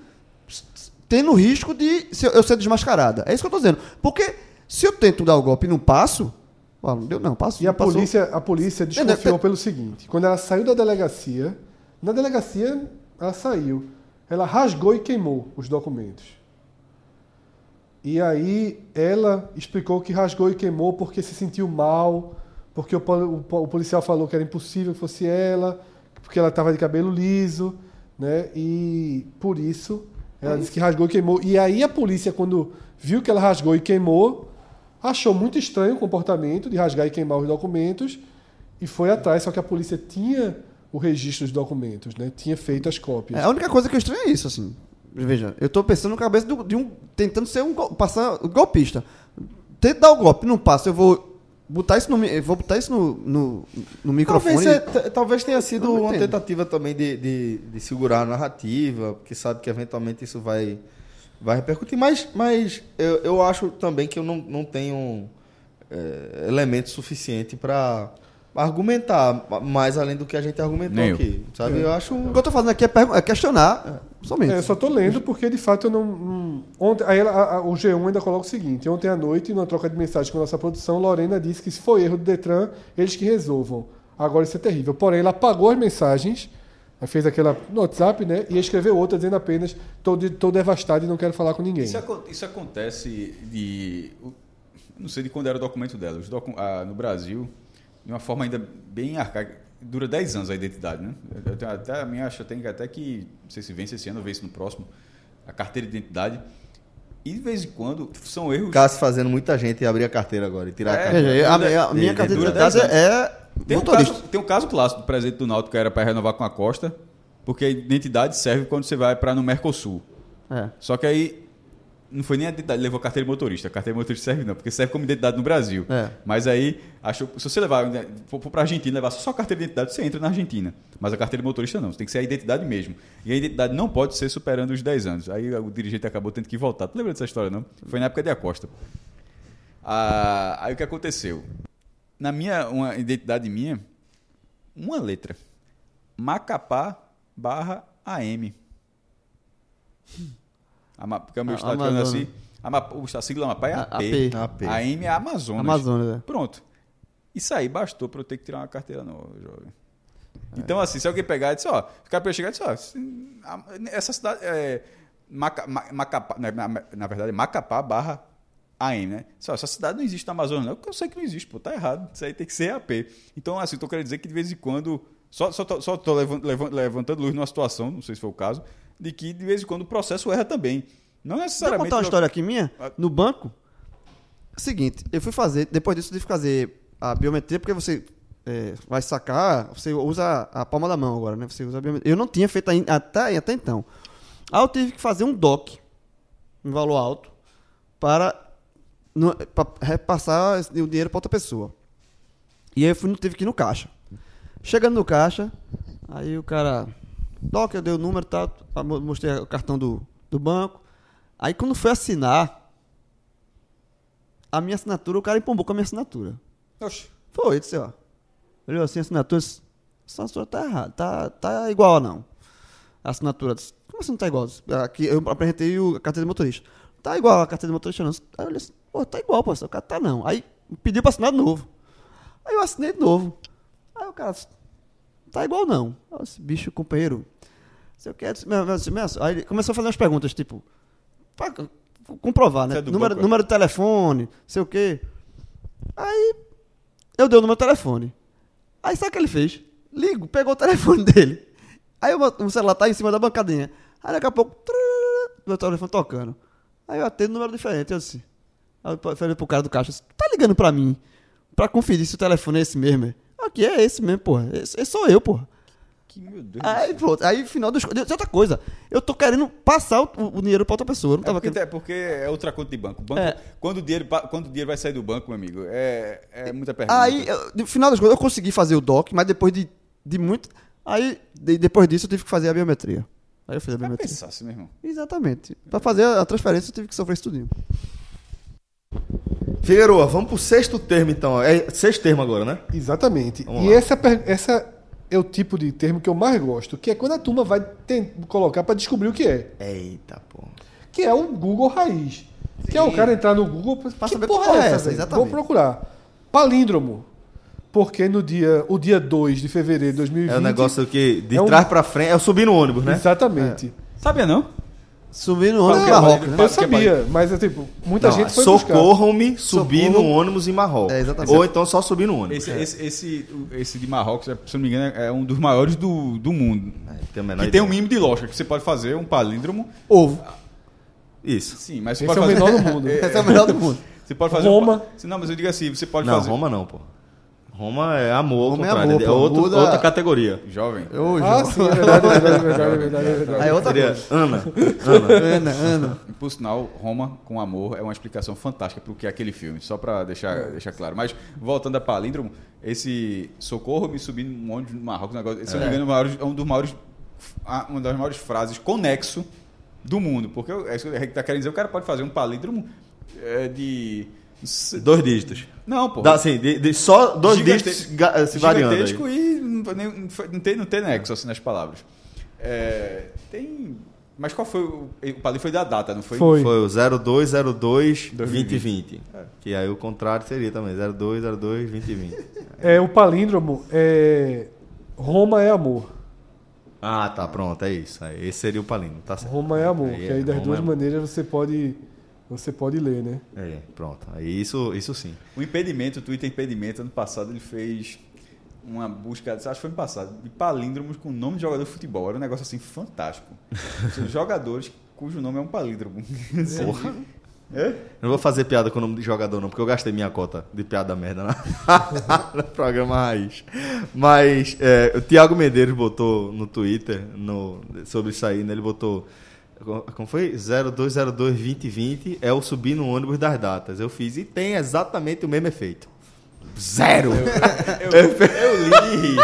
Speaker 5: s- s- tendo risco de se- eu ser desmascarada. É isso que eu tô dizendo. Porque se eu tento dar o golpe e não passo. ó, não deu, não, passo.
Speaker 6: E a
Speaker 5: não passou.
Speaker 6: polícia, a polícia
Speaker 5: Entendeu?
Speaker 6: desconfiou
Speaker 5: Tem-
Speaker 6: pelo seguinte: quando ela saiu da delegacia, na delegacia ela saiu, ela rasgou e queimou os documentos. E aí ela explicou que rasgou e queimou porque se sentiu mal, porque o, pol- o po- o policial falou que era impossível que fosse ela, porque ela estava de cabelo liso, né? E por isso ela disse que rasgou e queimou. E aí a polícia, quando viu que ela rasgou e queimou, achou muito estranho o comportamento de rasgar e queimar os documentos e foi atrás, só que a polícia tinha o registro dos documentos, né? Tinha feito as cópias.
Speaker 5: É, a única coisa que eu estranho é isso, assim. Veja, eu tô pensando na cabeça do- de um. tentando ser um. gol- passar golpista. Tento dar o golpe, não passa, eu vou botar isso no. Eu vou botar isso no, no, no microfone.
Speaker 7: Talvez, é- t- talvez tenha sido
Speaker 5: Eu não
Speaker 7: uma
Speaker 5: entendo.
Speaker 7: tentativa também de, de, de segurar a narrativa, porque sabe que eventualmente isso vai, vai repercutir. Mas, mas eu, eu acho também que eu não, não tenho é, elemento suficiente para argumentar mais além do que a gente argumentou
Speaker 4: Nem eu.
Speaker 7: aqui. Sabe? Eu acho. um
Speaker 5: O que eu tô fazendo aqui é, pergun- é questionar. Somente.
Speaker 6: É, eu só tô lendo porque de fato eu não. não- ontem, aí ela- a- a- o G1 ainda coloca o seguinte: ontem à noite, numa troca de mensagem com a nossa produção, Lorena disse que se foi erro do Detran, eles que resolvam. Agora isso é terrível. Porém, ela apagou as mensagens, ela fez aquela no WhatsApp, né? E escreveu outra dizendo apenas: tô, de- tô devastada e não quero falar com ninguém.
Speaker 4: Isso, acon- isso acontece de. o- Não sei de quando era o documento dela. Os docu- ah, no Brasil, de uma forma ainda bem arcaica. Dura 10 anos a identidade, né? Eu tenho até a minha acho até, que- até que. Não sei se vence esse ano ou vence no próximo. A carteira de identidade. E de vez em quando são erros.
Speaker 7: Cássio fazendo muita gente abrir a carteira agora e tirar a
Speaker 4: É,
Speaker 7: carteira.
Speaker 5: Veja, eu- a, minha- a minha
Speaker 4: de-
Speaker 5: carteira de
Speaker 4: dura dez
Speaker 5: identidade é
Speaker 4: Tem um,
Speaker 5: motorista.
Speaker 4: caso, tem um caso clássico do presidente do Náutico que era para renovar com a Costa, porque a identidade serve quando você vai para no Mercosul.
Speaker 5: É.
Speaker 4: Só que aí não foi nem a identidade, levou a carteira de motorista. A carteira de motorista serve não, porque serve como identidade no Brasil.
Speaker 5: É.
Speaker 4: Mas aí, achou, se você levar, né, for, for para Argentina, levar só a carteira de identidade, você entra na Argentina. Mas a carteira de motorista não, tem que ser a identidade mesmo. E a identidade não pode ser superando os 10 anos. Aí o dirigente acabou tendo que voltar. Tu lembra dessa história, não? Foi na época de Acosta. Ah, aí o que aconteceu? Na minha, uma identidade minha, uma letra. Macapá barra AM. Ama, porque o meu
Speaker 5: A-
Speaker 4: estado que eu
Speaker 5: Amazonas.
Speaker 4: nasci. Ama, o, a sigla Amapá é
Speaker 5: A-
Speaker 4: AP.
Speaker 5: AP.
Speaker 4: AM é Amazonas.
Speaker 5: Amazonas, é.
Speaker 4: Pronto. Isso aí bastou para eu ter que tirar uma carteira nova, jovem. Então, assim, se alguém pegar e disse, ó, o cara chegar e disse, ó, se- a- essa cidade é Maca- Ma- Macapá, na, na- na verdade, é Macapá barra AM, né? Disse, ó, essa cidade não existe na Amazônia, não, porque eu sei que não existe, pô, tá errado, isso aí tem que ser AP. Então, assim, tô querendo dizer que de vez em quando, só, só, tô, só tô levan- levan- levantando luz numa situação, não sei se foi o caso, de que de vez em quando o processo erra também. Não
Speaker 5: Deixa eu
Speaker 4: necessariamente...
Speaker 5: contar uma história aqui minha,
Speaker 4: Ah.
Speaker 5: no banco. Seguinte, eu fui fazer, depois disso, eu tive que fazer a biometria, porque você é, vai sacar, você usa a palma da mão agora, né? Você usa a biometria. Eu não tinha feito ainda, até, até então. Aí eu tive que fazer um DOC, um valor alto, para no- pra repassar esse- o dinheiro para outra pessoa. E aí eu fui, teve que ir no caixa. Chegando no caixa, aí o cara. Doc, eu dei o número, tá, Tá, mo- mostrei o cartão do, do banco. Aí quando foi assinar, a minha assinatura, o cara empombou com a minha assinatura.
Speaker 4: Oxi.
Speaker 5: Foi, disse, ó. Olhou assim, a assinatura. disse, Essa assinatura tá errada, tá, tá igual não. A assinatura. disse, Como assim não tá igual? Disse, Aqui eu apresentei o- a carteira de motorista. Tá igual a carteira de motorista, não. Aí eu olhei assim, pô, tá igual, pô. O cara tá não. Aí pediu pra assinar de novo. Aí eu assinei de novo. Aí o cara disse, tá igual não. Aí eu disse, bicho, companheiro. Se eu quero. Aí ele começou a fazer umas perguntas, tipo. Pra c- comprovar,
Speaker 4: Você
Speaker 5: né?
Speaker 4: é do
Speaker 5: número,
Speaker 4: banco, é?
Speaker 5: número de telefone, sei o quê. Aí eu dei o número do telefone. Aí sabe o que ele fez? Ligo, pegou o telefone dele. Aí o meu- o celular tá em cima da bancadinha. Aí daqui a pouco, trrr, meu telefone tocando. Aí eu atendo um número diferente. Eu disse. Aí eu falei pro cara do caixa, disse, tá ligando pra mim? Pra conferir se o telefone é esse mesmo. é?" Aqui é esse mesmo, porra. Esse, esse sou eu, porra.
Speaker 4: Que, meu Deus do céu.
Speaker 5: Aí, pronto. Aí, final das coisas. Outra coisa. Eu tô querendo passar o, o dinheiro pra outra pessoa. Eu não
Speaker 4: É
Speaker 5: tava
Speaker 4: porque,
Speaker 5: querendo.
Speaker 4: é porque é outra conta de banco. O banco
Speaker 5: É.
Speaker 4: quando, o dinheiro, pa- quando o dinheiro vai sair do banco, meu amigo, é, é muita pergunta.
Speaker 5: Aí, eu- no final das contas, eu consegui fazer o DOC, mas depois de, de muito. Aí, de- depois disso, eu tive que fazer a biometria. Aí eu fiz a
Speaker 4: Vai
Speaker 5: biometria.
Speaker 4: pensar assim, meu irmão.
Speaker 5: Exatamente. Pra fazer a transferência, eu tive que sofrer isso tudinho.
Speaker 7: Figueroa, vamos pro sexto termo então. É sexto termo agora, né?
Speaker 6: Exatamente.
Speaker 7: Vamos
Speaker 6: e
Speaker 7: lá.
Speaker 6: essa, per- essa é o tipo de termo que eu mais gosto, que é quando a turma vai ten- colocar para descobrir o que é.
Speaker 7: Eita, pô.
Speaker 6: que é o Google raiz. Que é o cara entrar no Google para
Speaker 5: saber
Speaker 6: saber
Speaker 5: que
Speaker 6: porra
Speaker 5: porra
Speaker 6: é
Speaker 5: é
Speaker 6: essa,
Speaker 5: essa,
Speaker 6: velho?
Speaker 5: exatamente.
Speaker 6: Vou procurar. Palíndromo. Porque no dia, o dia 2 de fevereiro de 2020.
Speaker 7: É o negócio que de
Speaker 6: É um-
Speaker 7: trás pra frente, é o subir no ônibus, né?
Speaker 6: Exatamente.
Speaker 4: Sabia não?
Speaker 5: Subindo no ônibus
Speaker 4: Fala
Speaker 5: em
Speaker 4: que é
Speaker 5: Marrocos, né?
Speaker 4: Fala
Speaker 6: Eu
Speaker 4: que é palíndromo.
Speaker 6: sabia, mas é tipo, muita
Speaker 7: Não,
Speaker 6: gente foi buscar.
Speaker 7: Socorram-me subir
Speaker 5: Socorro.
Speaker 7: no ônibus em Marrocos.
Speaker 5: É, exatamente.
Speaker 7: Ou então só subir no ônibus.
Speaker 4: Esse, esse, esse, esse de Marrocos, é, se eu não me engano, é um dos maiores do, do mundo.
Speaker 7: Tem a É, menor
Speaker 4: que tem
Speaker 7: ideia.
Speaker 4: um mínimo de lógica, que você pode fazer um palíndromo.
Speaker 5: Ovo.
Speaker 7: Isso.
Speaker 4: Sim, mas você
Speaker 6: Esse
Speaker 4: pode
Speaker 6: é o
Speaker 4: fazer.
Speaker 6: menor do mundo.
Speaker 5: Essa é a melhor do mundo.
Speaker 4: Você pode fazer. um
Speaker 6: Roma.
Speaker 4: pa- Não, mas eu digo assim, você pode
Speaker 7: não,
Speaker 4: fazer.
Speaker 7: Roma não, pô. Roma é amor, ao
Speaker 5: Roma é
Speaker 7: contrário,
Speaker 5: amor,
Speaker 7: é
Speaker 5: pô,
Speaker 7: outro-
Speaker 5: muda-
Speaker 7: outra categoria.
Speaker 4: Ah, Jovem.
Speaker 5: Ô,
Speaker 6: Ah,
Speaker 5: João.
Speaker 6: sim, é verdade, é verdade, é verdade, é verdade, é verdade.
Speaker 5: Aí é outra
Speaker 7: Seria
Speaker 5: coisa.
Speaker 7: Ana.
Speaker 5: Ana, Ana.
Speaker 4: E, Por sinal, Roma com Amor é uma explicação fantástica para o que é aquele filme, só para deixar,
Speaker 7: É.
Speaker 4: deixar claro. Mas, voltando a Palíndromo, esse Socorro me subindo um monte no Marrocos, um negócio, se eu não me engano, é o maior- é um dos maiores, ah, uma das maiores frases conexo do mundo. Porque eu- é isso que o Henrique está querendo dizer, o cara pode fazer um palíndromo é, de...
Speaker 7: Dois dígitos.
Speaker 4: Não, pô.
Speaker 7: Dá, assim, de, de só dois
Speaker 4: Gigante-
Speaker 7: dígitos ga- eh, se variando. aí.
Speaker 4: gigantesco e não, nem- não tem, não tem nexo assim nas palavras. É, tem... Mas qual foi o... O palíndromo foi da data, não foi?
Speaker 6: Foi.
Speaker 7: Foi o 0202
Speaker 4: 2020.
Speaker 7: 2020. Que aí o contrário seria também 0202 2020.
Speaker 6: É, o palíndromo é. Roma é amor.
Speaker 7: Ah, tá, pronto, é isso. Aí, Esse seria o palíndromo, tá certo.
Speaker 6: Roma é amor.
Speaker 7: Aí
Speaker 6: que
Speaker 7: é,
Speaker 6: aí das
Speaker 7: Roma
Speaker 6: duas
Speaker 7: é amor.
Speaker 6: maneiras você pode. Você pode ler, né?
Speaker 7: É, pronto. Aí isso, isso sim.
Speaker 4: O impedimento, o Twitter é impedimento, ano passado ele fez uma busca, acho que foi ano passado, de palíndromos com nome de jogador de futebol. Era um negócio assim fantástico. São jogadores cujo nome é um palíndromo. Assim,
Speaker 7: Porra. Eu não vou fazer piada com o nome de jogador, não, porque eu gastei minha cota de piada merda na- no programa Raiz. Mas é, o Thiago Medeiros botou no Twitter no- sobre isso aí, né? Ele botou. Como foi? 0202 2020 é o subir no ônibus das datas. Eu fiz e tem exatamente o mesmo efeito. Zero!
Speaker 4: Eu, eu li.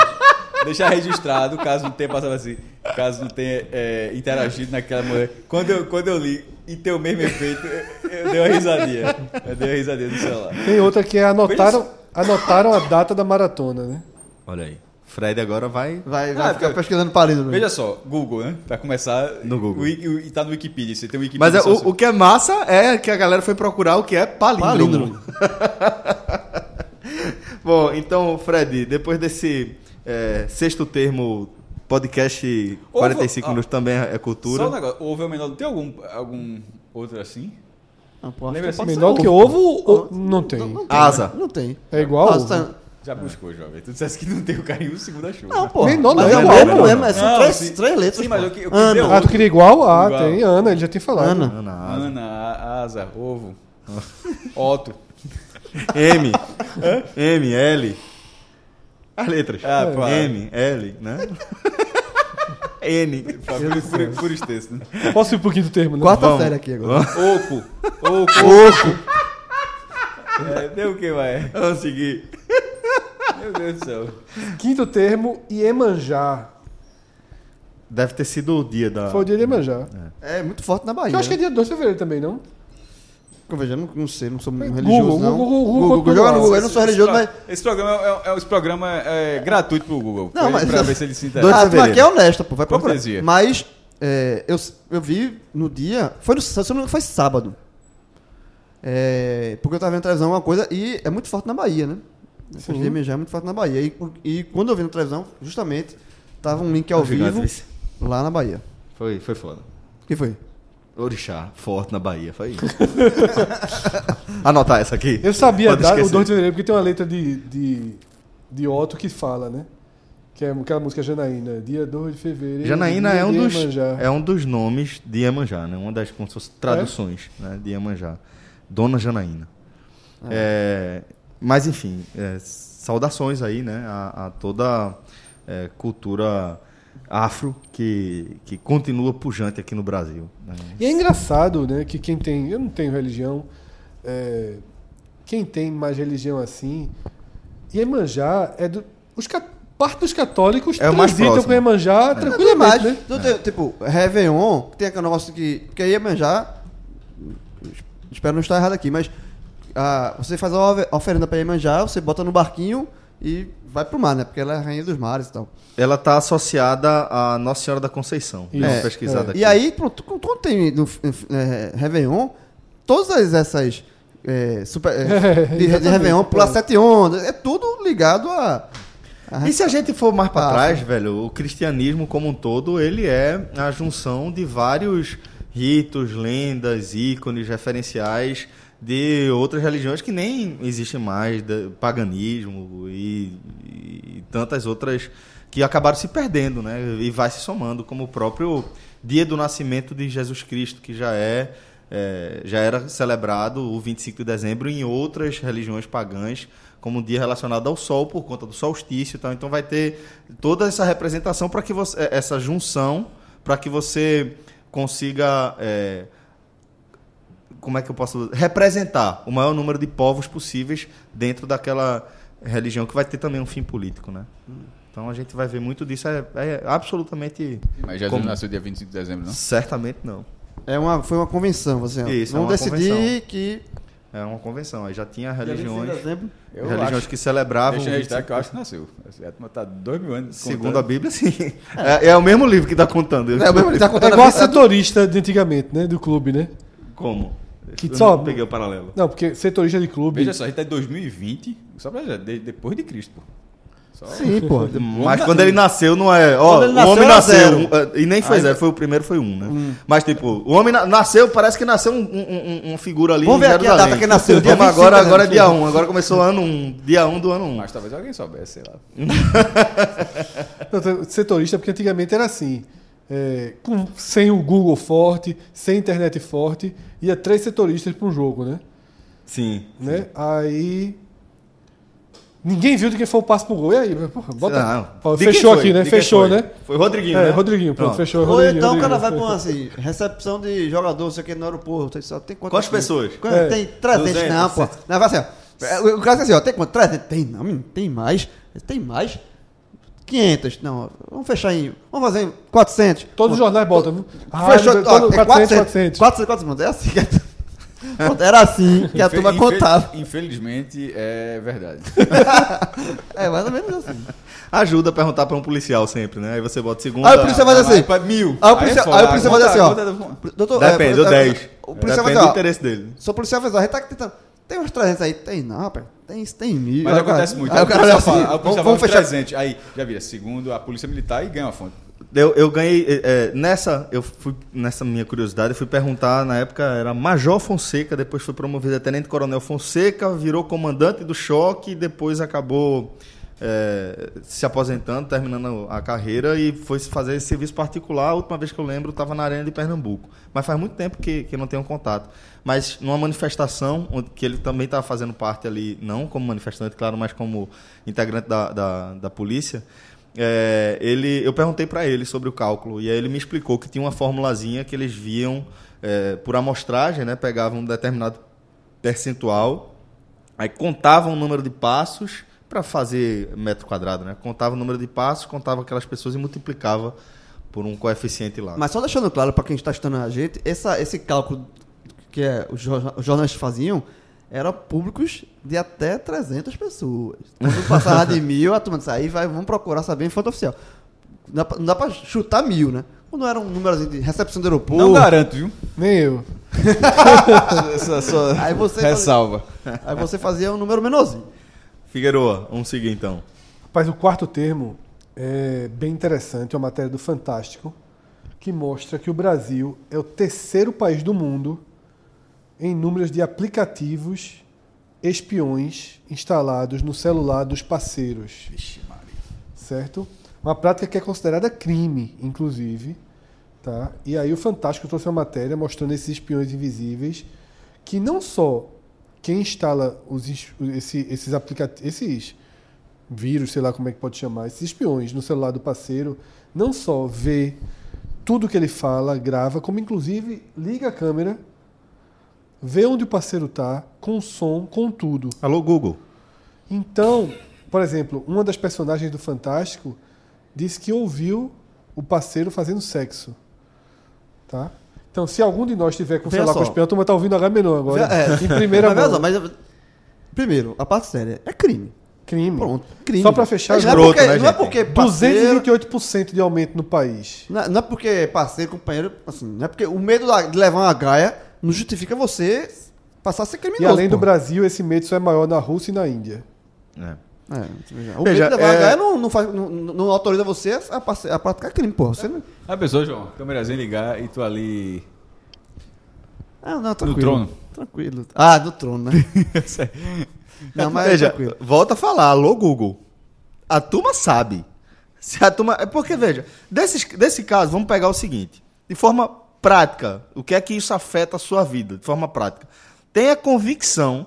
Speaker 4: Deixar registrado, caso não tenha passado assim, caso não tenha é, interagido naquela mulher. Quando eu, quando eu li e tem o mesmo efeito, eu, eu dei uma risadinha. Eu dei uma risadinha no celular.
Speaker 6: Tem outra que é anotaram, anotaram a data da maratona, né?
Speaker 7: Olha aí. Fred agora vai.
Speaker 5: Vai, vai
Speaker 4: Ah,
Speaker 5: ficar
Speaker 4: porque-
Speaker 5: pesquisando palíndromo.
Speaker 4: Veja só, Google, né? Pra começar.
Speaker 7: No Google.
Speaker 4: o Wiki- o- E tá no Wikipedia. Você tem o Wikipedia.
Speaker 7: Mas é,
Speaker 4: só
Speaker 7: o, o que é massa é que a galera foi procurar o que é palíndromo.
Speaker 5: Palíndromo.
Speaker 7: Bom, então, Fred, depois desse é, sexto termo, podcast
Speaker 4: Ou
Speaker 7: 45
Speaker 4: vo-
Speaker 7: minutos também é cultura.
Speaker 4: Só um negócio, ovo é o menor. Tem algum, algum outro assim?
Speaker 5: Não, pô, acho
Speaker 4: Lembra
Speaker 5: que pode
Speaker 4: assim?
Speaker 5: ser
Speaker 6: Menor
Speaker 5: ovo.
Speaker 6: que ovo, ou- não tem.
Speaker 5: Não tem,
Speaker 7: Asa.
Speaker 5: Não tem.
Speaker 6: É igual?
Speaker 5: Asa
Speaker 6: ovo?
Speaker 5: tá-
Speaker 4: Já buscou, jovem. Tu disseste que não tem o carinho do segundo achou.
Speaker 5: Não, pô.
Speaker 6: Menor
Speaker 5: mas é
Speaker 6: não,
Speaker 5: o
Speaker 6: menor
Speaker 5: mesmo,
Speaker 6: não.
Speaker 5: mesmo. é- São
Speaker 4: Não,
Speaker 5: três,
Speaker 4: sim.
Speaker 5: três letras.
Speaker 4: Sim, mas
Speaker 5: pô.
Speaker 4: eu que- eu quis
Speaker 5: Ana.
Speaker 4: dizer
Speaker 6: Ah, tu queria igual? Ah,
Speaker 4: Igual.
Speaker 6: tem. Ana, ele já tem falado.
Speaker 5: Ana.
Speaker 7: Ana, asa.
Speaker 4: Ana, a- asa, ovo, Otto.
Speaker 7: M, M, L. As letras.
Speaker 4: Ah, pô.
Speaker 7: M, L, né? N.
Speaker 4: Por, por, por extenso, né?
Speaker 6: Posso ir pro quinto termo, né?
Speaker 5: Quarta
Speaker 7: Vamos.
Speaker 5: série aqui agora.
Speaker 4: Oco. Oco. Oco. É, deu o que, vai?
Speaker 7: Vamos seguir.
Speaker 4: Meu Deus do céu.
Speaker 6: Quinto termo, Iemanjá.
Speaker 7: Deve ter sido o dia da.
Speaker 6: Foi o dia de Iemanjá.
Speaker 5: É muito forte na Bahia.
Speaker 6: Que eu acho que é
Speaker 5: né?
Speaker 6: dia 2 de fevereiro também, não?
Speaker 5: Veja, não, não sei, não sou muito
Speaker 6: Google,
Speaker 5: religioso, não.
Speaker 6: Google, Google, Google,
Speaker 5: Google, joga no Google, eu não sou
Speaker 4: Esse
Speaker 5: religioso,
Speaker 4: pro-
Speaker 5: mas...
Speaker 4: Esse programa é, é- esse programa é gratuito pro Google.
Speaker 5: Não, mas-
Speaker 4: Pra ver se ele se interessa.
Speaker 7: Dois de
Speaker 5: Ah, mas
Speaker 7: fevereiro.
Speaker 5: aqui é honesta, pô, vai procurar.
Speaker 4: Cortesia.
Speaker 5: Mas é, eu, eu vi no dia, foi no, se eu não me engano, foi sábado. É, porque eu tava vendo televisão uma coisa e é muito forte na Bahia, né? Esse IMG é muito forte na Bahia. E, e quando eu vi na televisão, justamente, tava um link ao
Speaker 7: Obrigado,
Speaker 5: vivo
Speaker 7: Luiz.
Speaker 5: lá na Bahia.
Speaker 7: Foi, foi foda.
Speaker 5: O que foi?
Speaker 7: Orixá, forte na Bahia, foi isso. Anotar essa aqui.
Speaker 6: Eu sabia
Speaker 7: Pode
Speaker 6: dar o 2
Speaker 7: esquecer.
Speaker 6: de fevereiro, porque tem uma letra de, de, de Otto que fala, né? Que é aquela música Janaína. Dia 2 de fevereiro.
Speaker 7: Janaína
Speaker 6: dia
Speaker 7: é um,
Speaker 6: de
Speaker 7: dos,
Speaker 6: Iemanjá.
Speaker 7: é um dos nomes de Iemanjá, né? Uma das como se fosse, traduções
Speaker 6: É?
Speaker 7: né? de Iemanjá. Dona Janaína.
Speaker 6: Ah.
Speaker 7: É, mas, enfim, é, saudações aí, né? A, a toda é, cultura afro que, que continua pujante aqui no Brasil. né?
Speaker 6: E é engraçado, né, que quem tem. Eu não tenho religião. é, quem tem mais religião assim. Iemanjá é do. Os, ca- parte dos católicos
Speaker 7: É o mais
Speaker 6: transitam
Speaker 7: próximo. É.
Speaker 6: com Iemanjá
Speaker 5: mais.
Speaker 6: tranquilamente, né?
Speaker 5: Então, tem- Tipo, Réveillon, tem aquele negócio que. Porque aí Iemanjá. Espero não estar errado aqui, mas. ah, você faz a ove- oferenda pra Iemanjá, você bota no barquinho e vai pro mar, né? Porque ela é a rainha dos mares e tal.
Speaker 7: Ela está associada à Nossa Senhora da Conceição. Dá uma
Speaker 6: Isso, É.
Speaker 7: pesquisada aqui.
Speaker 5: E aí, pronto, quando quando tem eh, no, f- é, Réveillon, todas essas. é, super, é, de, de
Speaker 6: exatamente,
Speaker 5: Réveillon, pular
Speaker 6: é.
Speaker 5: sete ondas, é tudo ligado a.
Speaker 7: E se a gente for mais para
Speaker 5: Ah,
Speaker 7: trás, velho, o cristianismo como um todo, ele é a junção de vários ritos, lendas, ícones, referenciais de outras religiões que nem existem mais, da- paganismo e, e tantas outras que acabaram se perdendo, né? E vai se somando, como o próprio dia do nascimento de Jesus Cristo, que já é é, já era celebrado o 25 de dezembro em outras religiões pagãs como um dia relacionado ao sol por conta do solstício e tal. Então vai ter toda essa representação para que você é, essa junção para que você consiga é, como é que eu posso representar o maior número de povos possíveis dentro daquela religião que vai ter também um fim político, né? Então a gente vai ver muito disso é, é absolutamente
Speaker 4: Mas Jesus
Speaker 7: como-
Speaker 4: nasceu dia 25 de dezembro, não?
Speaker 7: certamente não.
Speaker 5: É uma, foi uma convenção, você.
Speaker 7: Isso, é
Speaker 5: Vamos
Speaker 7: uma
Speaker 5: decidir
Speaker 7: convenção.
Speaker 5: que.
Speaker 7: É uma convenção, aí já tinha
Speaker 5: Dia 25 de
Speaker 7: religiões,
Speaker 5: dezembro, eu
Speaker 7: religiões que celebravam
Speaker 4: Deixa eu
Speaker 7: o
Speaker 4: registrar
Speaker 7: 25
Speaker 4: que eu acho que nasceu. Essa época tá dois mil anos.
Speaker 7: Segundo a Bíblia, sim. É, é o mesmo livro que está contando. Eu
Speaker 5: É, o mesmo que tá
Speaker 6: É
Speaker 5: contando
Speaker 6: igual a
Speaker 5: vida-
Speaker 6: setorista de antigamente, né? Do clube, né?
Speaker 7: Como?
Speaker 6: Que
Speaker 7: eu
Speaker 6: só-
Speaker 7: não peguei o paralelo.
Speaker 6: Não, porque setorista de clube.
Speaker 4: Veja só, a gente tá em 2020, só pra já, de- depois de Cristo, pô. Só...
Speaker 5: Sim, pô.
Speaker 7: Mas quando ele nasceu, não é. Ó,
Speaker 5: Quando ele
Speaker 7: o
Speaker 5: nasceu,
Speaker 7: homem
Speaker 5: era
Speaker 7: nasceu.
Speaker 5: zero.
Speaker 7: um, eh, e nem foi zero, foi o primeiro, foi um, né? Mas, tipo, o homem na- nasceu, parece que nasceu um, um, um- um figura ali.
Speaker 5: Vamos
Speaker 7: em
Speaker 5: ver aqui a
Speaker 7: Jerusalém.
Speaker 5: data que nasceu, dia
Speaker 7: Vamos agora,
Speaker 5: 25,
Speaker 7: agora é
Speaker 5: né?
Speaker 7: dia 1. Agora começou o ano 1, dia 1 do ano 1.
Speaker 4: Mas talvez alguém soubesse, sei lá.
Speaker 6: Não, tem- setorista, porque antigamente era assim. é, com- sem o Google forte, sem internet forte, ia três setoristas para um jogo, né?
Speaker 7: Sim.
Speaker 6: né? Aí. Ninguém viu de quem foi o passe pro gol. E aí, porra, bota.
Speaker 7: Ah, Não.
Speaker 6: Ah, Ó,
Speaker 7: De quem
Speaker 6: fechou
Speaker 7: foi?
Speaker 6: aqui, né?
Speaker 7: De quem
Speaker 6: Fechou,
Speaker 7: foi?
Speaker 6: né?
Speaker 7: Foi Rodriguinho,
Speaker 6: é,
Speaker 7: né?
Speaker 6: Rodriguinho, pronto, fechou.
Speaker 5: Ou
Speaker 6: Rodriguinho,
Speaker 5: então o cara vai
Speaker 6: Rodriguinho.
Speaker 5: pra uma assim, recepção de jogador, sei o que, no aeroporto. Sei só, tem quantas,
Speaker 7: Quantas pessoas?
Speaker 5: Quantas?
Speaker 6: É.
Speaker 5: Tem 300,
Speaker 7: 200,
Speaker 5: não, pô. Não, vai assim, ó. É, O o cara diz assim, ó, tem quanto? 300? Tem, não, menino, tem mais. Tem mais? 500, não. Vamos fechar em. Vamos fazer em 400.
Speaker 6: Todos os
Speaker 5: Pô,
Speaker 6: jornais botam. viu? Ah,
Speaker 5: Fechou,
Speaker 6: todo-
Speaker 5: ó, é
Speaker 6: 400,
Speaker 5: 400.
Speaker 6: 400.
Speaker 5: 400, 400. É assim que a tu- Pronto, Era assim que a turma
Speaker 4: Infel-
Speaker 5: contava.
Speaker 4: Infelizmente, é verdade.
Speaker 5: É mais ou menos assim.
Speaker 7: Ajuda a perguntar pra um policial sempre, né? Aí você bota segunda.
Speaker 5: Aí o policial faz assim.
Speaker 4: Pra Tá mil.
Speaker 7: é
Speaker 4: é
Speaker 5: Aí o policial, aí o policial faz
Speaker 4: Conta-
Speaker 5: assim, ó.
Speaker 4: conta-
Speaker 5: Doutor, é,
Speaker 7: Depende, ou
Speaker 5: é,
Speaker 7: 10.
Speaker 5: O policial
Speaker 7: Depende
Speaker 5: faz
Speaker 7: do
Speaker 5: assim, ó.
Speaker 7: interesse dele.
Speaker 5: Sou policial federal, a gente tá tentando. Tem uns 300 aí? Tem não, rapaz. Tem, tem mil.
Speaker 4: Mas
Speaker 5: Aí o cara-
Speaker 4: acontece muito.
Speaker 5: Aí o cara olha
Speaker 4: policial
Speaker 5: assim,
Speaker 4: fala- aí o
Speaker 5: vamos,
Speaker 4: policial
Speaker 5: vamos
Speaker 4: fala
Speaker 5: fechar.
Speaker 4: presente. Aí, já vira, segundo a polícia militar e ganha uma fonte.
Speaker 7: Eu, eu ganhei. é, é, nessa, eu fui, nessa minha curiosidade, eu fui perguntar, na época era Major Fonseca, depois foi promovido a Tenente Coronel Fonseca, virou comandante do choque, e depois acabou é, se aposentando, terminando a carreira e foi fazer esse serviço particular. A última vez que eu lembro, estava na Arena de Pernambuco. Mas faz muito tempo que, que eu não tenho contato. Mas numa manifestação, onde- que ele também estava fazendo parte ali, não como manifestante, claro, mas como integrante da, da, da polícia. É, ele, eu perguntei para ele sobre o cálculo e aí ele me explicou que tinha uma formulazinha que eles viam é, por amostragem, né? Pegavam um determinado percentual, aí contavam o número de passos para fazer metro quadrado, né? Contava o número de passos, contava aquelas pessoas e multiplicava por um coeficiente lá.
Speaker 5: Mas só deixando claro pra quem está estudando a gente, essa, esse cálculo que é, os, jorna- os jornalistas faziam era públicos de até 300 pessoas. Quando passava de mil, a turma disse, aí vai, vamos procurar saber em fonte oficial. Não dá pra- não dá pra chutar mil, né? Quando era um número de recepção do aeroporto.
Speaker 4: Não garanto, viu?
Speaker 6: Nem eu.
Speaker 4: Essa sua
Speaker 5: Aí você-
Speaker 4: ressalva.
Speaker 5: Aí você fazia um número menorzinho.
Speaker 7: Figueroa, vamos seguir então.
Speaker 6: Rapaz, o quarto termo é bem interessante, é uma matéria do Fantástico, que mostra que o Brasil é o terceiro país do mundo em números de aplicativos espiões instalados no celular dos parceiros. Certo? Uma prática que é considerada crime, inclusive. Tá? E aí o Fantástico trouxe uma matéria mostrando esses espiões invisíveis que não só quem instala os, es- esse, esses aplicativos, esses vírus, sei lá como é que pode chamar, esses espiões no celular do parceiro, não só vê tudo que ele fala, grava, como inclusive liga a câmera, vê onde o parceiro tá, com som, com tudo.
Speaker 7: Alô Google.
Speaker 6: Então, por exemplo, uma das personagens do Fantástico disse que ouviu o parceiro fazendo sexo. Tá? Então, se algum de nós tiver com o
Speaker 5: Veja
Speaker 6: celular com
Speaker 5: só.
Speaker 6: espião, a turma tá ouvindo H menor agora.
Speaker 5: É.
Speaker 6: Em primeira
Speaker 5: mas,
Speaker 6: mão.
Speaker 5: mas, mas, primeiro, a parte séria, é crime.
Speaker 6: Crime.
Speaker 5: Pronto, crime.
Speaker 6: Só pra fechar,
Speaker 5: Mas não é
Speaker 7: escroto,
Speaker 5: porque,
Speaker 7: né,
Speaker 5: não é
Speaker 7: gente?
Speaker 5: porque
Speaker 7: um
Speaker 5: parceiro,
Speaker 6: 228% de aumento no país.
Speaker 5: não é- não é porque parceiro, companheiro, assim, não é porque o medo da- de levar uma gaia não justifica você passar a ser
Speaker 6: E
Speaker 5: criminoso.
Speaker 6: além do
Speaker 5: pô.
Speaker 6: Brasil, esse medo só é maior na Rússia e na Índia.
Speaker 7: É.
Speaker 5: É, o
Speaker 7: Veja,
Speaker 5: medo de levar
Speaker 7: é-
Speaker 5: uma gaia não, não, faz, não, não autoriza você a, parce- a praticar crime, pô. Você não...
Speaker 4: A pessoa, João, câmerazinha ligar e tu ali.
Speaker 5: Ah, não, tranquilo.
Speaker 4: trono.
Speaker 5: Tranquilo. Ah, do trono, né? não, mas é
Speaker 7: veja,
Speaker 5: tranquilo.
Speaker 7: volta a falar, alô Google. A turma sabe. Se a turma, é porque veja, desses, desse caso, vamos pegar o seguinte, de forma prática, o que é que isso afeta a sua vida, de forma prática? Tenha convicção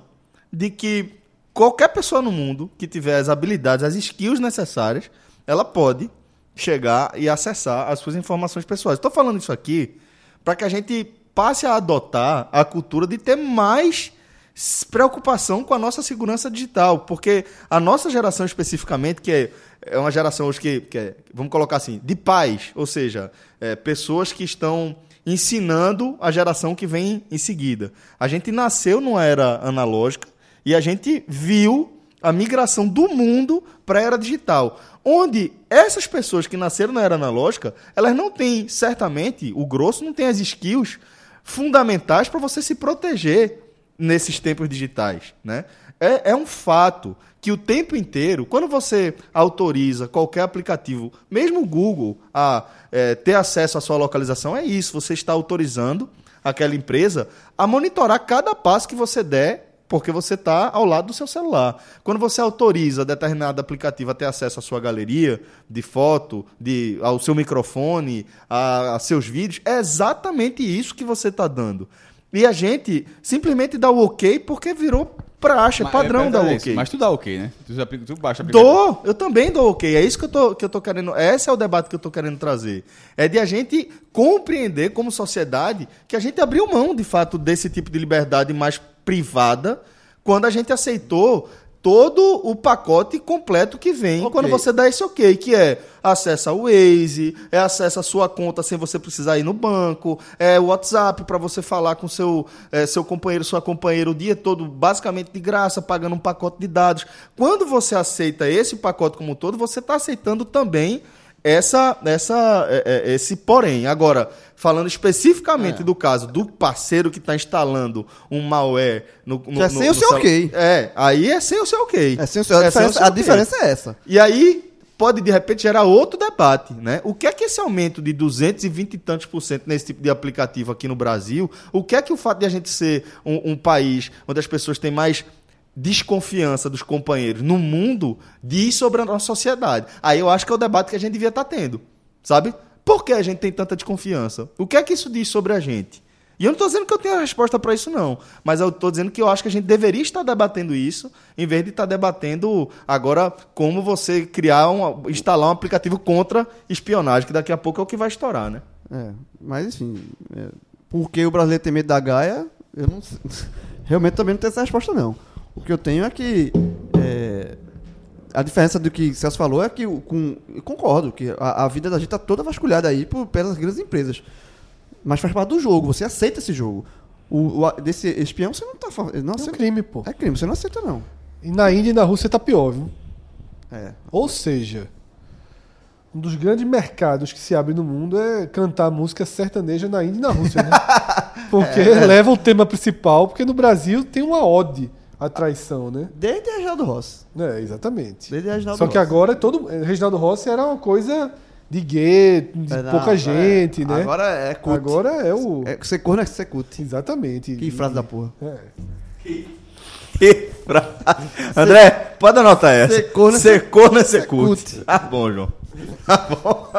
Speaker 7: de que qualquer pessoa no mundo que tiver as habilidades, as skills necessárias, ela pode chegar e acessar as suas informações pessoais. Estou falando isso aqui para que a gente passe a adotar a cultura de ter mais preocupação com a nossa segurança digital, porque a nossa geração especificamente, que é, é uma geração hoje que, que é, vamos colocar assim, de pais, ou seja, é, pessoas que estão ensinando a geração que vem em seguida. A gente nasceu numa era analógica e a gente viu a migração do mundo para a era digital, onde essas pessoas que nasceram na era analógica, elas não têm, certamente, o grosso não tem as skills fundamentais para você se proteger nesses tempos digitais, né? É, é, um fato que o tempo inteiro, quando você autoriza qualquer aplicativo, mesmo o Google, a é, ter acesso à sua localização, é isso. Você está autorizando aquela empresa a monitorar cada passo que você der porque você está ao lado do seu celular. Quando você autoriza determinado aplicativo a ter acesso à sua galeria de foto, de, ao seu microfone, a, a seus vídeos, é exatamente isso que você está dando. E a gente simplesmente dá o ok porque virou praxe,
Speaker 4: Mas-
Speaker 7: padrão
Speaker 4: é,
Speaker 7: dar o
Speaker 4: é isso,
Speaker 7: ok.
Speaker 4: Mas tu dá ok, né? Tu, já- tu baixa a
Speaker 7: Dou, eu também dou ok. É isso que eu tô, que eu tô querendo. Esse é o debate que eu tô querendo trazer. É de a gente compreender como sociedade que a gente abriu mão, de fato, desse tipo de liberdade mais privada quando a gente aceitou todo o pacote completo que vem quando você dá esse ok, que é acesso ao Waze, é acesso à sua conta sem você precisar ir no banco, é o WhatsApp para você falar com seu eh, seu companheiro, sua companheira o dia todo basicamente de graça, pagando um pacote de dados. Quando você aceita esse pacote como um todo, você está aceitando também essa, essa, é, é, esse porém. Agora, falando
Speaker 5: É.
Speaker 7: especificamente do caso do parceiro que está instalando um malware no, no,
Speaker 5: é
Speaker 7: no-
Speaker 5: sem
Speaker 7: no
Speaker 5: o seu
Speaker 7: celu-
Speaker 5: ok.
Speaker 7: É, aí é sem o seu ok.
Speaker 5: É, sem o seu- a,
Speaker 7: É sem o
Speaker 5: diferença,
Speaker 7: seu
Speaker 5: a
Speaker 7: ok.
Speaker 5: diferença é essa.
Speaker 7: E aí pode, de repente, gerar outro debate, né? O que é que esse aumento de 220 e tantos por cento nesse tipo de aplicativo aqui no Brasil, o que é que o fato de a gente ser um, um país onde as pessoas têm mais desconfiança dos companheiros no mundo diz sobre a nossa sociedade? Aí eu acho que é o debate que a gente devia estar tendo, sabe? Por que a gente tem tanta desconfiança? O que é que isso diz sobre a gente? E eu não estou dizendo que eu tenho a resposta para isso, não. Mas eu estou dizendo que eu acho que a gente deveria estar debatendo isso, em vez de estar debatendo agora como você criar um, instalar um aplicativo contra espionagem, que daqui a pouco é o que vai estourar, né?
Speaker 5: É, mas enfim, é, porque o brasileiro tem medo da Gaia, eu não sei- realmente também não tenho essa resposta não. O que eu tenho é que é, a diferença do que Celso falou é que o- com, eu concordo que a, a vida da gente tá toda vasculhada aí por, pelas grandes empresas, mas faz parte do jogo. Você aceita esse jogo. O, o a- desse espião você não tá fa- não
Speaker 6: É um
Speaker 5: aceita.
Speaker 6: crime, pô.
Speaker 5: É crime, você não aceita não.
Speaker 6: E na Índia e na Rússia tá pior, viu?
Speaker 5: É.
Speaker 6: Ou seja, um dos grandes mercados que se abre no mundo é cantar música sertaneja na Índia e na Rússia, né? Porque
Speaker 5: É.
Speaker 6: leva o tema principal, porque no Brasil tem uma ode à traição, né?
Speaker 5: Desde Reginaldo Rossi.
Speaker 6: É, exatamente.
Speaker 5: Desde Reginaldo
Speaker 6: Só que
Speaker 5: Rossi.
Speaker 6: agora todo eh, Reginaldo Rossi era uma coisa de gueto, de
Speaker 5: É, não,
Speaker 6: pouca
Speaker 5: agora é-
Speaker 6: gente, né?
Speaker 5: Agora é cult.
Speaker 6: Agora é o
Speaker 5: É, você corno é que você cute.
Speaker 6: exatamente.
Speaker 5: Que frase da porra.
Speaker 6: É.
Speaker 7: André, pode anotar essa.
Speaker 5: Secou na-
Speaker 7: Secou na secute. Ah, bom, João. Tá bom.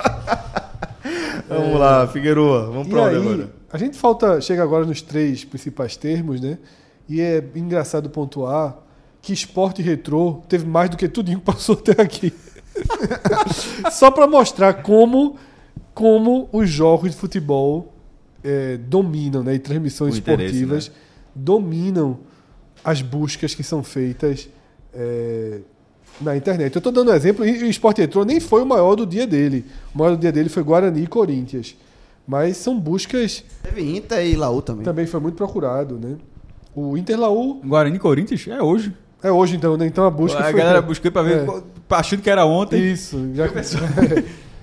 Speaker 7: vamos lá, Figueroa, vamos
Speaker 6: E
Speaker 7: pra onde
Speaker 6: aí,
Speaker 7: agora?
Speaker 6: a gente falta, chega agora nos três principais termos, né? E é engraçado pontuar que esporte retrô teve mais do que tudinho que passou até aqui. Só para mostrar como, como os jogos de futebol eh, dominam, né? E transmissões
Speaker 7: O interesse, né?
Speaker 6: esportivas dominam as buscas que são feitas eh, na internet. Eu estou dando um exemplo, e o Sport Retrô nem foi o maior do dia dele. O maior do dia dele foi Guarani e Corinthians. Mas são buscas,
Speaker 5: Teve Inter e Laú também.
Speaker 6: também foi muito procurado, né? O Inter Laú
Speaker 4: Guarani e Corinthians? É hoje.
Speaker 6: é hoje então, né? Então a busca
Speaker 4: a
Speaker 6: foi...
Speaker 4: galera buscou pra ver,
Speaker 6: É.
Speaker 4: qual- achando que era ontem.
Speaker 6: Isso, já começou.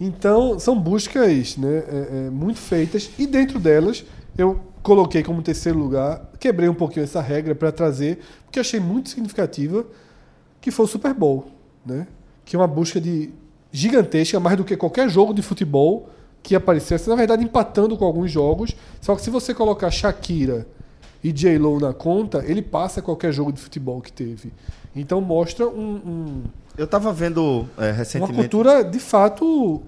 Speaker 6: então, são buscas né, é, é, muito feitas e dentro delas eu coloquei como terceiro lugar, quebrei um pouquinho essa regra para trazer, porque achei muito significativa, que foi o Super Bowl, né? Que é uma busca de gigantesca, mais do que qualquer jogo de futebol que aparecesse, na verdade empatando com alguns jogos, só que se você colocar Shakira e J-Lo na conta, ele passa qualquer jogo de futebol que teve. Então mostra um- um,
Speaker 7: Eu tava vendo é,
Speaker 6: uma
Speaker 7: recentemente.
Speaker 6: cultura, de fato,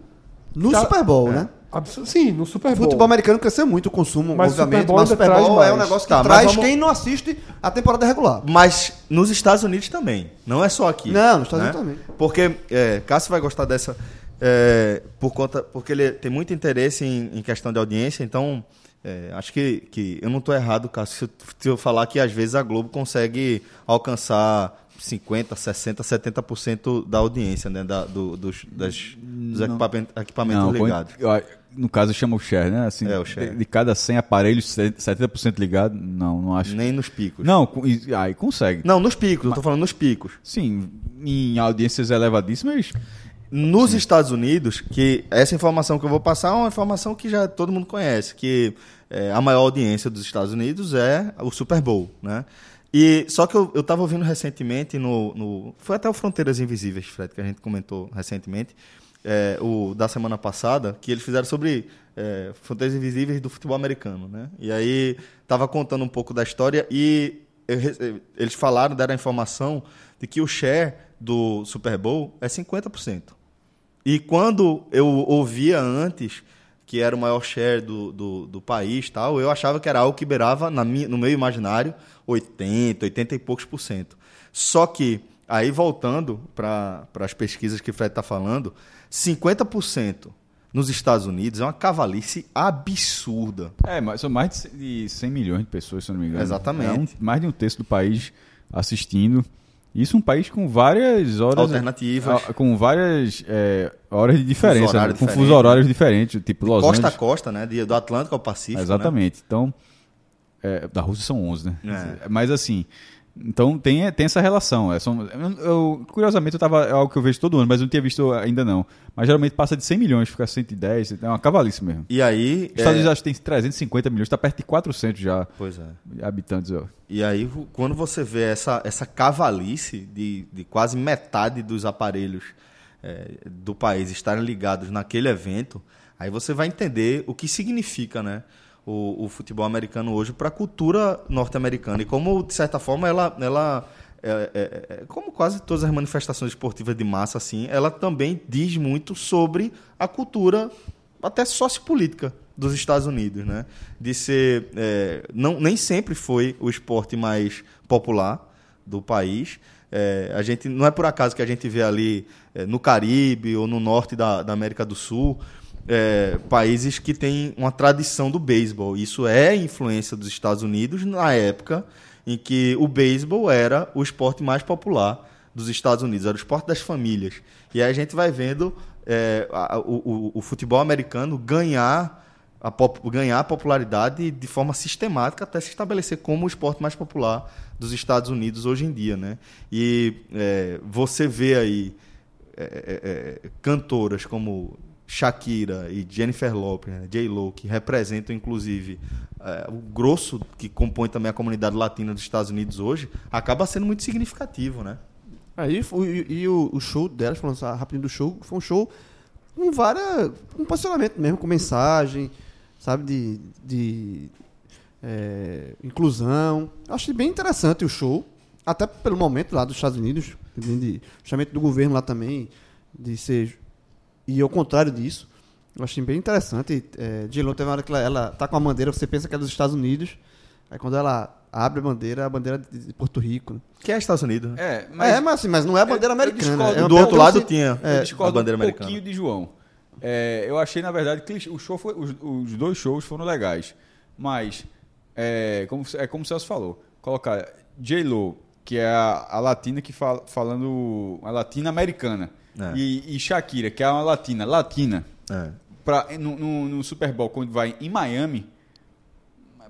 Speaker 5: No
Speaker 6: Tá-
Speaker 5: Super Bowl, né?
Speaker 6: absurdo. Sim, no Super Bowl.
Speaker 5: Futebol americano cresceu muito o consumo,
Speaker 6: Mas
Speaker 5: obviamente,
Speaker 6: Super Bowl
Speaker 5: mas
Speaker 6: ainda
Speaker 5: Super Bowl
Speaker 6: traz
Speaker 5: é um
Speaker 6: mais.
Speaker 5: negócio que
Speaker 7: Tá, mas
Speaker 5: traz
Speaker 7: vamos-
Speaker 5: quem não assiste a temporada regular.
Speaker 7: Mas nos Estados Unidos também. Não é só aqui.
Speaker 5: Não, nos Estados Unidos
Speaker 7: também. Porque é, Cássio vai gostar dessa é, por conta porque ele tem muito interesse em, em questão de audiência. Então é, acho que, que eu não estou errado, Cássio, se eu, se eu falar que às vezes a Globo consegue alcançar 50, 60, 70% da audiência né, da- do- dos, das- dos equipamen- equipamentos
Speaker 4: Não,
Speaker 7: ligados.
Speaker 4: quando- ó, no caso chama o share, né? Assim,
Speaker 7: Tá É, o share.
Speaker 4: De, de cada 100 aparelhos, 70% ligado? Não, não acho. é
Speaker 7: Nem nos picos.
Speaker 4: Não, com- e- aí consegue.
Speaker 7: Não, nos picos, eu tô falando nos picos.
Speaker 4: Sim, em audiências elevadíssimas,
Speaker 7: Nos Estados Unidos, que essa informação que eu vou passar é uma informação que já todo mundo conhece, que é, a maior audiência dos Estados Unidos é o Super Bowl, né? E só que eu, eu tava ouvindo recentemente no, no- foi até o Fronteiras Invisíveis, Fred, que a gente comentou recentemente, é, o da semana passada, que eles fizeram sobre é, Fronteiras Invisíveis do futebol americano, né? E aí tava contando um pouco da história e eu re- eles falaram, deram a informação de que o share do Super Bowl é 50%. E quando eu ouvia antes que era o maior share do, do, do país tal, eu achava que era algo que beirava, na minha, no meu imaginário, 80, 80 e poucos por cento. Só que, aí voltando para as pesquisas que o Fred está falando, 50% nos Estados Unidos é uma cavalice absurda.
Speaker 4: É, mas são mais de c- de 100 milhões de pessoas, se eu não me engano.
Speaker 7: Exatamente.
Speaker 4: É um- mais de um terço do país assistindo. Isso é um país com várias horas.
Speaker 7: Alternativas.
Speaker 4: a- Com várias é, horas de diferença.
Speaker 7: horário
Speaker 4: com
Speaker 7: diferente. né?
Speaker 4: fuso horários diferentes, tipo Los
Speaker 7: costa a
Speaker 4: Angeles.
Speaker 7: costa, né? De- Do Atlântico ao Pacífico. Né?
Speaker 4: Exatamente. Então, é, da Rússia são 11, né?
Speaker 7: É.
Speaker 4: Mas assim, então tem, tem essa relação. É, são- eu- eu- curiosamente, eu tava, é algo que eu vejo todo ano, mas eu não tinha visto ainda não. Mas geralmente passa de 100 milhões, fica 110, é uma cavalice mesmo.
Speaker 7: E aí.
Speaker 4: Os Estados
Speaker 7: é,
Speaker 4: Unidos acho que tem 350 milhões, está perto de 400 já
Speaker 7: Pois é.
Speaker 4: habitantes. Ó.
Speaker 7: E aí, vo- quando você vê essa, essa cavalice de, de quase metade dos aparelhos eh, do país estarem ligados naquele evento, aí você vai entender o que significa né, o, o futebol americano hoje para a cultura norte-americana. E como, de certa forma, ela. ela é- é- é- como quase todas as manifestações esportivas de massa, assim, ela também diz muito sobre a cultura até sociopolítica dos Estados Unidos, né? De ser é, não nem sempre foi o esporte mais popular do país. É, a gente não é por acaso que a gente vê ali é, no Caribe ou no norte da, da América do Sul é, países que têm uma tradição do beisebol. Isso é influência dos Estados Unidos na época em que o beisebol era o esporte mais popular dos Estados Unidos, era o esporte das famílias. E aí a gente vai vendo é, a- o, o- o futebol americano ganhar a, pop- ganhar a popularidade de forma sistemática até se estabelecer como o esporte mais popular dos Estados Unidos hoje em dia. Né? E é, você vê aí é, é, é, cantoras como Shakira e Jennifer Lopez, né, J-Lo, que representam inclusive é, o grosso que compõe também a comunidade latina dos Estados Unidos hoje, acaba sendo muito significativo, né?
Speaker 5: Aí o- e, e o, o show delas, falando só rapidinho do show, foi um show com várias. um posicionamento mesmo, com mensagem, sabe, de. de é, inclusão. Eu achei bem interessante o show, até pelo momento lá dos Estados Unidos, também de, justamente do governo lá também, de ser. E ao contrário disso, eu achei bem interessante. É, Dilon teve uma hora que ela, ela tá com a bandeira, você pensa que é dos Estados Unidos, aí quando ela abre a bandeira, é a bandeira de de Porto Rico. né?
Speaker 7: Que é Estados Unidos. né?
Speaker 4: É,
Speaker 5: é, mas, assim, mas não é a bandeira americana.
Speaker 4: discordo um
Speaker 5: é uma
Speaker 7: do outro
Speaker 5: bandeira
Speaker 7: lado
Speaker 5: que-
Speaker 7: tinha
Speaker 4: eu
Speaker 7: a
Speaker 4: discordo
Speaker 7: bandeira
Speaker 4: um
Speaker 7: americana.
Speaker 4: pouquinho de João. É, eu achei, na verdade, clichê. O show foi, os, os dois shows foram legais. Mas, é como, é como o Celso falou, colocar J-Lo, que é a, a latina que fala, falando... A latina americana.
Speaker 7: É.
Speaker 4: E, e Shakira, que é uma latina. Latina.
Speaker 7: É.
Speaker 4: pra, no, no- no Super Bowl, quando vai em Miami,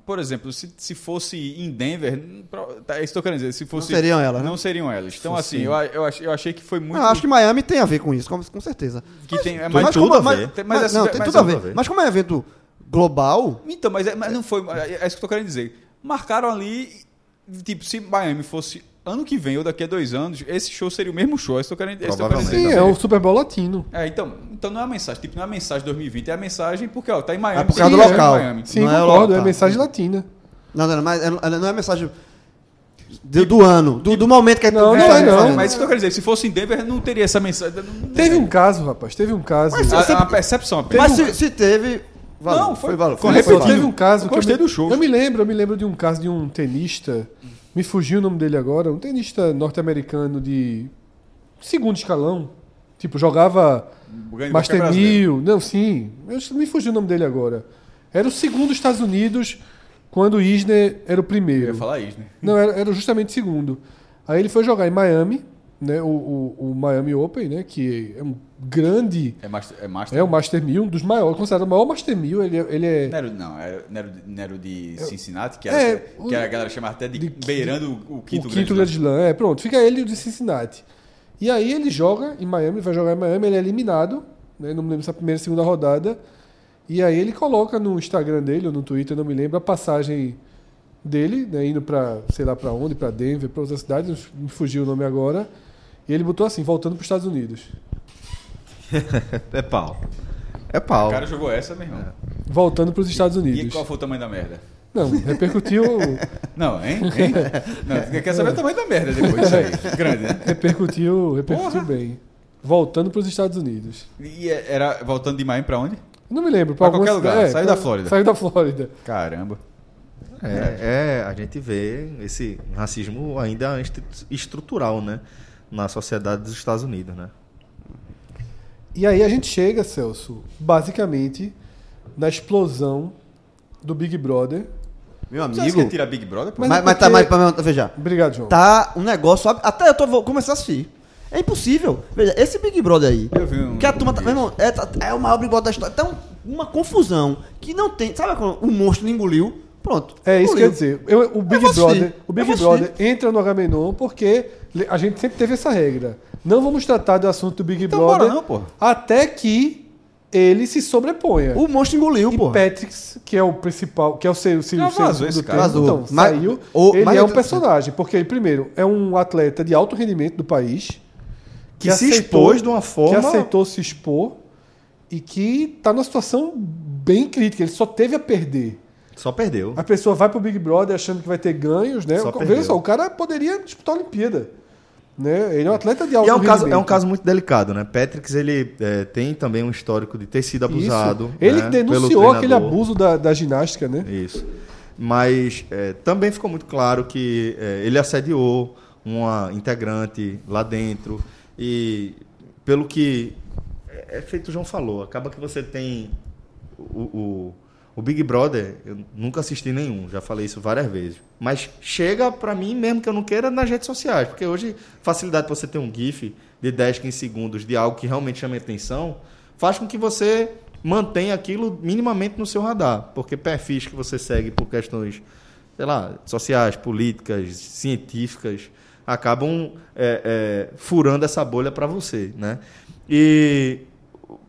Speaker 4: por exemplo, se, se fosse em Denver, pro- tá, é isso que eu quero dizer, se fosse...
Speaker 5: seriam elas, né?
Speaker 4: Não seriam elas. Então, assim, eu, a- eu, ach- eu achei que foi muito...
Speaker 5: Não, eu acho que Miami tem a ver com isso, com, com certeza.
Speaker 4: que tem, é
Speaker 5: Mas
Speaker 4: mais
Speaker 5: como-
Speaker 7: tudo a
Speaker 5: mas-
Speaker 7: ver.
Speaker 4: tem-
Speaker 5: mas-
Speaker 4: assim,
Speaker 5: não, tem
Speaker 4: mas-
Speaker 5: tudo a
Speaker 7: tudo a
Speaker 5: ver.
Speaker 7: ver.
Speaker 5: Mas como é um evento global,
Speaker 4: Então, mas, é- mas não foi... É, é isso que eu tô querendo dizer. Marcaram ali, tipo, se Miami fosse ano que vem ou daqui a dois anos, esse show seria o mesmo show, é isso que eu quero, é isso que eu quero dizer.
Speaker 7: Provavelmente.
Speaker 6: Sim, é o Super Bowl latino.
Speaker 4: É, então, então não é a mensagem, tipo, não é a mensagem 2020, é a mensagem porque, ó, tá em Miami.
Speaker 5: É por causa
Speaker 4: sim,
Speaker 5: do
Speaker 4: é
Speaker 5: local.
Speaker 4: Miami.
Speaker 6: Sim,
Speaker 5: Não é
Speaker 6: concordo, é,
Speaker 5: local.
Speaker 6: mensagem latina.
Speaker 5: não, não, não, mas ela- ela não é mensagem Do, do ano, do, do momento que a gente
Speaker 6: Não,
Speaker 5: tá
Speaker 6: não é,
Speaker 5: falando.
Speaker 6: não.
Speaker 4: Mas isso que eu quero dizer, se fosse em Denver, não teria essa mensagem. não-
Speaker 6: Teve um caso, rapaz, teve um caso.
Speaker 5: Mas
Speaker 4: A, a percepção, a
Speaker 5: Mas
Speaker 4: percepção.
Speaker 5: se, se teve. valeu,
Speaker 4: um- Não, foi-
Speaker 5: valeu,
Speaker 4: foi
Speaker 6: Teve-
Speaker 4: repetido.
Speaker 5: valeu.
Speaker 6: teve um caso.
Speaker 4: Eu
Speaker 6: que
Speaker 4: gostei
Speaker 6: me-
Speaker 4: do show.
Speaker 6: Eu me lembro, eu me lembro de um caso de um tenista. Me fugiu o nome dele agora. Um tenista norte-americano de segundo escalão. Tipo, jogava
Speaker 4: Ganha qualquer
Speaker 6: Master
Speaker 4: brasileiro.
Speaker 6: Mil. Não, sim. Eu, me fugiu o nome dele agora. Era o segundo Estados Unidos quando o Isner era o
Speaker 4: Eu
Speaker 6: primeiro.
Speaker 4: ia falar isso, né?
Speaker 6: Não, era, era justamente segundo. Aí ele foi jogar em Miami, né? O, o- o Miami Open, né? Que é um grande.
Speaker 4: É Master. É master.
Speaker 6: É o Master 1000, um dos maiores, considerado o maior Master 1000. Ele, é- ele é.
Speaker 4: Não era, não, era, não era- não era o de Cincinnati, que, era,
Speaker 6: É,
Speaker 4: que a galera chamava até de,
Speaker 6: de-
Speaker 4: beirando o, o quinto
Speaker 6: o quinto grande slam. É, pronto. Fica ele e o de Cincinnati. E aí ele joga em Miami, vai jogar em Miami, ele é eliminado. né, Não me lembro se é a primeira ou segunda rodada. E aí ele coloca no Instagram dele ou no Twitter, não me lembro, a passagem dele, né, indo pra, sei lá pra onde, pra Denver, pra outra cidade, não me fugiu o nome agora. E ele botou assim, voltando pros Estados Unidos.
Speaker 7: É pau. É pau.
Speaker 4: O cara jogou essa, meu irmão.
Speaker 6: É, Voltando pros Estados
Speaker 4: E
Speaker 6: Unidos.
Speaker 4: qual foi o tamanho da merda?
Speaker 6: Não, repercutiu,
Speaker 4: Não, hein? hein? Não, quer saber o tamanho da merda depois disso aí. Grande, né?
Speaker 6: repercutiu, repercutiu
Speaker 4: Porra.
Speaker 6: bem. Voltando pros Estados Unidos.
Speaker 4: E é- era voltando de Miami pra onde?
Speaker 6: Não me lembro.
Speaker 4: Pra
Speaker 6: alguma
Speaker 4: qualquer
Speaker 6: cida-
Speaker 4: lugar, saiu
Speaker 6: pra-
Speaker 4: da Flórida.
Speaker 6: Saiu da Flórida.
Speaker 4: Caramba.
Speaker 7: É, é, a gente vê esse racismo ainda institu- estrutural, né? Na sociedade dos Estados Unidos, né?
Speaker 6: E aí a gente chega, Celso, basicamente na explosão do Big Brother.
Speaker 5: Meu
Speaker 4: Você acha que ia
Speaker 5: amigo.
Speaker 4: tirar Big Brother? pô?
Speaker 5: Mas,
Speaker 6: Mas é
Speaker 5: mas tá, mas,
Speaker 6: porque-
Speaker 5: mas, veja.
Speaker 6: Obrigado, João.
Speaker 5: Tá um negócio. ab- Até eu tô, vou começar a assistir. É impossível. Veja, esse Big Brother aí.
Speaker 4: Eu vi um-
Speaker 5: que a turma. Tá, meu irmão, é, tá- é o maior Big Brother da história. Tá um- uma confusão que não tem. Sabe quando o monstro não engoliu? Pronto.
Speaker 6: É isso que
Speaker 5: engoliu.
Speaker 6: eu ia dizer. Eu- o Big
Speaker 5: vou assistir.
Speaker 6: Brother, o
Speaker 5: Eu
Speaker 6: Big
Speaker 5: vou
Speaker 6: Brother entra no Agamenon porque le- a gente sempre teve essa regra. Não vamos tratar do assunto do Big
Speaker 4: Então bora
Speaker 6: Brother
Speaker 4: não, pô.
Speaker 6: até que ele se sobreponha.
Speaker 5: O monstro engoliu,
Speaker 6: E
Speaker 5: Uh, pô.
Speaker 6: Patrix, que é o principal, que é o seu, seu,
Speaker 4: Já
Speaker 6: seu
Speaker 4: vazou
Speaker 6: segundo
Speaker 4: esse cara.
Speaker 6: tempo,
Speaker 5: Vazou.
Speaker 6: então,
Speaker 5: Mas-
Speaker 6: saiu.
Speaker 5: o-
Speaker 6: ele
Speaker 5: mas
Speaker 6: é
Speaker 5: eu-
Speaker 6: um personagem, porque ele, primeiro, é um atleta de alto rendimento do país.
Speaker 7: Que se expôs de uma forma-
Speaker 6: Que aceitou se expor e que está numa situação bem crítica. Ele só teve a perder.
Speaker 7: Só perdeu.
Speaker 6: A pessoa vai pro Big Brother achando que vai ter ganhos, né?
Speaker 7: Só
Speaker 6: O- Veja
Speaker 7: perdeu.
Speaker 6: só, o cara poderia disputar a Olimpíada. Né? Ele é um atleta de alto
Speaker 7: E é um,
Speaker 6: rendimento.
Speaker 7: caso, é um caso muito delicado, né? Patrick, ele é, tem também um histórico de ter sido
Speaker 6: Isso.
Speaker 7: abusado.
Speaker 6: Ele
Speaker 7: né,
Speaker 6: denunciou
Speaker 7: pelo
Speaker 6: aquele
Speaker 7: treinador.
Speaker 6: abuso da, da ginástica, né?
Speaker 7: Isso. Mas é, também ficou muito claro que é, ele assediou uma integrante lá dentro. E pelo que. É é feito o João falou, acaba que você tem. O, o, o Big Brother, eu nunca assisti nenhum, já falei isso várias vezes. Mas chega pra mim mesmo que eu não queira nas redes sociais, porque hoje facilidade pra você ter um GIF de 10, 15 segundos de algo que realmente chame atenção faz com que você mantenha aquilo minimamente no seu radar, porque perfis que você segue por questões, sei lá, sociais, políticas, científicas, acabam é, é, furando essa bolha para você, né? E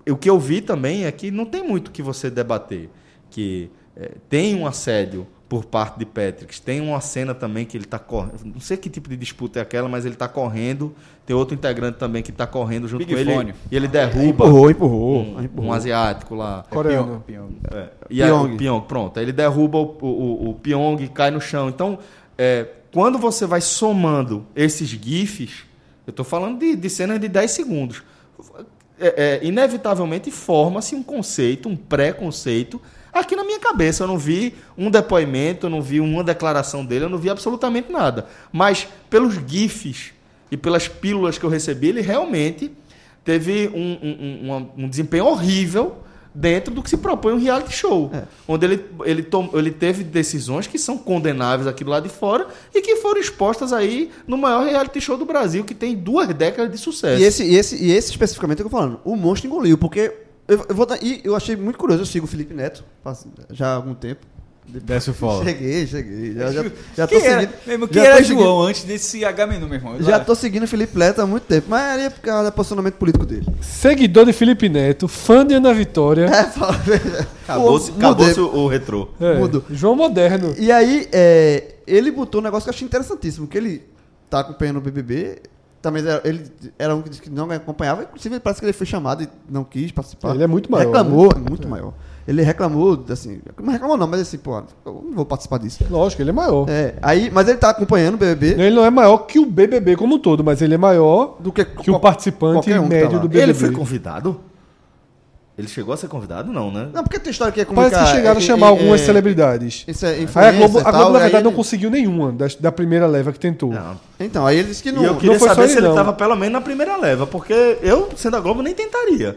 Speaker 7: o que eu vi também é que não tem muito o que você debater, que é, tem um assédio por parte de Patrick, tem uma cena também que ele está correndo, não sei que tipo de disputa é aquela, mas ele está correndo, tem outro integrante também que está correndo junto
Speaker 4: Big
Speaker 7: com ele
Speaker 4: Fone.
Speaker 7: e ele derruba
Speaker 5: Empurrou, empurrou.
Speaker 4: Hum,
Speaker 7: um, um
Speaker 5: empurrou.
Speaker 7: asiático lá.
Speaker 4: é
Speaker 6: Coreano.
Speaker 7: E aí,
Speaker 5: Pyong.
Speaker 7: o Pyong, pronto. Aí ele derruba o, o, o- o Pyong e cai no chão. Então, é, quando você vai somando esses GIFs, eu estou falando de, de cenas de 10 segundos, é, é, inevitavelmente forma-se um conceito, um pré-conceito. Aqui na minha cabeça, eu não vi um depoimento, eu não vi uma declaração dele, eu não vi absolutamente nada. Mas pelos GIFs e pelas pílulas que eu recebi, ele realmente teve um, um- um- uma- um desempenho horrível dentro do que se propõe um reality show. Onde ele, ele, tom- ele teve decisões que são condenáveis aqui do lado de fora e que foram expostas aí no maior reality show do Brasil, que tem duas décadas de sucesso.
Speaker 5: E esse, e, esse, e esse especificamente é que eu tô falando. O monstro engoliu, porque. Eu, eu vou dar- e eu achei muito curioso. Eu sigo o Felipe Neto faz- já há algum tempo.
Speaker 4: Desce o follow.
Speaker 5: Cheguei, cheguei. Já, já, já tô
Speaker 4: Quem era,
Speaker 5: seguindo.
Speaker 4: meu irmão,
Speaker 5: já
Speaker 4: quem
Speaker 5: tô
Speaker 4: era
Speaker 5: seguindo-
Speaker 4: João antes desse H-Menu, meu irmão?
Speaker 5: Já tô seguindo o Felipe Neto há muito tempo. Mas ali é por causa do posicionamento político dele.
Speaker 6: Seguidor de Felipe Neto, fã de Ana Vitória.
Speaker 5: É, fala.
Speaker 7: Acabou-se
Speaker 5: Pô,
Speaker 7: acabou-se
Speaker 5: mudei.
Speaker 7: o, o retrô.
Speaker 6: É,
Speaker 5: Mudo.
Speaker 6: João Moderno.
Speaker 5: E aí, é, ele botou um negócio que eu achei interessantíssimo, que ele tá acompanhando o BBB Também era, ele era um que disse que não acompanhava, inclusive parece que ele foi chamado e não quis participar.
Speaker 6: Ele é muito maior,
Speaker 5: Reclamou, é muito maior. Ele reclamou, assim, não reclamou não, mas assim, pô, eu não vou participar disso.
Speaker 6: Lógico, ele é maior.
Speaker 5: É, aí, mas ele tá acompanhando o BBB.
Speaker 6: Ele não é maior que o BBB como um todo, mas ele é maior
Speaker 5: Do que,
Speaker 6: que o participante
Speaker 5: qualquer um que tá
Speaker 6: médio
Speaker 5: lá.
Speaker 6: do BBB.
Speaker 7: Ele foi convidado? Ele chegou a ser convidado? Não, né?
Speaker 5: Não, porque tem história que é
Speaker 6: Parece que chegaram a chamar
Speaker 7: é,
Speaker 6: algumas celebridades.
Speaker 5: Isso é
Speaker 6: Aí a
Speaker 5: influência e
Speaker 6: Globo, a
Speaker 5: tal,
Speaker 6: Globo, na
Speaker 5: aí
Speaker 6: verdade, não
Speaker 5: ele-
Speaker 6: conseguiu nenhuma das- da primeira leva que tentou.
Speaker 7: Não.
Speaker 5: Então, aí ele disse que não.
Speaker 7: E eu queria
Speaker 6: foi só
Speaker 7: saber
Speaker 6: ele,
Speaker 7: se ele
Speaker 6: não.
Speaker 7: estava pelo menos na primeira leva, porque eu, sendo a Globo, nem tentaria.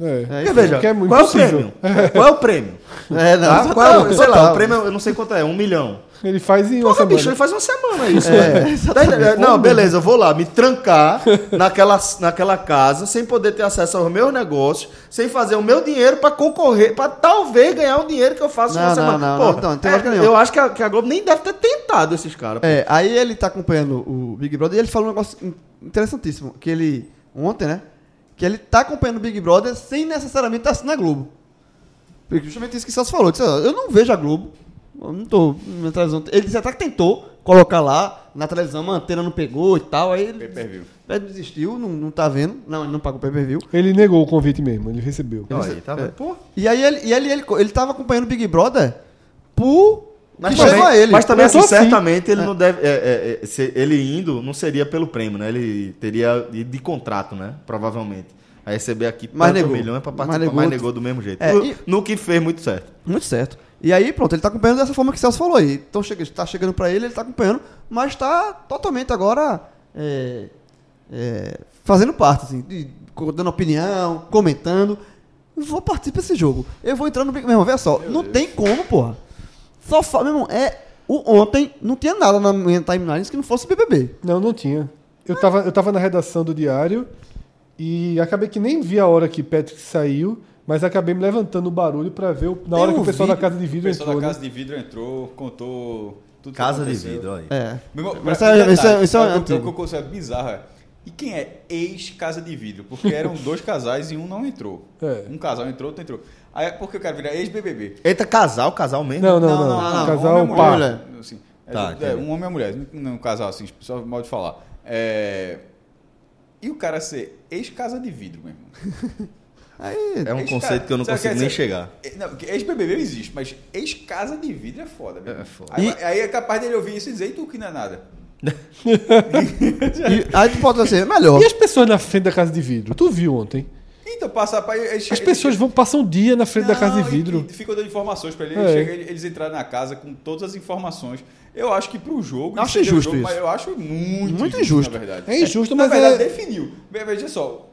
Speaker 6: É.
Speaker 5: É,
Speaker 7: Porque, veja,
Speaker 6: porque
Speaker 7: qual é
Speaker 6: é
Speaker 7: o
Speaker 6: impossível.
Speaker 7: prêmio? Qual é o prêmio?
Speaker 5: É, não,
Speaker 7: Tá?
Speaker 5: total,
Speaker 7: Qual é o- sei lá,
Speaker 5: total.
Speaker 7: o prêmio, eu não sei quanto é, um milhão.
Speaker 6: Ele faz em uma
Speaker 7: Porra,
Speaker 6: semana.
Speaker 7: bicho, ele faz uma semana isso.
Speaker 5: É,
Speaker 7: né?
Speaker 5: exatamente.
Speaker 7: Daí, não, beleza, eu vou lá me trancar naquela, naquela casa, sem poder ter acesso aos meus negócios, sem fazer o meu dinheiro pra concorrer, pra talvez ganhar o dinheiro que eu faço
Speaker 5: Não,
Speaker 7: uma
Speaker 5: não,
Speaker 7: semana.
Speaker 5: não,
Speaker 7: Porra,
Speaker 5: não, não tem
Speaker 7: é,
Speaker 5: lógica nenhuma.
Speaker 7: eu acho que a, que a Globo nem deve ter tentado esses caras.
Speaker 5: É, aí ele tá acompanhando o Big Brother e ele falou um negócio in- interessantíssimo, que ele, ontem, né? Que ele tá acompanhando o Big Brother sem necessariamente estar assistindo a Globo. Porque justamente isso que o Celso falou. Disse, ó, eu não vejo a Globo, eu não tô na televisão. Ele disse até que tentou colocar lá na televisão, mas a antena não pegou e tal, aí ele,
Speaker 4: Pay-per-view.
Speaker 5: ele desistiu, não, não tá vendo. Não, ele não pagou o pay-per-view.
Speaker 6: Ele negou o convite mesmo, ele recebeu.
Speaker 5: É,
Speaker 7: Pô. Olha aí, tá vendo? Pô.
Speaker 5: E aí ele, e ele, ele, ele tava acompanhando o Big Brother por...
Speaker 7: Mas
Speaker 5: que chegou
Speaker 7: também,
Speaker 5: a ele.
Speaker 7: mas também,
Speaker 5: Eu
Speaker 7: assim,
Speaker 5: tô
Speaker 7: certamente ele não deve. é, é, é, se ele indo não seria pelo prêmio, né? Ele teria ido de contrato, né? Provavelmente. A receber aqui
Speaker 5: Mas
Speaker 7: tanto
Speaker 5: negou.
Speaker 7: milhão é pra
Speaker 5: Mas
Speaker 7: participar, mas
Speaker 5: negou.
Speaker 7: negou, do mesmo jeito.
Speaker 5: É,
Speaker 7: no,
Speaker 5: e-
Speaker 7: no que fez muito certo.
Speaker 5: Muito certo. E aí, pronto, ele tá acompanhando dessa forma que o Celso falou aí. Então chega, tá chegando pra ele, ele tá acompanhando, mas tá totalmente agora é, é, fazendo parte, assim, de- co- dando opinião, comentando. Vou participar desse jogo. Eu vou entrar no Big Meu irmão, veja só, não tem como, porra. Só fala, meu irmão, é. O, ontem não tinha nada na minha timeline que não fosse BBB.
Speaker 6: Não, não tinha. Eu tava, eu tava na redação do diário e acabei que nem vi a hora que Patrick saiu, mas acabei me levantando o barulho pra ver o- na
Speaker 5: Tem
Speaker 6: hora que
Speaker 5: um
Speaker 6: o pessoal da
Speaker 5: vídeo-
Speaker 6: casa de
Speaker 4: O
Speaker 6: vidro
Speaker 4: pessoal
Speaker 6: entrou.
Speaker 4: da
Speaker 6: né?
Speaker 4: Casa de Vidro entrou, contou tudo que
Speaker 7: Casa de
Speaker 4: aconteceu.
Speaker 7: vidro, olha aí.
Speaker 5: É.
Speaker 4: Meu
Speaker 5: Mas
Speaker 4: irmão, pra-
Speaker 5: isso é-
Speaker 4: detalhe,
Speaker 5: isso é- isso é
Speaker 4: sabe o que-
Speaker 5: antigo.
Speaker 4: o que eu considero bizarro é, E quem é ex-casa de vidro? Porque eram dois casais e um não entrou.
Speaker 6: É.
Speaker 4: Um casal entrou, outro entrou. Aí, é porque eu quero virar ex-BBB.
Speaker 7: Eita, casal, casal mesmo.
Speaker 6: Não, não, não.
Speaker 5: Ah, não, é
Speaker 6: Casal
Speaker 4: um homem e
Speaker 6: par.
Speaker 4: mulher. Assim, é,
Speaker 7: Tá,
Speaker 4: é,
Speaker 7: entendi.
Speaker 4: um homem e uma mulher, não um casal assim, só modo de falar. É, E o cara ser ex-casa de vidro, meu irmão.
Speaker 5: Aí,
Speaker 7: É um
Speaker 4: Ex-ca-
Speaker 7: conceito que eu não
Speaker 4: Sabe o
Speaker 7: consigo
Speaker 4: é
Speaker 7: nem
Speaker 4: dizer?
Speaker 7: chegar.
Speaker 4: É, não, porque Ex-BBB existe, mas ex-casa de vidro é foda. meu irmão.
Speaker 7: É foda.
Speaker 4: Aí, aí é capaz dele ouvir isso e dizer, e tu que não é nada.
Speaker 5: e- aí tipo, tu pode ser assim, melhor.
Speaker 6: E as pessoas na frente da casa de vidro? Tu viu ontem?
Speaker 4: Então passa pra... eles-
Speaker 6: As pessoas vão passam um dia na frente da casa de
Speaker 4: e-
Speaker 6: vidro.
Speaker 4: E, ficam dando informações pra ele.
Speaker 6: É.
Speaker 4: Ele chega, ele- eles entraram na casa com todas as informações. Eu acho que pro jogo.
Speaker 5: Acho
Speaker 4: seria o
Speaker 5: injusto
Speaker 4: jogo,
Speaker 5: isso.
Speaker 4: Mas eu acho muito,
Speaker 5: Muito injusto.
Speaker 4: na verdade.
Speaker 6: É injusto,
Speaker 4: na
Speaker 6: mas
Speaker 4: verdade,
Speaker 6: é-
Speaker 4: definiu. Ve- Veja só.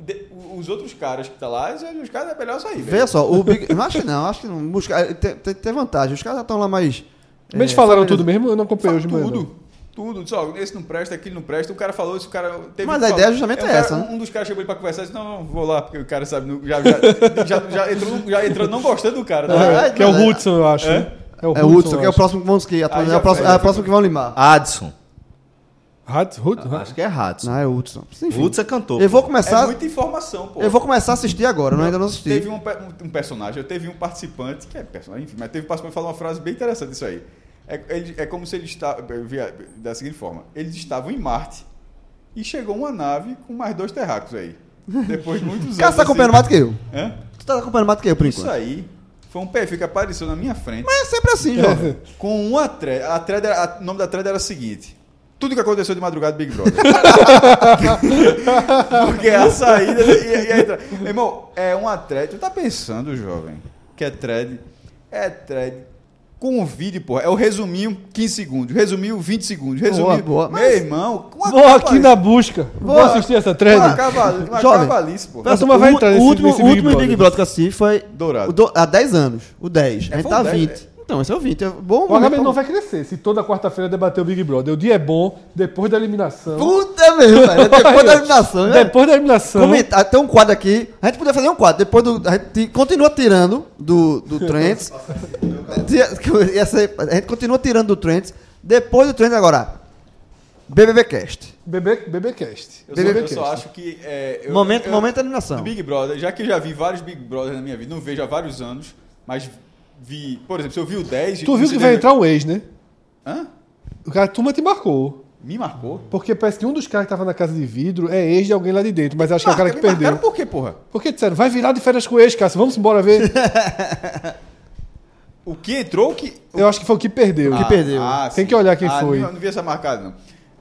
Speaker 4: de- os outros caras que tá lá, os caras é melhor sair.
Speaker 5: Veja só, o Big. Não acho que não, acho que não. Busca, tem, tem, tem vantagem. Os caras já estão lá mais.
Speaker 6: Mas eles
Speaker 5: é,
Speaker 6: falaram
Speaker 5: familiarizados.
Speaker 6: tudo mesmo? Eu não acompanhei hoje de manhã, não.
Speaker 4: tudo. Tudo, disse, ó, esse não presta, aquele não presta, o cara falou isso, o cara teve
Speaker 5: Mas
Speaker 4: que
Speaker 5: a
Speaker 4: falar.
Speaker 5: ideia justamente
Speaker 4: Aí o
Speaker 5: é
Speaker 4: cara-
Speaker 5: essa, né?
Speaker 4: Um dos caras chegou ali pra conversar e disse: Não, não, vou lá, porque o cara sabe, não- já, já, já, já entrou, já entrou não gostando do cara. tá ligado?
Speaker 5: É,
Speaker 6: Que é
Speaker 5: não,
Speaker 6: o
Speaker 5: é-
Speaker 6: Hudson, eu acho. né?
Speaker 5: É o Hudson, que é
Speaker 6: eu
Speaker 5: o próximo que vão esquiar. É
Speaker 4: Aí já
Speaker 5: o próximo,
Speaker 4: foi,
Speaker 5: é
Speaker 4: já
Speaker 5: o próximo que vão limar.
Speaker 7: Adson.
Speaker 6: Hudson? Hudson?
Speaker 7: Acho que é Hudson.
Speaker 5: Não, é o Hudson. Enfim.
Speaker 7: Hudson é cantor.
Speaker 5: Eu vou
Speaker 4: É
Speaker 5: começar.
Speaker 4: muita informação, pô.
Speaker 5: eu vou começar a assistir agora, não, ainda não assisti.
Speaker 4: Teve um, pe- um- um personagem, eu teve um participante, que é personagem, enfim, mas teve um participante que falou uma frase bem interessante disso aí. É, ele- é como se ele estava. Da seguinte forma: eles estavam em Marte e chegou uma nave com mais dois terráqueos aí. Depois de muitos anos. assim.
Speaker 5: Cara, você
Speaker 6: assim.
Speaker 5: tá acompanhando mais do que eu.
Speaker 4: Hã?
Speaker 5: Tu tá acompanhando mais do que eu, por
Speaker 4: Isso
Speaker 5: enquanto.
Speaker 4: aí foi um perfil que apareceu na minha frente
Speaker 5: Mas é sempre assim, jovem.
Speaker 4: com uma thread. A thread era- a- o nome da thread era o seguinte. Tudo que aconteceu de madrugada Big Brother. Porque a saída e, e a entrada. Meu Irmão, é uma thread. Tu tá pensando, jovem, que é thread. É thread. Com um vídeo, porra. É o resuminho 15 segundos. Resumiu 20 segundos. Resumiu.
Speaker 5: boa.
Speaker 4: Meu
Speaker 5: Mas-
Speaker 4: irmão, uma
Speaker 6: Vou aqui
Speaker 4: cavalice-
Speaker 6: na busca. Vou assistir essa thread.
Speaker 4: Uma, caval, uma
Speaker 5: Jovem. tá
Speaker 4: cavalice, porra.
Speaker 6: A turma vai entrar nesse-
Speaker 5: o último,
Speaker 6: nesse
Speaker 5: o último
Speaker 6: Big
Speaker 5: Big,
Speaker 6: Brother.
Speaker 5: Brother. que eu assisti foi.
Speaker 4: Dourado.
Speaker 5: o do- há 10 anos. O 10.
Speaker 4: É,
Speaker 5: a gente
Speaker 4: foi
Speaker 5: tá
Speaker 4: o 10,
Speaker 5: 20. Então, esse é o 20. É bom,
Speaker 6: O
Speaker 5: momento.
Speaker 6: HB não vai crescer se toda quarta-feira é debater o Big Brother. O dia é bom, depois da eliminação.
Speaker 5: Puta mesmo, velho. Depois da eliminação, né?
Speaker 6: Depois da eliminação. é?
Speaker 5: Comentar, tem um quadro aqui. A gente podia fazer um quadro. Depois do. A gente continua tirando do, do Trent. Ia ser- a gente continua tirando do Trent. Depois do Trent, agora. BBB Cast.
Speaker 6: BB, BBcast.
Speaker 4: Eu só, eu
Speaker 6: BBcast.
Speaker 4: só acho que. é, eu-
Speaker 5: Momento,
Speaker 4: eu-
Speaker 5: momento da eliminação.
Speaker 4: Do Big Brother, já que eu já vi vários Big Brothers na minha vida, não vejo há vários anos, mas vi, por exemplo, se eu vi o 10.
Speaker 6: Tu viu que vai
Speaker 4: entrar
Speaker 6: entrar um ex, né?
Speaker 4: Hã?
Speaker 6: O cara, a turma te marcou.
Speaker 4: Me marcou?
Speaker 6: Porque parece que um dos caras que tava na casa de vidro é ex de alguém lá de dentro, mas acho que é o cara
Speaker 4: Marca,
Speaker 6: que
Speaker 4: me
Speaker 6: perdeu.
Speaker 4: marcaram por quê, porra?
Speaker 6: Porque disseram, vai virar de férias com ex, Cássio, vamos embora ver.
Speaker 4: O que entrou, o que...
Speaker 6: Eu acho que foi o que perdeu.
Speaker 5: que perdeu.
Speaker 6: Tem que olhar quem
Speaker 4: Ah,
Speaker 6: foi.
Speaker 4: Não, não vi essa marcada, não.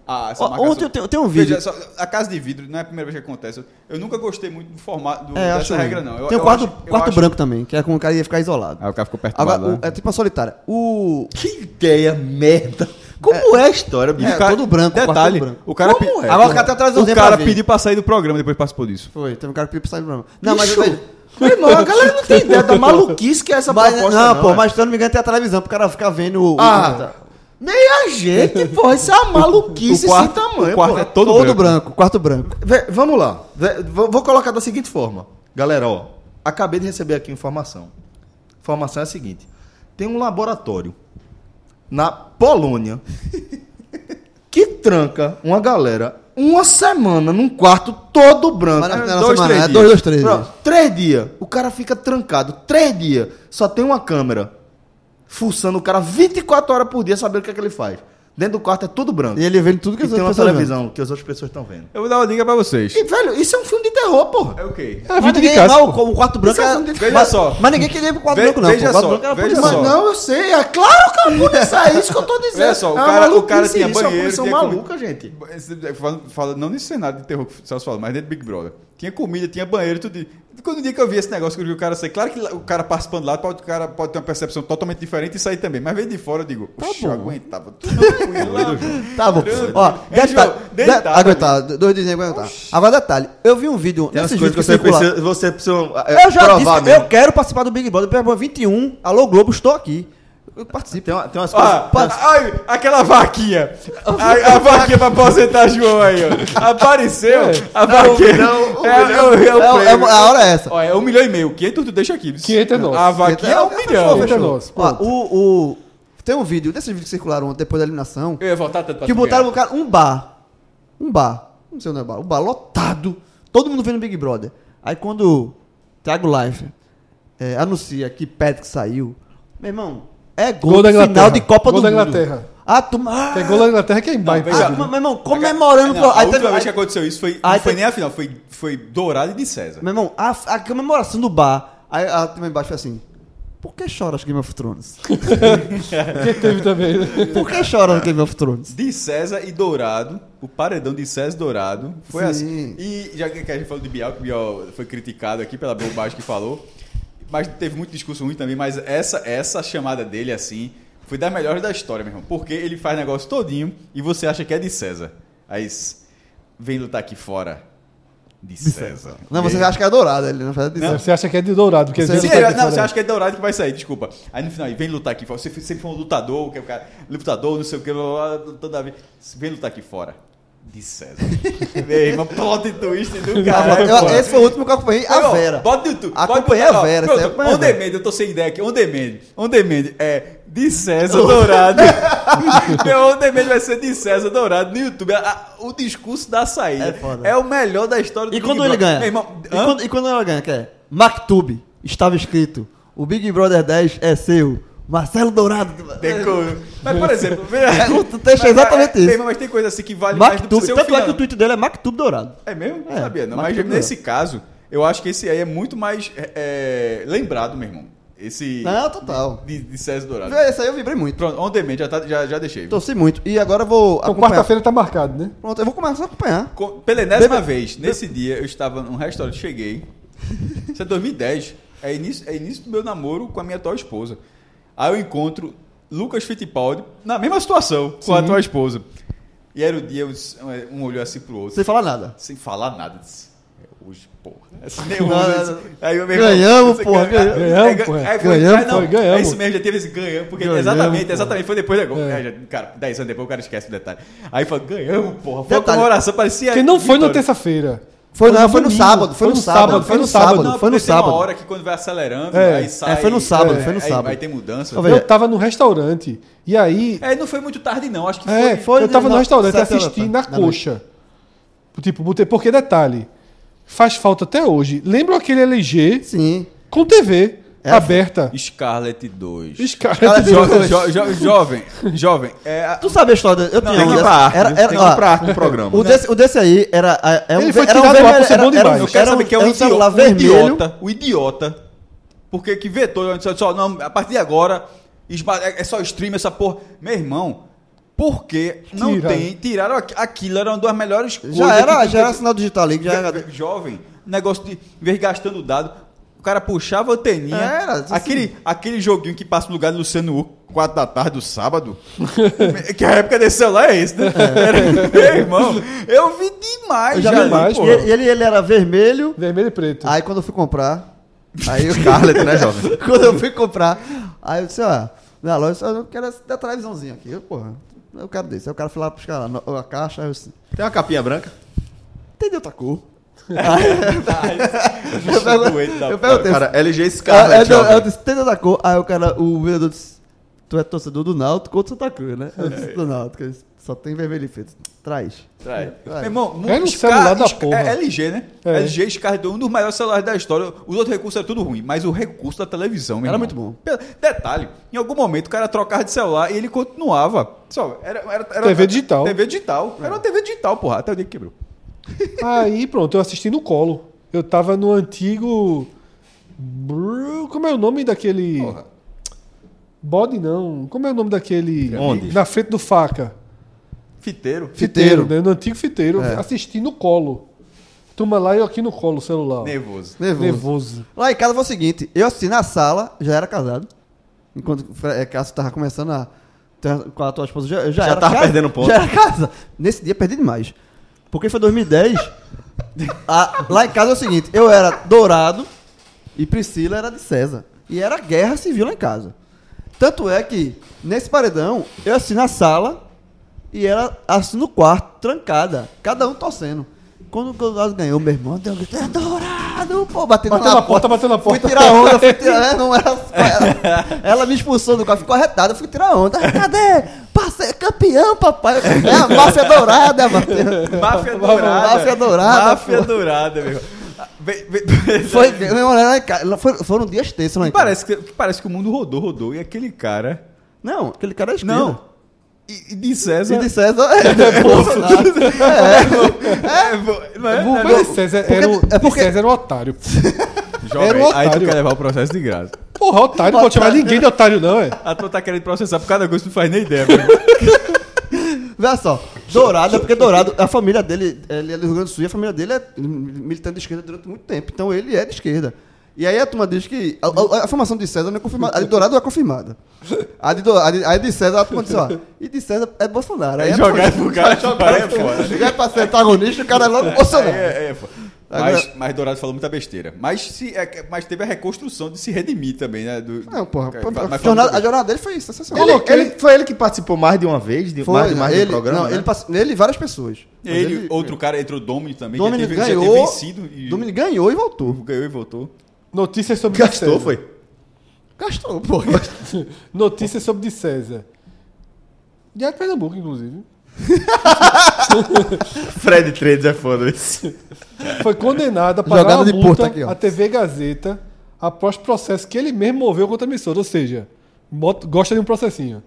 Speaker 4: Ah, essa
Speaker 5: Ó,
Speaker 4: marcação-
Speaker 5: ontem eu tenho- eu tenho um
Speaker 4: Veja
Speaker 5: vídeo.
Speaker 4: só, a casa de vidro não é a primeira vez que acontece. Eu, eu nunca gostei muito do formato do-
Speaker 5: É, acho
Speaker 4: dessa regra,
Speaker 5: ruim.
Speaker 4: não. Eu,
Speaker 5: Tem o
Speaker 4: eu
Speaker 5: quarto,
Speaker 4: acho- eu
Speaker 5: quarto
Speaker 4: acho-
Speaker 5: branco também, que é como o cara ia ficar isolado.
Speaker 4: Aí o cara ficou perturbado.
Speaker 5: Agora, o-
Speaker 4: né?
Speaker 5: é tipo uma solitária. O.
Speaker 7: Que ideia merda. Como é, a história, bicho?
Speaker 5: é, todo branco,
Speaker 4: Detalhe,
Speaker 5: quarto branco.
Speaker 4: o cara,
Speaker 5: Como é,
Speaker 4: Agora, o
Speaker 5: porra?
Speaker 4: cara, tá atrás do
Speaker 5: O
Speaker 4: tempo
Speaker 5: cara
Speaker 4: pra ver. pediu pra sair do programa, depois participou disso.
Speaker 5: Foi, teve um cara que pediu pra sair do programa. Não, mas
Speaker 7: Bicho,
Speaker 5: eu vejo.
Speaker 7: Meu irmão, a galera não tem ideia da maluquice que é essa
Speaker 5: Mas,
Speaker 7: proposta.
Speaker 5: não, pô,
Speaker 7: é.
Speaker 5: mas se eu não me engano, tem a televisão pro cara ficar vendo o.
Speaker 7: Ah,
Speaker 5: o-
Speaker 7: tá. Meia gente, porra, isso é uma maluquice
Speaker 4: O quarto-
Speaker 7: sem tamanho,
Speaker 4: o quarto
Speaker 7: porra.
Speaker 4: é todo branco.
Speaker 5: quarto branco.
Speaker 7: Vé, vamos lá. Vé, vou vou colocar da seguinte forma. Galera, ó. Acabei de receber aqui informação. Informação é a seguinte: tem um laboratório na Polônia que tranca uma galera uma semana num quarto todo branco.
Speaker 5: Mas na, na
Speaker 4: dois,
Speaker 5: nossa
Speaker 4: três
Speaker 5: semana, é
Speaker 4: dias.
Speaker 5: dois, dois, três.
Speaker 7: Pronto, três dias. O cara fica trancado. Três dias. Só tem uma câmera. Fuçando o cara 24 horas por dia, sabendo o que é que ele faz. Dentro do quarto é tudo branco.
Speaker 5: E ele vendo tudo que
Speaker 7: E
Speaker 5: as
Speaker 7: tem uma
Speaker 5: outras pessoas
Speaker 7: televisão que as outras pessoas estão vendo.
Speaker 4: Eu vou dar uma dica pra vocês.
Speaker 7: E, velho, isso é um filme de terror, porra.
Speaker 4: É o quê?
Speaker 6: É a
Speaker 5: vendo.
Speaker 6: vida
Speaker 5: Mas
Speaker 6: de
Speaker 5: ninguém,
Speaker 6: Cássio.
Speaker 5: lá,
Speaker 6: pô.
Speaker 5: o, o quarto branco era...
Speaker 4: Veja
Speaker 5: mas,
Speaker 4: só.
Speaker 5: Mas ninguém queria ir pro quarto
Speaker 4: Ve-
Speaker 5: branco, não. pô.
Speaker 4: veja
Speaker 5: O quarto
Speaker 4: só,
Speaker 5: branco era
Speaker 4: veja
Speaker 5: polícia.
Speaker 7: Mas
Speaker 4: só.
Speaker 7: não, eu sei. É claro que é uma polícia, é isso que eu tô dizendo.
Speaker 4: Olha só, o
Speaker 7: É uma
Speaker 4: cara- o
Speaker 7: maluquice
Speaker 4: cara tinha
Speaker 7: isso,
Speaker 4: banheiro,
Speaker 7: É uma
Speaker 4: tinha
Speaker 7: comissão maluca, gente.
Speaker 4: Falando, falando- é, não nesse cenário de terror que o Celso falou, mas dentro do Big Brother. Tinha comida, tinha banheiro, tudo. isso. Quando o dia que eu vi esse negócio, que eu vi o cara sair, claro que lá- o cara participando lá, pode, o cara pode ter uma percepção totalmente diferente e sair também. Mas vendo de fora, eu digo, poxa, eu aguentava. Tudo
Speaker 5: Tá bom. Ó,
Speaker 4: É,
Speaker 5: detalhe.
Speaker 4: João,
Speaker 5: de-
Speaker 4: deitado,
Speaker 5: Aguentar, dois dias aguentar. Agora, detalhe. Eu vi um vídeo
Speaker 7: Tem
Speaker 5: nesses
Speaker 7: umas
Speaker 5: vídeos
Speaker 7: coisas
Speaker 5: que
Speaker 7: que você precisa, você
Speaker 5: circularam.
Speaker 7: precisa é,
Speaker 5: Eu já
Speaker 7: provar
Speaker 5: disse,
Speaker 7: mesmo.
Speaker 5: eu quero participar do Big Brother, Big 21. Alô, Globo, estou aqui. Eu participo.
Speaker 7: Tem, uma- tem umas coisas...
Speaker 4: Ah, ai, aquela vaquinha. A, a vaquinha pra aposentar João aí, ó. Apareceu a vaquinha.
Speaker 7: É milhão, um
Speaker 4: é, é, é, o
Speaker 5: É,
Speaker 4: prêmio.
Speaker 5: é- a hora é essa.
Speaker 4: Ó, é um milhão e meio. 500 tu deixa aqui.
Speaker 6: 500 é nosso.
Speaker 4: A vaquinha é um
Speaker 5: Fechou,
Speaker 4: milhão.
Speaker 5: fechou.
Speaker 6: É nosso,
Speaker 5: Ó,
Speaker 6: pronto.
Speaker 5: o, o- tem um vídeo, desses vídeos que circularam ontem, depois da eliminação,
Speaker 4: Eu ia voltar tanto pra
Speaker 5: que
Speaker 4: tu
Speaker 5: botaram um,
Speaker 4: ganhar.
Speaker 5: cara, um bar. Um bar. Não sei onde é o bar. Um bar lotado. Todo mundo vendo Big Brother. Aí quando o Thiago Life anuncia que Patrick saiu, meu irmão, é gol,
Speaker 6: Gol da
Speaker 5: de final
Speaker 6: Inglaterra.
Speaker 5: de Copa
Speaker 6: Gol
Speaker 5: do
Speaker 6: da
Speaker 5: Mundo.
Speaker 6: Inglaterra.
Speaker 5: Ah, turma.
Speaker 6: Tem gol na Inglaterra que é embaixo.
Speaker 4: veja-
Speaker 5: Ah,
Speaker 6: tudo, né?
Speaker 5: meu irmão, comemorando.
Speaker 4: É, Não,
Speaker 5: pro-
Speaker 4: a
Speaker 5: aí
Speaker 4: última
Speaker 5: teve-
Speaker 4: vez que
Speaker 5: aí-
Speaker 4: aconteceu isso foi,
Speaker 5: aí
Speaker 4: não foi
Speaker 5: teve-
Speaker 4: nem a final, foi, foi Dourado e de César.
Speaker 5: Meu irmão, a, a comemoração do bar. Aí a turma embaixo foi assim: Por que choras Game of Thrones?
Speaker 6: Quem teve também. né?
Speaker 5: Por que choras Game of Thrones?
Speaker 4: De César e Dourado, o paredão de César e Dourado. Foi
Speaker 5: Sim.
Speaker 4: assim. E já que a gente falou de Bial, que Bial foi criticado aqui pela bobagem que falou. Mas teve muito discurso ruim também, mas essa, essa chamada dele, assim, foi das melhores da história, meu irmão. Porque ele faz negócio todinho e você acha que é de César. Aí s- vem lutar aqui fora. De, César.
Speaker 5: Não,
Speaker 4: E
Speaker 5: você
Speaker 4: aí-
Speaker 5: acha que é dourado ele não faz disso.
Speaker 6: Você acha que é de dourado. Porque
Speaker 5: Você-
Speaker 6: às
Speaker 4: Sim,
Speaker 6: vezes
Speaker 4: aí,
Speaker 6: tá aqui
Speaker 4: não, você
Speaker 6: fora.
Speaker 4: acha que é Dourado que vai sair, desculpa. Aí no final, aí, vem lutar aqui fora. Você sempre foi um lutador, que é o cara, lutador, não sei o que, blá, blá, blá, toda vez. Vem lutar aqui fora. De César. Meu irmão, plot twist do cara.
Speaker 5: Eu- esse foi o último que eu acompanhei, a
Speaker 4: Ó,
Speaker 5: Vera.
Speaker 4: Bota no YouTube. bota no
Speaker 5: Acompanhei
Speaker 4: canal.
Speaker 5: a Vera,
Speaker 4: Pronto,
Speaker 5: você acompanha a
Speaker 4: On
Speaker 5: Vera.
Speaker 4: demand, eu tô sem ideia aqui. On demand. On demand é de César Dourado. Meu on demand vai ser de César Dourado no YouTube. A- a- o discurso da saída.
Speaker 5: É foda.
Speaker 4: o melhor da história do
Speaker 5: E
Speaker 4: Big
Speaker 5: quando ele
Speaker 4: Brother.
Speaker 5: ganha?
Speaker 4: Meu irmão,
Speaker 5: e,
Speaker 4: hã?
Speaker 5: quando, e quando ele ganha, que é? Mactube, estava escrito, o Big Brother 10 é seu, Marcelo Dourado.
Speaker 4: Decoro. Mas, por exemplo,
Speaker 5: É, o texto é
Speaker 4: Mas,
Speaker 5: exatamente
Speaker 4: tem-
Speaker 5: isso.
Speaker 4: Mas tem coisa assim que vale mais do que
Speaker 5: Mactube,
Speaker 4: ser o
Speaker 5: tanto é que o
Speaker 4: final.
Speaker 5: tweet dele é Mactube Dourado.
Speaker 4: É mesmo? Não
Speaker 5: É,
Speaker 4: sabia, não.
Speaker 5: mas
Speaker 4: Mas,
Speaker 5: tudo
Speaker 4: nesse caso, eu acho que esse aí é muito mais é, é, lembrado, meu irmão. Esse.
Speaker 5: Não, total.
Speaker 4: De, de César Dourado.
Speaker 5: Esse aí eu vibrei muito.
Speaker 4: Pronto, on demand, já, tá- já, já deixei.
Speaker 5: Torci muito. E agora eu vou
Speaker 6: Então
Speaker 5: acompanhar.
Speaker 6: quarta-feira tá marcado, né?
Speaker 5: Pronto, eu vou começar a acompanhar.
Speaker 4: Com- Pela enésima
Speaker 5: Bebe-
Speaker 4: vez, nesse dia, eu estava num restaurante, cheguei. Isso é 2010. É início, é início do meu namoro com a minha atual esposa. Aí eu encontro Lucas Fittipaldi na mesma situação com a atual esposa. E era o dia, eu disse- um olhou assim pro outro.
Speaker 5: Sem falar nada.
Speaker 4: sem falar nada. Disse, é hoje, porra. Assim, nem hoje,
Speaker 5: Não,
Speaker 4: assim.
Speaker 5: não,
Speaker 4: Aí eu
Speaker 5: Ganhamos, porra, ganhamos.
Speaker 6: Ganhamos, porra. Ganhamos,
Speaker 4: Ganhamos,
Speaker 6: foi, ganhamos.
Speaker 4: É isso mesmo, já teve esse ganhamos. Porque
Speaker 6: Ganhamos,
Speaker 4: exatamente,
Speaker 6: porra.
Speaker 4: exatamente, foi depois da gol.
Speaker 6: É.
Speaker 4: É, já- cara, 10 anos depois o cara esquece o detalhe. Aí falou, ganhamos, porra. Foi
Speaker 5: Detalhe.
Speaker 4: uma comemoração, parecia.
Speaker 6: Quem não foi na
Speaker 4: vitória.
Speaker 6: terça-feira.
Speaker 5: Foi, não, foi no
Speaker 6: domingo,
Speaker 5: sábado, foi no sábado,
Speaker 6: foi no sábado.
Speaker 4: Não,
Speaker 5: foi no
Speaker 4: porque tem uma
Speaker 5: sábado.
Speaker 4: hora que quando vai acelerando,
Speaker 6: É.
Speaker 4: aí sai.
Speaker 5: foi no sábado,
Speaker 4: é,
Speaker 5: foi no
Speaker 4: aí-
Speaker 5: sábado.
Speaker 4: Aí tem mudança.
Speaker 5: Então,
Speaker 6: Eu tava num restaurante. E aí.
Speaker 4: É, não foi muito tarde, não. Acho que
Speaker 6: É,
Speaker 4: foi.
Speaker 5: foi
Speaker 6: eu tava
Speaker 5: no-
Speaker 6: no restaurante
Speaker 5: sete horas
Speaker 6: assisti
Speaker 5: da
Speaker 6: na
Speaker 5: tarde, da noite.
Speaker 6: coxa. Tipo, botei. Porque detalhe. Faz falta até hoje. Lembra aquele LG
Speaker 5: Sim.
Speaker 6: com TV?
Speaker 5: É.
Speaker 6: aberta.
Speaker 4: Scarlet 2.
Speaker 6: Escala de
Speaker 4: Jo- jo- jo- jovem, jovem, é a-
Speaker 5: Tu sabe a história? Eu
Speaker 4: Não,
Speaker 5: tinha
Speaker 4: tem
Speaker 5: um
Speaker 4: que
Speaker 5: dessa-
Speaker 4: ir pra arte,
Speaker 5: era, era,
Speaker 4: tem que
Speaker 5: ó,
Speaker 4: ir pra arte
Speaker 7: Um
Speaker 4: né? no programa.
Speaker 5: O desse, o desse aí era. era um
Speaker 6: Ele
Speaker 5: ve-
Speaker 6: foi
Speaker 5: era um
Speaker 6: tirado do ar
Speaker 5: vermelho-
Speaker 6: por ser
Speaker 5: era-
Speaker 6: bom
Speaker 5: era um-
Speaker 6: demais.
Speaker 4: Eu quero
Speaker 5: era um-
Speaker 4: saber que é
Speaker 5: era
Speaker 4: um
Speaker 5: um celular
Speaker 4: idiota, o
Speaker 5: vermelho.
Speaker 4: idiota, o idiota. Porque que vetou, ele disse, ó, não, a partir de agora esma- é é só stream essa porra. Meu irmão, por que não
Speaker 6: Tira.
Speaker 4: tem? Tiraram aqu- aquilo, era uma das melhores coisas.
Speaker 5: Já
Speaker 4: que-
Speaker 5: era,
Speaker 4: que-
Speaker 5: já era sinal digital ali, já era.
Speaker 4: Ve- jovem, negócio de em vez de gastando dado. O cara puxava a anteninha.
Speaker 5: Era, assim.
Speaker 4: aquele, aquele joguinho que passa no lugar do Luciano Huck, 4 da tarde do sábado. que a época desse celular é esse, né? Era- meu irmão, eu vi demais.
Speaker 6: Eu já vi
Speaker 4: ali,
Speaker 6: mais,
Speaker 4: pô.
Speaker 5: E ele, ele era vermelho,
Speaker 6: Vermelho e preto.
Speaker 5: aí quando eu fui comprar. Aí eu,
Speaker 7: Scarlet, né, jovem?
Speaker 5: quando eu fui comprar, aí eu disse, ó, na loja, eu quero essa da televisãozinha aqui. Eu, porra, eu quero desse. Aí o cara foi lá buscar lá no- a caixa, aí eu disse,
Speaker 7: Tem uma capinha branca?
Speaker 5: tem de outra cor.
Speaker 4: Bicho
Speaker 5: eu perguntei,
Speaker 4: doente da
Speaker 5: eu
Speaker 4: porra.
Speaker 5: perguntei
Speaker 7: Cara, LG
Speaker 5: Ah, é,
Speaker 7: Scarlet,
Speaker 5: não, eu
Speaker 7: jovem.
Speaker 5: disse, tem da cor. Aí o cara, o vendedor disse, tu é torcedor do Náutico ou do Santa Cruz, né? Eu disse, do Náutico. Ele disse, Só tem vermelho e preto. Traz.
Speaker 4: Trai.
Speaker 5: Trai.
Speaker 4: Meu irmão,
Speaker 6: Era um
Speaker 4: Scar-
Speaker 6: celular da
Speaker 4: Scar-
Speaker 6: porra.
Speaker 4: É LG, né?
Speaker 6: É.
Speaker 4: LG Scarlet, um dos maiores celulares da história. Os outros recursos eram tudo ruim, mas o recurso da televisão, meu
Speaker 5: Era
Speaker 4: irmão.
Speaker 5: muito bom.
Speaker 4: Pe- Detalhe, em algum momento o cara trocava de celular e ele continuava. Só, era, era- era-
Speaker 6: TV digital.
Speaker 4: TV digital. Era uma TV digital, porra. Até o dia que quebrou.
Speaker 6: Aí pronto, eu assisti no colo. Eu tava no antigo. Brrr, Como é o nome daquele.
Speaker 4: Porra.
Speaker 6: Bode não. Como é o nome daquele.
Speaker 7: Onde?
Speaker 6: Na frente do faca.
Speaker 4: Fiteiro.
Speaker 5: Fiteiro.
Speaker 6: né? No antigo fiteiro. Assisti no colo. Turma lá e eu aqui no colo, celular. ó.
Speaker 4: Nervoso.
Speaker 5: Nervoso.
Speaker 6: Nervoso.
Speaker 5: Lá em casa foi o seguinte, eu assisti na sala, já era casado. Enquanto Fre- é, Cássio tava começando a. ter- Com a tua esposa, já, já,
Speaker 7: Já
Speaker 5: era
Speaker 7: tava
Speaker 5: casa-
Speaker 7: perdendo ponto.
Speaker 5: Já era casa. Nesse dia perdi demais. Porque foi 2010. a- lá em casa é o seguinte, eu era dourado e Priscila era de César. E era guerra civil lá em casa. Tanto é que, nesse paredão, eu assisti na sala e ela assim no quarto, trancada, cada um torcendo. Quando o Godoy ganhou, meu irmão, deu um grito, é dourado, pô, batendo
Speaker 6: Bateu na porta, bateu na porta.
Speaker 5: Fui tirar onda, fui tirar, é, não era só ela. Ela me expulsou do quarto, ficou arretada, fui tirar onda. Cadê? Passei, campeão, papai. É a máfia dourada, é a máfia.
Speaker 4: Máfia dourada.
Speaker 5: Máfia dourada,
Speaker 4: Máfia
Speaker 5: pô.
Speaker 4: dourada, meu irmão. Ah, vem- vem-
Speaker 5: Foi, meu irmão, ela- ela- foi- foram dias tensos lá em casa.
Speaker 4: Parece que, parece que o mundo rodou, rodou. E aquele cara.
Speaker 5: Não, aquele cara é esquerda.
Speaker 4: Não. E, e de César.
Speaker 5: Se de César, é, é Bolsonaro.
Speaker 4: É, vo- não é? Não é?
Speaker 6: Mas esse César
Speaker 5: Porque-
Speaker 6: era, um,
Speaker 5: é porque-
Speaker 6: César era um otário.
Speaker 4: Jovem,
Speaker 5: É
Speaker 6: Era um
Speaker 4: aí tu
Speaker 6: otário.
Speaker 4: quer levar o processo de graça.
Speaker 6: Porra, otário, não pode chamar ninguém de otário, não, é?
Speaker 4: A tua tá querendo processar por cada coisa, tu não faz nem ideia. meu irmão.
Speaker 5: Vê só, Dourado, é porque Dourado, a família dele, ele é do Rio Grande do Sul e a família dele é militante de esquerda durante muito tempo. Então ele é de esquerda. E aí a turma diz que. A, a- a formação de César não é confirmada. A de Dourado é confirmada. A de, Dou- a de, a de César, a turma disse, ó. E de César é Bolsonaro. Aí
Speaker 4: Aí
Speaker 5: é
Speaker 4: jogar
Speaker 5: por-
Speaker 4: pro cara, jogar é foda.
Speaker 5: Já é pra ser antagonista, o cara é logo Bolsonaro.
Speaker 4: É, é, foda.
Speaker 5: Agora-
Speaker 4: Mas, mas Dourado falou muita besteira. Mas, se, é que- mas teve a reconstrução de se redimir também, né? Do,
Speaker 5: Não, porra.
Speaker 4: Mas-
Speaker 5: pô,
Speaker 4: mas
Speaker 5: a,
Speaker 4: falou
Speaker 5: jornada,
Speaker 4: muita
Speaker 5: a jornada dele foi isso, sensacional.
Speaker 7: Ele, ele- foi ele que participou mais de uma vez, de, mais de mais de um
Speaker 5: ele,
Speaker 7: programa,
Speaker 5: não,
Speaker 7: né?
Speaker 5: ele, passou, ele e várias pessoas. Mas
Speaker 4: besteira. Ele, outro cara, entrou o Domini também.
Speaker 5: Domini
Speaker 4: já teve, já teve
Speaker 5: ganhou.
Speaker 4: vencido e
Speaker 5: Domini ganhou e voltou.
Speaker 4: ganhou e voltou.
Speaker 6: Notícias sobre
Speaker 7: Gastou,
Speaker 6: César.
Speaker 7: foi?
Speaker 5: Gastou, pô.
Speaker 6: Notícias sobre de César. Diário de Pernambuco, inclusive.
Speaker 7: Fred Trades é foda isso.
Speaker 6: Foi condenado a pagar
Speaker 5: Jogada
Speaker 6: a
Speaker 5: de
Speaker 6: multa
Speaker 5: porta aqui, ó.
Speaker 6: à TV Gazeta após processo que ele mesmo moveu contra a emissora. Ou seja, bota- gosta de um processinho.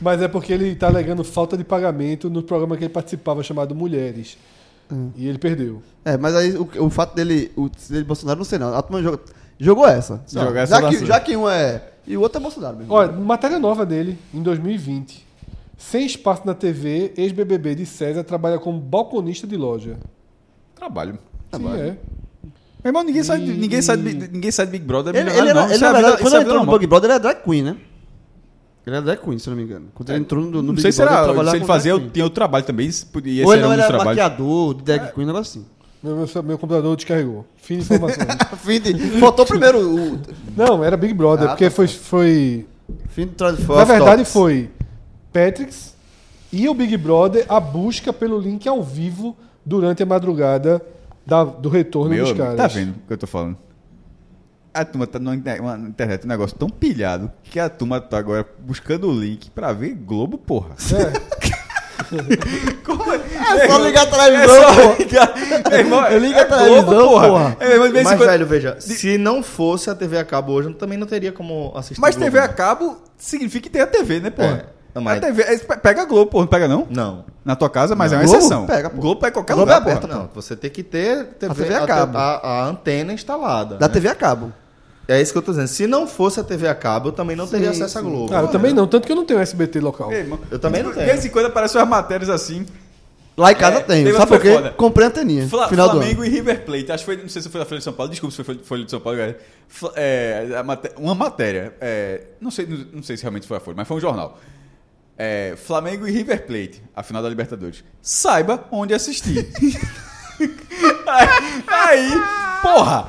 Speaker 6: Mas é porque ele está alegando falta de pagamento no programa que ele participava chamado Mulheres.
Speaker 5: Hum.
Speaker 6: E ele perdeu.
Speaker 5: É, mas aí o, o fato dele, o dele Bolsonaro, não sei não. A turma jogou, jogou essa.
Speaker 4: Jogar essa
Speaker 5: já,
Speaker 4: na
Speaker 5: que,
Speaker 4: sua.
Speaker 5: já que um é. E o outro é Bolsonaro mesmo.
Speaker 6: Olha, matéria nova dele, em 2020. Sem espaço na TV, ex-BBB de César trabalha como balconista de loja.
Speaker 4: Trabalho.
Speaker 5: Tá
Speaker 6: Sim, é.
Speaker 4: Meu irmão, ninguém sai, de-
Speaker 6: E-
Speaker 4: ninguém sai, de- ninguém sai de Big Brother.
Speaker 5: ele, ele
Speaker 4: milionário,
Speaker 5: era,
Speaker 4: não.
Speaker 5: ele,
Speaker 4: Isso
Speaker 5: na
Speaker 4: é vida-
Speaker 5: verdade,
Speaker 4: isso
Speaker 5: quando
Speaker 4: é
Speaker 5: ele
Speaker 4: vida
Speaker 5: entrou no
Speaker 4: normal.
Speaker 5: Big Brother, ele era drag queen, né? Ele era drag queen, se eu não me engano. Quando ele entrou no, no
Speaker 4: É. Não
Speaker 5: Big
Speaker 4: sei se
Speaker 5: Brother,
Speaker 4: era.
Speaker 5: trabalhava
Speaker 4: Se ele
Speaker 5: com drag
Speaker 4: fazia, eu
Speaker 5: queen.
Speaker 4: tinha outro trabalho também. Isso podia
Speaker 5: Ou
Speaker 4: ser
Speaker 5: ele
Speaker 4: um
Speaker 5: não
Speaker 4: dos
Speaker 5: era
Speaker 4: trabalhos.
Speaker 5: maquiador, de drag queen, um negócio assim.
Speaker 6: Meu, meu- meu computador descarregou. Fim de informações.
Speaker 5: Fim de, faltou primeiro o.
Speaker 6: Não, era Big Brother,
Speaker 5: Ah,
Speaker 6: porque
Speaker 5: tá
Speaker 6: foi, foi
Speaker 5: Fim de trás
Speaker 6: Na verdade foi Patrix e o Big Brother a busca pelo link ao vivo durante a madrugada da- do retorno
Speaker 4: Meu,
Speaker 6: dos caras.
Speaker 4: Tá vendo o que eu tô falando? A turma tá na inter- uma- na internet, um negócio tão pilhado que a turma tá agora buscando o link pra ver Globo, porra.
Speaker 6: É.
Speaker 5: É só ligar a televisão, pô.
Speaker 4: Meu irmão,
Speaker 5: Liga
Speaker 4: é
Speaker 5: a televisão,
Speaker 4: Globo,
Speaker 5: porra.
Speaker 4: É, meu irmão, de vez em
Speaker 7: Mas,
Speaker 4: quando-
Speaker 7: velho, veja, se não fosse a TV a cabo hoje, eu também não teria como assistir.
Speaker 4: Mas
Speaker 7: Globo,
Speaker 4: TV a
Speaker 7: né?
Speaker 4: cabo significa que tem a TV, né, porra?
Speaker 7: É, mas-
Speaker 4: A TV, é, pe- pega a Globo, porra, não pega não?
Speaker 7: Não.
Speaker 4: Na tua casa, mas é uma
Speaker 5: Globo
Speaker 4: exceção.
Speaker 5: pega, porra.
Speaker 4: Globo pega em qualquer
Speaker 5: Globo
Speaker 4: lugar,
Speaker 5: é aberta,
Speaker 4: porra.
Speaker 7: Não, você tem que ter TV,
Speaker 5: TV a cabo.
Speaker 7: A, a antena instalada.
Speaker 5: Da
Speaker 7: né?
Speaker 5: TV a cabo.
Speaker 7: É isso que eu tô dizendo. Se não fosse a TV a cabo, eu também não teria acesso à Globo.
Speaker 6: Ah, eu também não, tanto que eu não tenho SBT local.
Speaker 4: Meu irmão,
Speaker 7: Eu também não
Speaker 4: De
Speaker 7: tenho.
Speaker 4: vez em quando aparecem umas matérias assim.
Speaker 5: Lá em casa
Speaker 4: É,
Speaker 5: tem.
Speaker 4: tem, mas
Speaker 5: Sabe por
Speaker 4: foi
Speaker 5: quê?
Speaker 4: foda.
Speaker 5: Comprei a anteninha.
Speaker 4: Fla-
Speaker 5: final do
Speaker 4: Flamengo
Speaker 5: ano.
Speaker 4: e River Plate. Acho que foi, não sei se foi da Folha de São Paulo. Desculpa se foi Folha- Folha de São Paulo, galera. Fla- é, a maté- uma matéria. é, não, sei, não sei se realmente foi a Folha, mas foi um jornal. É, Flamengo e River Plate, a final da Libertadores. Saiba onde assistir. aí, aí, porra!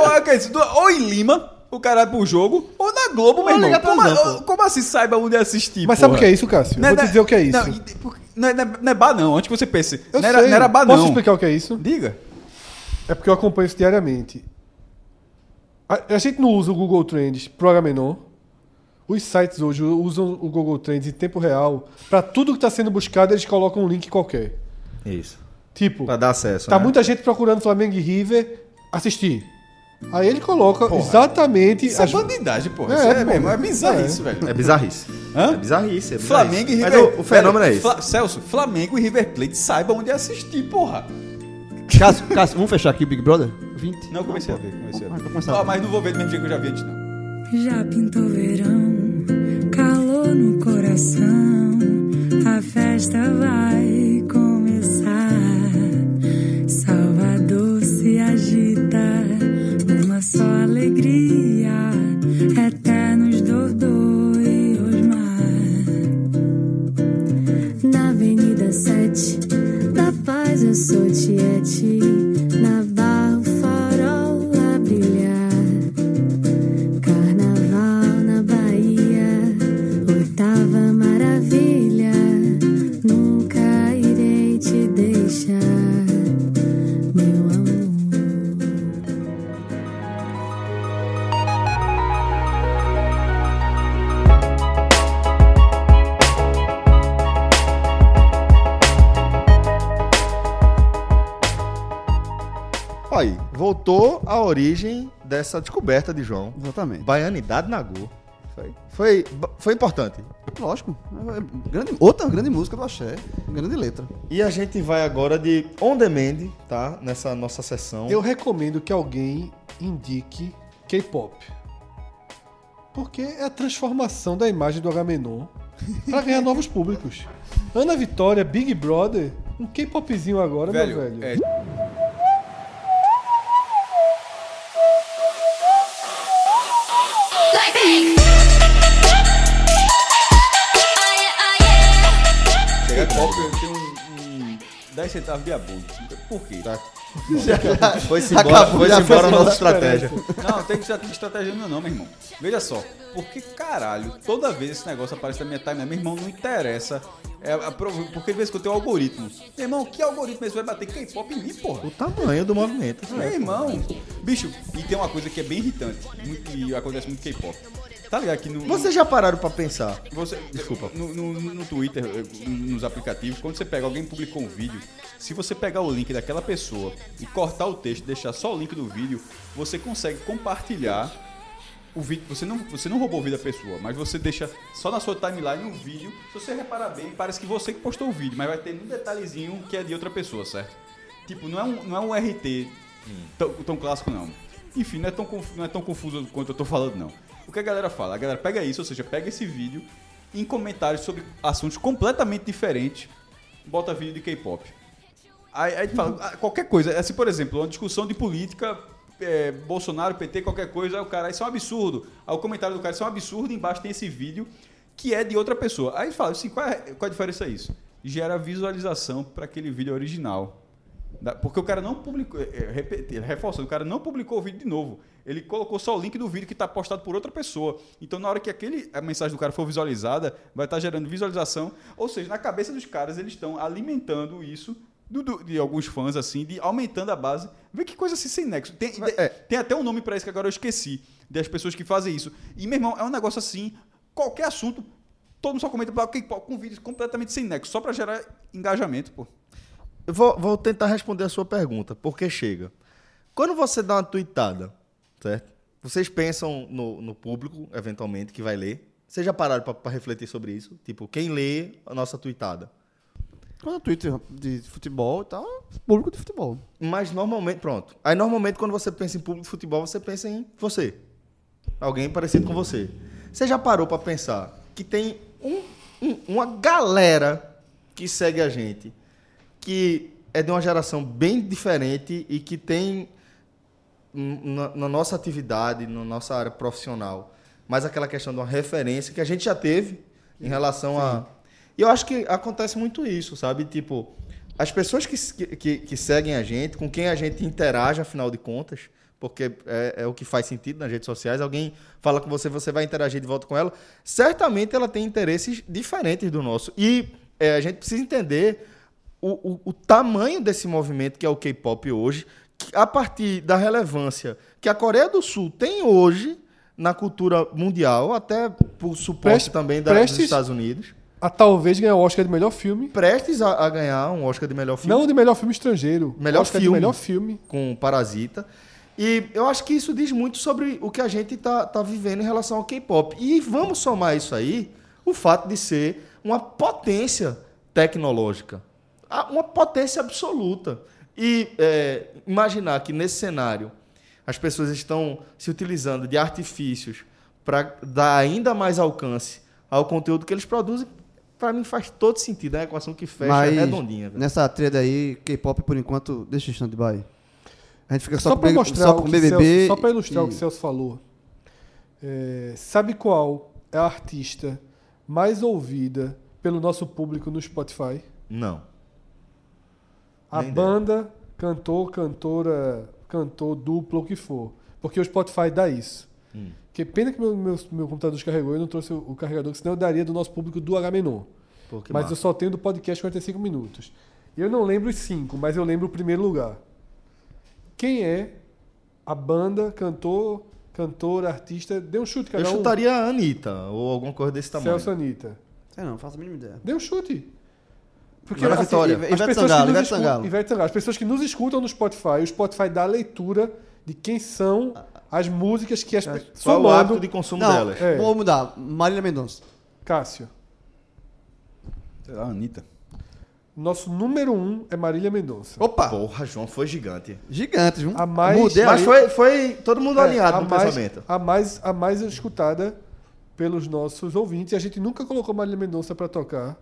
Speaker 4: Ou, é, quer dizer, do- ou em Lima, o cara pro jogo, ou na Globo, meu irmão.
Speaker 5: ligar pra
Speaker 4: Como,
Speaker 5: Zé,
Speaker 4: ou- como assim saiba onde assistir?
Speaker 6: Mas sabe o
Speaker 4: porra?
Speaker 6: que é isso, Cássio? Eu vou te dizer o que é isso.
Speaker 4: Não, e- por- não, é- não é, não é bar, não. Antes que você pense.
Speaker 6: Eu
Speaker 4: não, era,
Speaker 6: sei.
Speaker 4: não era bar, não.
Speaker 6: Posso explicar o que é isso?
Speaker 4: Diga.
Speaker 6: É porque eu acompanho isso diariamente. A, a gente não usa o Google Trends pro Agamenon. Os sites hoje usam o Google Trends em tempo real. Pra tudo que tá sendo buscado, eles colocam um link qualquer.
Speaker 7: Isso.
Speaker 6: Tipo,
Speaker 7: Pra dar acesso.
Speaker 4: É.
Speaker 6: tá
Speaker 7: né?
Speaker 6: muita gente procurando Flamengo e River assistir. Aí ele coloca exatamente
Speaker 4: Isso é
Speaker 6: as-
Speaker 4: bandidagem, pô.
Speaker 6: É,
Speaker 4: Isso é,
Speaker 6: pô.
Speaker 4: mesmo, é bizarro
Speaker 6: É.
Speaker 4: isso, velho.
Speaker 7: É bizarrice.
Speaker 4: Hã?
Speaker 7: É bizarrice. É bizarrice.
Speaker 4: Flamengo e
Speaker 7: Mas
Speaker 4: River
Speaker 7: o, o fenômeno é
Speaker 4: Velho,
Speaker 7: esse.
Speaker 4: Fla- Celso, Flamengo e River Plate saiba onde assistir, porra.
Speaker 5: Cássio, Cássio, vamos fechar aqui o Big Brother? 20.
Speaker 4: Não, comecei a ver, comecei a
Speaker 5: Ah,
Speaker 4: ver.
Speaker 5: tá começando.
Speaker 4: Ó, mas não vou ver do mesmo jeito que eu já vi antes, não.
Speaker 2: Já pintou verão, calor no coração. A festa vai começar. Salvador se agita numa só alegria. Eternos Dodô e Osmar.
Speaker 1: Na Avenida 7, da Paz eu sou Tiete. Na Barra o farol a brilhar. Carnaval na Bahia, oitava maravilha. Nunca irei te deixar, meu amor.
Speaker 7: Olha aí, voltou a origem dessa descoberta de João.
Speaker 5: Exatamente.
Speaker 7: Baianidade na Go. Foi, foi, foi importante.
Speaker 5: Lógico. É grande- outra grande música do Axé. Grande letra.
Speaker 7: E a gente vai agora de On Demand, tá? Nessa nossa sessão.
Speaker 6: Eu recomendo que alguém indique K-pop. Porque é a transformação da imagem do Agamenon pra ganhar novos públicos. Ana Vitória, Big Brother, um K-popzinho agora,
Speaker 4: Velho,
Speaker 6: meu velho.
Speaker 4: é, chegar copo, eu tenho um, um 10 centavos de abuso. Por quê?
Speaker 7: Foi-se embora, foi
Speaker 5: já foi
Speaker 7: embora a nossa
Speaker 5: embora.
Speaker 7: estratégia.
Speaker 4: Não, tem que ter estratégia não, não, meu irmão. Veja só, porque caralho, toda vez esse negócio aparece na minha timeline, meu irmão, não interessa. É, a prov- porque de vez em quando tem um algoritmo. Meu irmão, que algoritmo é esse vai bater K-pop em mim, porra?
Speaker 7: O tamanho do movimento.
Speaker 4: Meu irmão. Bicho, e tem uma coisa que é bem irritante, muito- que acontece muito K-pop. Tá ligado aqui no.
Speaker 7: Vocês já pararam pra pensar?
Speaker 4: Você-
Speaker 7: Desculpa.
Speaker 4: No, no- no Twitter, eh, nos aplicativos, quando você pega, alguém publicou um vídeo, se você pegar o link daquela pessoa e cortar o texto, deixar só o link do vídeo, você consegue compartilhar o vídeo. Você não, você não roubou o vídeo da pessoa, mas você deixa só na sua timeline o vídeo. Se você reparar bem, parece que você que postou o vídeo, mas vai ter um detalhezinho que é de outra pessoa, certo? Tipo, não é um, não é um RT tão, tão clássico, não. Enfim, não é, tão, confu- não é tão confuso quanto eu tô falando, não. O que a galera fala? A galera pega isso, ou seja, pega esse vídeo em comentários sobre assuntos completamente diferentes, bota vídeo de K-pop. Aí, aí tu fala, ah, qualquer coisa, assim, por exemplo, uma discussão de política, é, Bolsonaro, PT, qualquer coisa, aí o cara, isso é um absurdo. Aí o comentário do cara, isso é um absurdo, embaixo tem esse vídeo que é de outra pessoa. Aí fala assim, qual é, qual é a diferença isso? Gera visualização para aquele vídeo original. Da- Porque o cara não publicou, é, é, repeti- reforçando, o cara não publicou o vídeo de novo. Ele colocou só o link do vídeo que está postado por outra pessoa. Então, na hora que aquele, a mensagem do cara for visualizada, vai estar gerando visualização. Ou seja, na cabeça dos caras, eles estão alimentando isso do- do- de alguns fãs, assim, de aumentando a base. Vê que coisa assim sem nexo. Tem,
Speaker 7: É.
Speaker 4: tem até um nome para isso que agora eu esqueci, das pessoas que fazem isso. E, meu irmão, é um negócio assim, qualquer assunto. Todo mundo só comenta blá, blá, blá, com vídeos completamente sem nexo, só pra gerar engajamento, pô.
Speaker 7: Eu vou, vou tentar responder a sua pergunta, porque chega. Quando você dá uma tweetada, certo? Vocês pensam no, no público, eventualmente, que vai ler. Vocês já pararam pra- pra refletir sobre isso? Tipo, quem lê a nossa tweetada?
Speaker 5: Quando eu Twitter de futebol e tal, é público de futebol.
Speaker 7: Mas normalmente, pronto. Aí normalmente quando você pensa em público de futebol, você pensa em você. Alguém parecido com você. Você já parou pra pensar que tem um- um- uma galera que segue a gente, que é de uma geração bem diferente e que tem hum, na, na nossa atividade, na nossa área profissional, mais aquela questão de uma referência que a gente já teve em relação a. E eu acho que acontece muito isso, sabe? Tipo, as pessoas que, se- que- que, que seguem a gente, com quem a gente interage, afinal de contas, porque é, é o que faz sentido nas redes sociais, alguém fala com você, você vai interagir de volta com ela, certamente ela tem interesses diferentes do nosso. E é, a gente precisa entender o, o- o tamanho desse movimento que é o K-pop hoje, que a partir da relevância que a Coreia do Sul tem hoje na cultura mundial, até por suporte
Speaker 6: Preste-
Speaker 7: também da-
Speaker 6: prestes-
Speaker 7: dos Estados Unidos,
Speaker 6: A talvez ganhar o Oscar de melhor filme.
Speaker 7: prestes a, a ganhar um Oscar de melhor filme
Speaker 6: Não de melhor filme estrangeiro.
Speaker 7: Melhor
Speaker 6: Oscar
Speaker 7: filme.
Speaker 6: De melhor filme.
Speaker 7: com Parasita. E eu acho que isso diz muito sobre o que a gente tá, tá vivendo em relação ao K-pop. E vamos somar isso aí, o fato de ser uma potência tecnológica. Ah, Uma potência absoluta. E é, imaginar que nesse cenário as pessoas estão se utilizando de artifícios para dar ainda mais alcance ao conteúdo que eles produzem, para mim faz todo sentido. É uma equação que fecha
Speaker 5: Mas né
Speaker 7: redondinha. velho.
Speaker 5: nessa trilha aí, K-pop, por enquanto, deixa em stand-by. A gente fica só,
Speaker 6: Só, para
Speaker 5: com,
Speaker 6: mostrar,
Speaker 5: só
Speaker 6: o
Speaker 5: com
Speaker 6: que
Speaker 5: BBB.
Speaker 6: Celso- só para ilustrar
Speaker 5: e-
Speaker 6: o que Celso falou. É, sabe qual é a artista mais ouvida pelo nosso público no Spotify?
Speaker 7: Não.
Speaker 6: A
Speaker 7: Nem ideia.
Speaker 6: banda, cantor, cantora, cantor, duplo, o que for. Porque o Spotify dá isso.
Speaker 7: Hum.
Speaker 6: Que pena que meu, meu, meu computador descarregou, eu não trouxe o, o carregador, que senão eu daria do nosso público do Agamenon.
Speaker 7: Pô, que
Speaker 6: Mas
Speaker 7: massa.
Speaker 6: eu só tenho do podcast 45 minutos. Eu não lembro os cinco, mas eu lembro o primeiro lugar. Quem é a banda, cantor, cantora, artista? Dê um chute, cada
Speaker 7: Eu
Speaker 6: um.
Speaker 7: chutaria a Anitta ou alguma coisa desse tamanho.
Speaker 6: Celso Anitta.
Speaker 5: Sei não, não faço a mínima ideia.
Speaker 6: Dê um chute. Porque
Speaker 7: é
Speaker 5: Ana
Speaker 6: assim,
Speaker 5: Vitória,
Speaker 6: as
Speaker 5: Ivete
Speaker 6: pessoas que
Speaker 5: Sangalo,
Speaker 6: nos
Speaker 5: Ivete
Speaker 6: escu-
Speaker 5: Sangalo.
Speaker 6: Ivete Sangalo. As pessoas que nos escutam no Spotify, o Spotify dá a leitura de quem são as músicas que as pessoas.
Speaker 7: É, Qual o hábito
Speaker 6: Somando.
Speaker 7: de consumo
Speaker 5: Não,
Speaker 7: delas?
Speaker 6: É.
Speaker 5: vou mudar. Marília Mendonça.
Speaker 6: Cássio,
Speaker 4: Sei lá, Anitta.
Speaker 6: nosso número um é Marília Mendonça.
Speaker 5: Opa!
Speaker 7: Ah, Porra, João foi gigante.
Speaker 5: Gigantes, viu?
Speaker 6: A mais-
Speaker 5: Mudei
Speaker 7: Mas
Speaker 5: aí.
Speaker 7: foi, foi todo mundo
Speaker 6: É,
Speaker 7: alinhado
Speaker 6: a
Speaker 7: no
Speaker 6: mais,
Speaker 7: pensamento.
Speaker 6: A mais, a mais escutada pelos nossos ouvintes. E a gente nunca colocou Marília Mendonça pra tocar.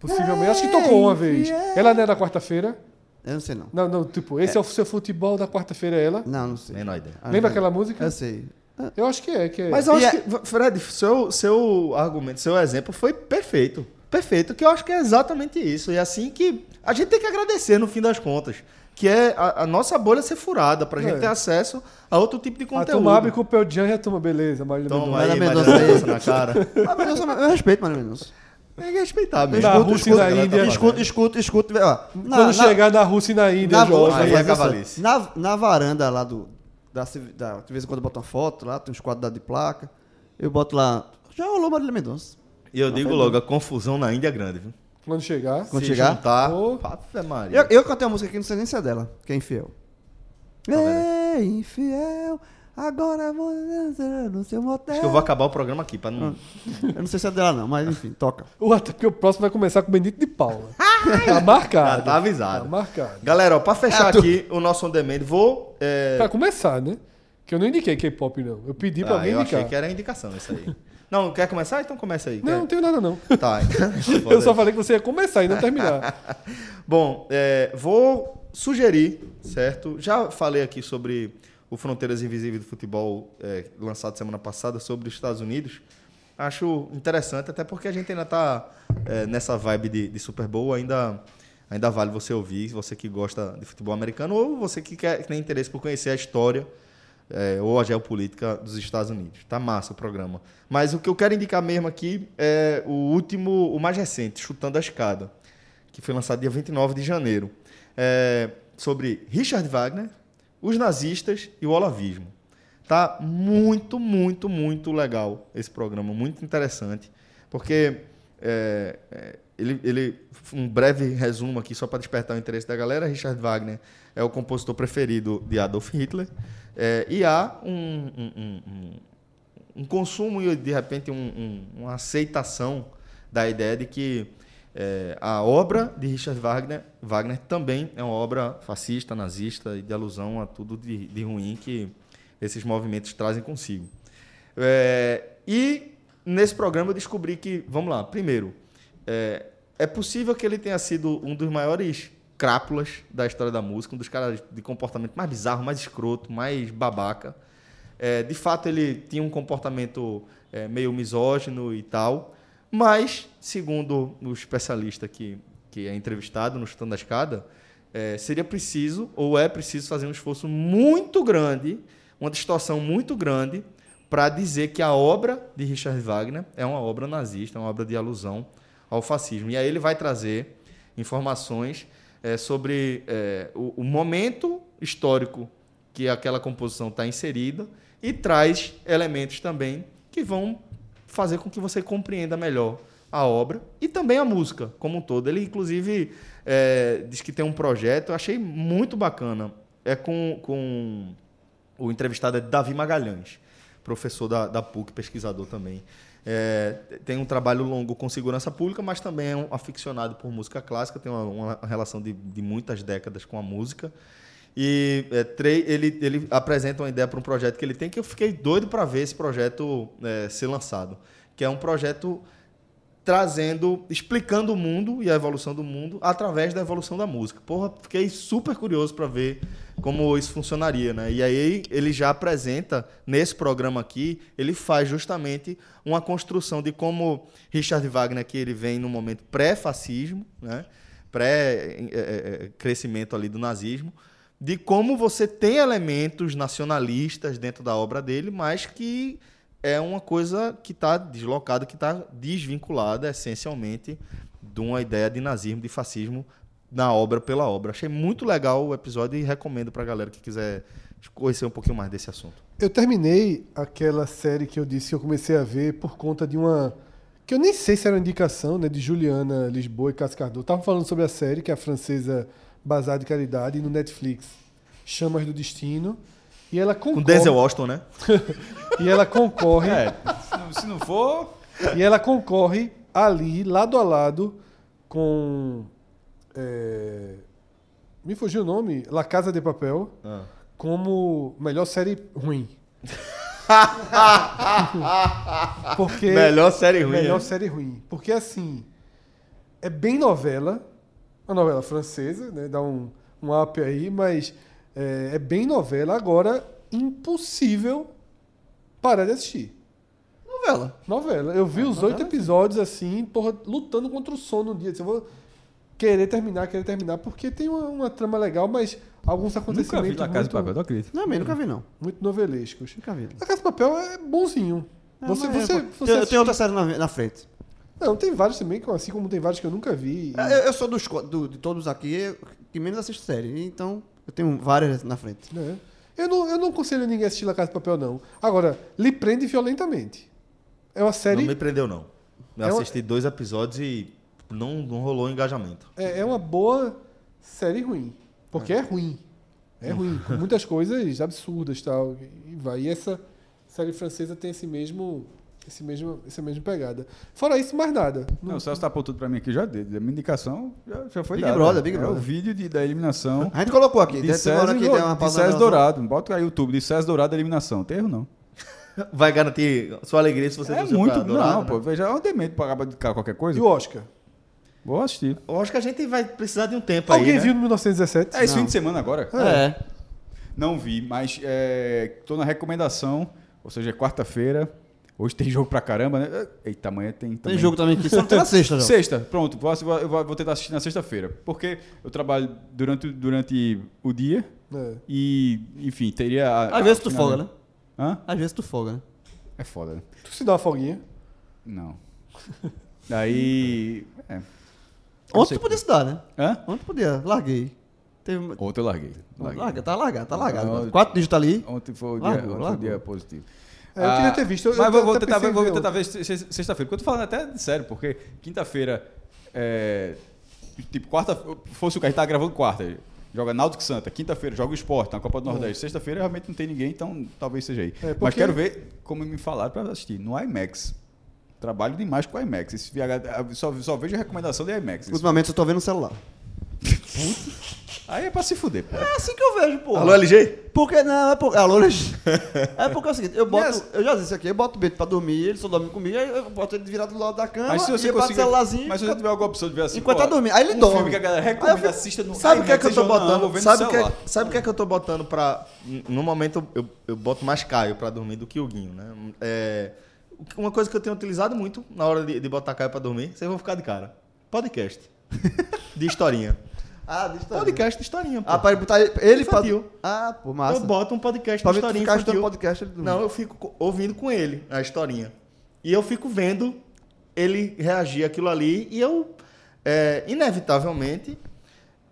Speaker 6: Possivelmente. Acho que tocou uma vez. Ela não é da quarta-feira?
Speaker 5: Eu não sei não.
Speaker 6: Não, não. Tipo, esse é, o seu futebol da quarta-feira, é ela?
Speaker 5: Não, não sei.
Speaker 7: Menor ideia.
Speaker 5: Ah,
Speaker 6: Lembra
Speaker 5: não.
Speaker 6: aquela música?
Speaker 5: Eu sei.
Speaker 6: Eu acho que é. Que é.
Speaker 7: Mas eu
Speaker 5: E
Speaker 7: acho
Speaker 5: é-
Speaker 7: que, Fred, seu, seu argumento, seu exemplo foi perfeito. Perfeito, que eu acho que é exatamente isso. E é assim que a gente tem que agradecer, no fim das contas. Que é a, a nossa bolha ser furada, pra gente
Speaker 6: É.
Speaker 7: ter acesso a outro tipo de
Speaker 6: a
Speaker 7: conteúdo.
Speaker 6: turma abre com o Pearl Jam e a turma, beleza, Marília
Speaker 7: Toma
Speaker 6: Mendonça.
Speaker 7: aí,
Speaker 5: Marília
Speaker 7: mas
Speaker 5: Mendonça aí.
Speaker 7: Mendonça na cara.
Speaker 5: Ah, mas eu, sou- eu respeito Marília Mendonça.
Speaker 7: Tem que respeitar mesmo.
Speaker 6: Da Rússia e da
Speaker 7: ela tá
Speaker 6: Índia.
Speaker 7: fazendo.
Speaker 5: Escuta, escuta, escuta. ó. Na-
Speaker 6: Quando
Speaker 5: na-
Speaker 6: chegar na Rússia e na Índia,
Speaker 5: na,
Speaker 6: jovem.
Speaker 7: Aí é
Speaker 5: mas olha só,
Speaker 7: cavalice.
Speaker 5: na, na varanda lá do. Da, civi- da- de vez em quando eu boto uma foto lá, tem uns quadros de placa. Eu boto lá. Já rolou Marília Mendonça.
Speaker 7: E eu digo logo, a confusão na Índia é grande, viu?
Speaker 6: Quando chegar.
Speaker 5: Quando
Speaker 7: Se
Speaker 5: chegar.
Speaker 7: juntar,
Speaker 6: Ô.
Speaker 7: Ave Maria.
Speaker 5: Eu, eu cantei uma música aqui, não sei nem se é dela, que é infiel. é infiel, agora vou dançar no seu motel.
Speaker 7: Acho que eu vou acabar o programa aqui, pra não...
Speaker 5: Eu não sei se é dela, não, mas enfim, toca.
Speaker 6: Ou até porque o próximo vai começar com Benito de Paula. tá
Speaker 7: Ah,
Speaker 6: marcado.
Speaker 7: tá avisado.
Speaker 6: Tá marcado.
Speaker 7: Galera, ó, pra fechar aqui o nosso on demand, vou. É...
Speaker 6: Pra começar, né? Que eu não indiquei K-pop, não. Eu pedi pra
Speaker 7: Ah,
Speaker 6: alguém
Speaker 7: eu
Speaker 6: indicar.
Speaker 7: achei que era indicação isso aí. Não, quer começar? Então começa aí.
Speaker 6: Não, não tenho nada, não.
Speaker 7: Quer... Tá. então,
Speaker 6: Eu
Speaker 7: foda-se.
Speaker 6: só falei que você ia começar e não terminar.
Speaker 7: Bom, é, vou sugerir, certo? Já falei aqui sobre o Fronteiras Invisíveis do Futebol é, lançado semana passada sobre os Estados Unidos. Acho interessante, até porque a gente ainda está nessa vibe de, de Super Bowl, ainda, ainda vale você ouvir, você que gosta de futebol americano ou você que, quer, que tem interesse por conhecer a história é, ou a geopolítica dos Estados Unidos. Tá massa o programa. Mas o que eu quero indicar mesmo aqui é o último, o mais recente, Chutando a Escada, que foi lançado dia 29 de janeiro, é, sobre Richard Wagner, os nazistas e o olavismo. Tá muito, muito, muito legal esse programa, muito interessante. Porque é, é, ele, ele, um breve resumo aqui, só para despertar o interesse da galera, Richard Wagner é o compositor preferido de Adolf Hitler. É, e há um, um- um- um- um consumo e, de repente, um- um- uma aceitação da ideia de que é, a obra de Richard Wagner, Wagner também é uma obra fascista, nazista e de alusão a tudo de, de ruim que esses movimentos trazem consigo. É, e nesse programa eu descobri que, vamos lá, primeiro, é, é possível que ele tenha sido um dos maiores crápulas da história da música, um dos caras de comportamento mais bizarro, mais escroto, mais babaca. É, de fato, ele tinha um comportamento é, meio misógino e tal, mas, segundo o especialista que, que é entrevistado no Chutando a Escada, é, seria preciso, ou é preciso, fazer um esforço muito grande, uma distorção muito grande, para dizer que a obra de Richard Wagner é uma obra nazista, é uma obra de alusão ao fascismo. E aí ele vai trazer informações eh, sobre eh, o, o momento histórico que aquela composição está inserida e traz elementos também que vão fazer com que você compreenda melhor a obra e também a música como um todo. Ele, inclusive, eh, diz que tem um projeto, eu achei muito bacana, é com, com o entrevistado é Davi Magalhães, professor da, da PUC, pesquisador também. É, tem um trabalho longo com segurança pública, mas também é um aficionado por música clássica, tem uma, uma relação de, de muitas décadas com a música. E é, tre- ele, ele apresenta uma ideia para um projeto que ele tem, que eu fiquei doido para ver esse projeto é, ser lançado. Que é um projeto trazendo, explicando o mundo e a evolução do mundo através da evolução da música. Porra, fiquei super curioso para ver como isso funcionaria, né? E aí ele já apresenta nesse programa aqui, ele faz justamente uma construção de como Richard Wagner que ele vem no momento pré-fascismo, né? é, Pré-crescimento ali do nazismo, de como você tem elementos nacionalistas dentro da obra dele, mas que é uma coisa que está deslocada, que está desvinculada essencialmente de uma ideia de nazismo, de fascismo na obra pela obra. Achei muito legal o episódio e recomendo para a galera que quiser conhecer um pouquinho mais desse assunto.
Speaker 6: Eu terminei aquela série que eu disse que eu comecei a ver por conta de uma. que eu nem sei se era uma indicação, né? De Juliana Lisboa e Cássio Cardoso. Estavam falando sobre a série, que é a francesa Bazar de Caridade, no Netflix. Chamas do Destino. E ela
Speaker 7: Com
Speaker 6: concorre.
Speaker 7: Denzel Washington, né?
Speaker 6: E ela concorre.
Speaker 4: É, se não, se não for.
Speaker 6: E ela concorre ali, lado a lado, com. é, me fugiu o nome? La Casa de Papel.
Speaker 7: Ah.
Speaker 6: Como melhor série ruim. Porque.
Speaker 7: Melhor série ruim.
Speaker 6: Melhor
Speaker 7: né?
Speaker 6: série ruim. Porque assim, é bem novela, uma novela francesa, né? Dá um, um up aí, mas é, é bem novela. Agora, impossível parar de assistir.
Speaker 7: Novela.
Speaker 6: Novela. Eu vi os oito episódios assim, porra, lutando contra o sono um dia. Disse, Eu vou querer terminar, querer terminar, porque tem uma, uma trama legal, mas alguns
Speaker 4: Nunca vi
Speaker 6: acontecimentos
Speaker 4: na Casa de Papel,
Speaker 6: muito,
Speaker 4: não acredito.
Speaker 5: Não, man, nunca vi, não.
Speaker 6: muito novelescos.
Speaker 5: Nunca vi.
Speaker 6: A Casa de Papel é bonzinho. você,
Speaker 5: mas é, pô.
Speaker 6: você, você
Speaker 5: Tem- eu
Speaker 6: assiste-
Speaker 5: tenho outra série na, na frente.
Speaker 6: Não, tem vários também, que- assim como tem vários que eu nunca vi.
Speaker 5: É, Eu, eu sou dos, co- do- de todos aqui eu- que menos assisto série, então eu tenho várias na frente.
Speaker 6: né? Eu, não, eu não aconselho ninguém a assistir La Casa de Papel, não. Agora, lhe prende violentamente. É uma série.
Speaker 7: Não me prendeu, não. Eu
Speaker 6: É uma-
Speaker 7: assisti dois episódios e não, não rolou engajamento.
Speaker 6: É, é uma boa série ruim. Porque é, ruim. É ruim. Com muitas coisas absurdas tal. E vai. E essa série francesa tem esse mesmo. Esse mesmo, essa mesma pegada. Fora isso, mais nada.
Speaker 4: Não, o Celso tá apontando pra mim aqui já dele. A minha indicação já, já foi
Speaker 5: Big
Speaker 4: dada.
Speaker 5: Brother, Big
Speaker 4: é
Speaker 5: Brother.
Speaker 4: o vídeo de- da eliminação.
Speaker 5: A gente colocou aqui.
Speaker 4: De
Speaker 5: deve ter uma hora
Speaker 4: César,
Speaker 5: que
Speaker 4: de
Speaker 5: der uma pausa na gravação.
Speaker 4: César Dourado. Bota aí o YouTube de César Dourado eliminação. Tem erro não.
Speaker 7: Vai garantir sua alegria se você
Speaker 4: é
Speaker 7: torcer pra
Speaker 4: muito.
Speaker 5: tá
Speaker 7: Dourado,
Speaker 4: não,
Speaker 7: né?
Speaker 4: pô. Veja, é um demente pra acabar de cara qualquer coisa.
Speaker 6: E o Oscar?
Speaker 4: Vou assistir.
Speaker 7: Eu acho que a gente vai precisar de um tempo
Speaker 6: Alguém
Speaker 7: aí, né?
Speaker 6: viu no 1917?
Speaker 4: É esse fim de semana agora?
Speaker 5: É.
Speaker 4: Não vi, mas é, tô na recomendação. Ou seja, é quarta-feira. Hoje tem jogo pra caramba, né? Eita, amanhã tem também.
Speaker 5: Tem jogo também que só tem na sexta, não.
Speaker 4: Sexta, pronto. Vou, assi- vou, vou tentar assistir na sexta-feira. Porque eu trabalho durante, durante o dia
Speaker 6: É.
Speaker 4: e, enfim, teria. a-
Speaker 5: Às vezes
Speaker 4: a-
Speaker 5: tu folga, né?
Speaker 4: Hã?
Speaker 5: Às vezes tu folga, né?
Speaker 4: É foda, né?
Speaker 6: Tu se dá uma folguinha.
Speaker 4: Não. Daí. É.
Speaker 5: Ontem tu podia se dar, né?
Speaker 4: Hã?
Speaker 5: Ontem podia, larguei. Teve... uma-
Speaker 4: Ontem eu larguei. larguei.
Speaker 5: Larga, tá largado, tá
Speaker 4: Não,
Speaker 5: largado.
Speaker 4: eu-
Speaker 5: Quatro dígitos ali.
Speaker 4: Ontem foi o dia,
Speaker 5: Largou,
Speaker 4: ontem foi o
Speaker 5: largou.
Speaker 4: dia positivo. Ah,
Speaker 6: É, eu queria ter visto, eu- eu
Speaker 4: mas vou, vou
Speaker 6: até
Speaker 4: tentar,
Speaker 6: pensei
Speaker 4: ver,
Speaker 6: em
Speaker 4: vou
Speaker 6: ver
Speaker 4: tentar ver se- se- sexta-feira. Porque eu tô falando até de sério, porque quinta-feira. é, tipo, quarta. Fosse o que a gente tá gravando quarta. Joga Náutico e Santa. Quinta-feira joga o Sport na Copa do Nordeste. Sexta-feira realmente não tem ninguém, então talvez seja aí.
Speaker 6: É, porque-
Speaker 4: Mas quero ver como me falaram pra assistir. No IMAX. Trabalho demais com o IMAX. Esse VH, só, só vejo a recomendação do IMAX.
Speaker 5: Ultimamente eu tô vendo no celular.
Speaker 4: Aí é pra se fuder, pô.
Speaker 5: É assim que eu vejo, pô.
Speaker 10: Alô, LG?
Speaker 5: Porque não, é porque. Alô, Luiz. É porque é o seguinte, eu boto.
Speaker 4: Yes.
Speaker 5: Eu já disse isso aqui, eu boto o Beto pra dormir, ele só dorme comigo, aí eu boto ele virado do lado da
Speaker 6: Ah,
Speaker 5: cama,
Speaker 4: Mas se
Speaker 6: é
Speaker 4: você
Speaker 5: e bato o
Speaker 4: conseguir-
Speaker 5: celularzinho.
Speaker 4: Mas se você tiver alguma opção de ver assim.
Speaker 5: Enquanto
Speaker 4: pô,
Speaker 5: tá dormindo. Aí ele
Speaker 4: um
Speaker 5: dorme.
Speaker 4: filme que a galera
Speaker 5: Aí eu
Speaker 4: recomenda,
Speaker 5: fico-
Speaker 4: assista no.
Speaker 7: Sabe o que é que eu
Speaker 4: IMAX,
Speaker 7: tô
Speaker 4: vocês vão- não, vou
Speaker 7: botando?
Speaker 4: ver no
Speaker 7: Sabe o que,
Speaker 4: celular.
Speaker 7: é- sabe o que é que eu tô botando pra. No momento eu, eu boto mais Caio pra dormir do que o Guinho, né? É, uma coisa que eu tenho utilizado muito na hora de, de botar Caio pra dormir, vocês vão ficar de cara. Podcast. de historinha.
Speaker 5: Ah, deixa eu
Speaker 7: Podcast de historinha, pô.
Speaker 5: Ah, pra ele botar ele- ele pra.
Speaker 7: Infantil.
Speaker 5: Ah, pô, massa.
Speaker 7: Eu boto um podcast
Speaker 5: pra
Speaker 7: de
Speaker 5: ver tu
Speaker 7: historinha
Speaker 5: ficar estudando
Speaker 7: infantil.
Speaker 5: podcast, ele dorme.
Speaker 7: Não, eu fico co- ouvindo com ele a historinha. E eu fico vendo ele reagir àquilo ali e eu, é, inevitavelmente,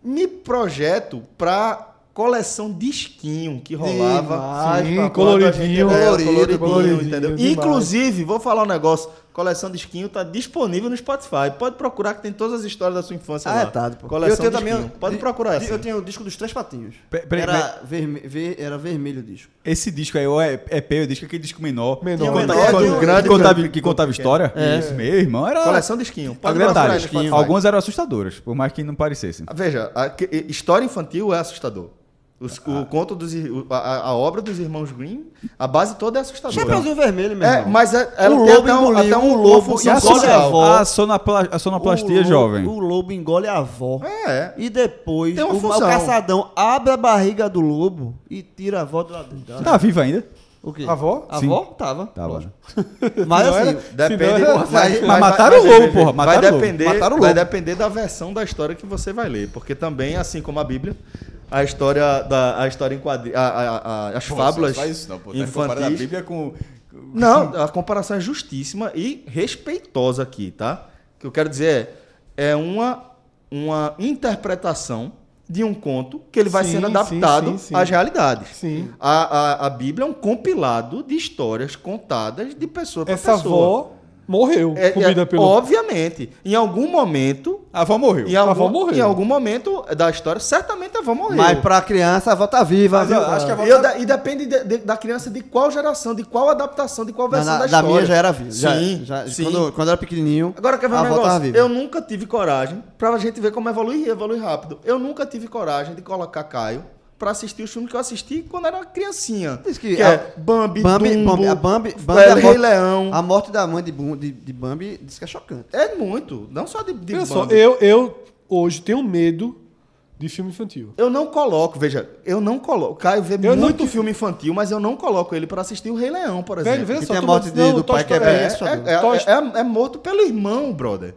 Speaker 7: me projeto pra coleção disquinho que rolava.
Speaker 5: Demais,
Speaker 6: Sim,
Speaker 5: papai.
Speaker 6: coloridinho.
Speaker 5: É,
Speaker 7: Colorido, colorido,
Speaker 5: colorido, colorido.
Speaker 7: tá entendeu?
Speaker 6: demais.
Speaker 7: Inclusive, vou falar um negócio. Coleção Disquinho tá disponível no Spotify. Pode procurar que tem todas as histórias da sua infância lá.
Speaker 5: Arretado, Ah, é pô.
Speaker 7: Coleção
Speaker 5: eu tenho também.
Speaker 7: Disquinho. Pode procurar
Speaker 5: di-
Speaker 7: essa.
Speaker 5: Eu tenho o disco dos Três Patinhos.
Speaker 4: Pe- peraí,
Speaker 5: era, verme- ver- era vermelho o disco.
Speaker 4: Esse disco aí, ou é EP, o disco é aquele disco menor. É
Speaker 6: Menor.
Speaker 4: Que contava,
Speaker 5: Menor,
Speaker 4: que
Speaker 5: de um
Speaker 7: grande-
Speaker 4: contava, que contava história. Isso, meu irmão, era.
Speaker 7: Coleção
Speaker 5: Ah,
Speaker 7: Disquinho. Pode
Speaker 5: tá,
Speaker 4: Agora,
Speaker 7: procurar no
Speaker 4: detalhe,
Speaker 7: Spotify.
Speaker 4: algumas eram assustadoras, por mais que não parecessem.
Speaker 7: Ah, Veja, a que- história infantil é assustador. Os- o
Speaker 4: Ah.
Speaker 7: conto dos ir- o- a, a obra dos irmãos Green, a base toda é assustadora.
Speaker 5: Chapeuzinho vermelho, meu
Speaker 7: É,
Speaker 5: irmão.
Speaker 7: mas é- ela
Speaker 5: O
Speaker 7: tem
Speaker 5: lobo
Speaker 7: até, um,
Speaker 5: engoliu
Speaker 7: até um
Speaker 5: o
Speaker 7: lobo
Speaker 5: lobo
Speaker 7: função
Speaker 5: e a sua
Speaker 7: social.
Speaker 5: avó.
Speaker 4: A, sonopla, a sonoplastia
Speaker 5: O lobo-
Speaker 4: jovem.
Speaker 5: O lobo engole a avó.
Speaker 7: É.
Speaker 5: E depois
Speaker 7: Tem uma
Speaker 5: o,
Speaker 7: função.
Speaker 5: o caçadão abre a barriga do lobo e tira a avó do lado dentro.
Speaker 4: Tá viva ainda?
Speaker 5: O quê?
Speaker 6: A avó?
Speaker 5: A
Speaker 4: Sim.
Speaker 5: avó? Tava.
Speaker 4: Tá bom.
Speaker 5: Mas
Speaker 6: Não era?
Speaker 5: assim,
Speaker 7: Depende.
Speaker 6: Senão-
Speaker 7: mas- mas-
Speaker 5: Mas
Speaker 4: né?
Speaker 7: mas-
Speaker 4: mataram o lobo,
Speaker 7: mas-
Speaker 4: porra,
Speaker 7: vai
Speaker 4: mataram o lobo.
Speaker 7: depender-
Speaker 4: Mataram o
Speaker 7: Vai
Speaker 4: lobo.
Speaker 7: depender da versão da história que você vai ler. Porque também, assim como a Bíblia, a história, da, a história em quadrinhos. As fábulas infantis.
Speaker 4: tá com.
Speaker 7: Não, a comparação é justíssima e respeitosa aqui, tá? O que eu quero dizer é, é uma, uma interpretação de um conto que ele vai
Speaker 6: Sim,
Speaker 7: sendo
Speaker 6: sim,
Speaker 7: adaptado
Speaker 6: sim, sim.
Speaker 7: às realidades.
Speaker 6: Sim.
Speaker 7: A, a, a Bíblia é um compilado de histórias contadas de pessoa para
Speaker 6: Essa
Speaker 7: pessoa.
Speaker 6: avó morreu,
Speaker 7: É,
Speaker 6: comida
Speaker 7: é,
Speaker 6: pelo.
Speaker 7: Obviamente, em algum momento...
Speaker 4: A avó morreu.
Speaker 7: Em
Speaker 6: A
Speaker 7: algum,
Speaker 6: avó morreu.
Speaker 7: Em algum momento da história, certamente a avó morreu.
Speaker 5: mas pra criança a avó tá viva.
Speaker 4: Mas
Speaker 5: viu?
Speaker 4: eu acho que a avó tá-
Speaker 7: E eu da- e depende de- de- da criança de qual geração, de qual adaptação, de qual
Speaker 5: Na-
Speaker 7: versão
Speaker 5: na-
Speaker 7: da
Speaker 5: da
Speaker 7: história.
Speaker 5: minha já era viva. Já-
Speaker 7: Sim,
Speaker 5: já-
Speaker 7: sim.
Speaker 5: Quando, quando era pequenininho,
Speaker 7: Agora quer ver
Speaker 5: a
Speaker 7: um
Speaker 5: avó tava
Speaker 7: negócio?
Speaker 5: viva.
Speaker 7: Eu nunca tive coragem, pra gente ver como evolui, evolui rápido. Eu nunca tive coragem de colocar Caio pra assistir os filmes que eu assisti quando era uma criancinha.
Speaker 5: Diz que a-
Speaker 7: é Bambi,
Speaker 5: Bambi,
Speaker 7: Dumbo,
Speaker 5: Bambi- a Bambi,
Speaker 7: é
Speaker 5: Bambi a
Speaker 7: Rei
Speaker 5: morte-
Speaker 7: Leão.
Speaker 5: A morte da mãe de, Bum- de- de Bambi disse que é chocante.
Speaker 7: É muito, não só de, de
Speaker 6: Olha
Speaker 7: Bambi.
Speaker 6: só,
Speaker 7: eu...
Speaker 6: eu, eu hoje tenho medo de filme infantil.
Speaker 7: não coloco, veja, eu não coloco. Caio vê
Speaker 6: Eu não
Speaker 7: muito
Speaker 6: tive-
Speaker 7: filme infantil, mas eu não coloco ele pra assistir o Rei Leão, por exemplo.
Speaker 6: Velho, veja
Speaker 5: E
Speaker 6: só.
Speaker 5: tem a
Speaker 6: tu
Speaker 5: morte
Speaker 6: bota-
Speaker 5: de-
Speaker 6: não,
Speaker 5: do
Speaker 6: Toy
Speaker 5: pai que é
Speaker 6: Story-
Speaker 5: bem
Speaker 7: É,
Speaker 5: assustador.
Speaker 7: é- é- é- é morto pelo irmão, brother.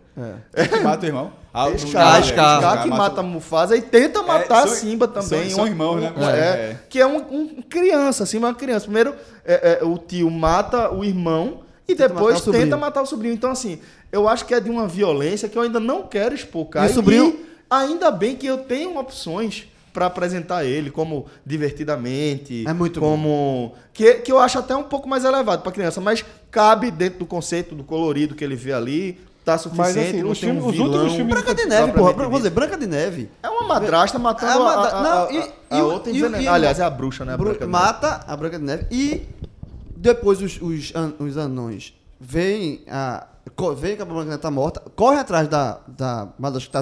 Speaker 4: É Que mata o irmão. A,
Speaker 7: Scar,
Speaker 5: Ah, Scar.
Speaker 7: Scar que mata Mufasa e tenta matar
Speaker 4: É, são-
Speaker 7: Simba também.
Speaker 4: são- são irmãos, né?
Speaker 7: É,
Speaker 4: É.
Speaker 7: Que é um, um criança, Simba é uma criança. Primeiro é, é, o tio mata o irmão e depois
Speaker 5: matar o
Speaker 7: tenta
Speaker 5: sobrinho.
Speaker 7: matar o sobrinho. Então, assim, eu acho que é de uma violência que eu ainda não quero expor, cara.
Speaker 5: E o sobrinho?
Speaker 7: E ainda bem que eu tenho opções pra apresentar ele, como divertidamente,
Speaker 5: É muito bom.
Speaker 7: como que, que eu acho até um pouco mais elevado pra criança, mas cabe dentro do conceito do colorido que ele vê ali, tá
Speaker 6: Mas
Speaker 7: suficiente,
Speaker 6: assim,
Speaker 7: não
Speaker 6: os,
Speaker 7: tem
Speaker 6: filmes,
Speaker 7: um
Speaker 6: os últimos
Speaker 7: vilão.
Speaker 6: filmes.
Speaker 5: Branca de
Speaker 6: infantis-
Speaker 5: Neve, porra.
Speaker 7: propriamente
Speaker 5: Vou dizer, Branca de Neve.
Speaker 7: É uma madrasta matando
Speaker 5: É uma
Speaker 7: a,
Speaker 5: da-
Speaker 7: a-
Speaker 5: não,
Speaker 7: a-
Speaker 5: e-
Speaker 7: a-
Speaker 5: e
Speaker 7: a
Speaker 5: o-
Speaker 7: outra
Speaker 5: e o-
Speaker 7: envenena.
Speaker 5: e o-
Speaker 7: Aliás, é a bruxa, né? A
Speaker 5: Bru-
Speaker 7: Branca de Neve.
Speaker 5: mata a Branca de Neve e depois os, os, an- os anões veem a, co- veem que a Branca de Neve tá morta, correm atrás da, da madrasta que tá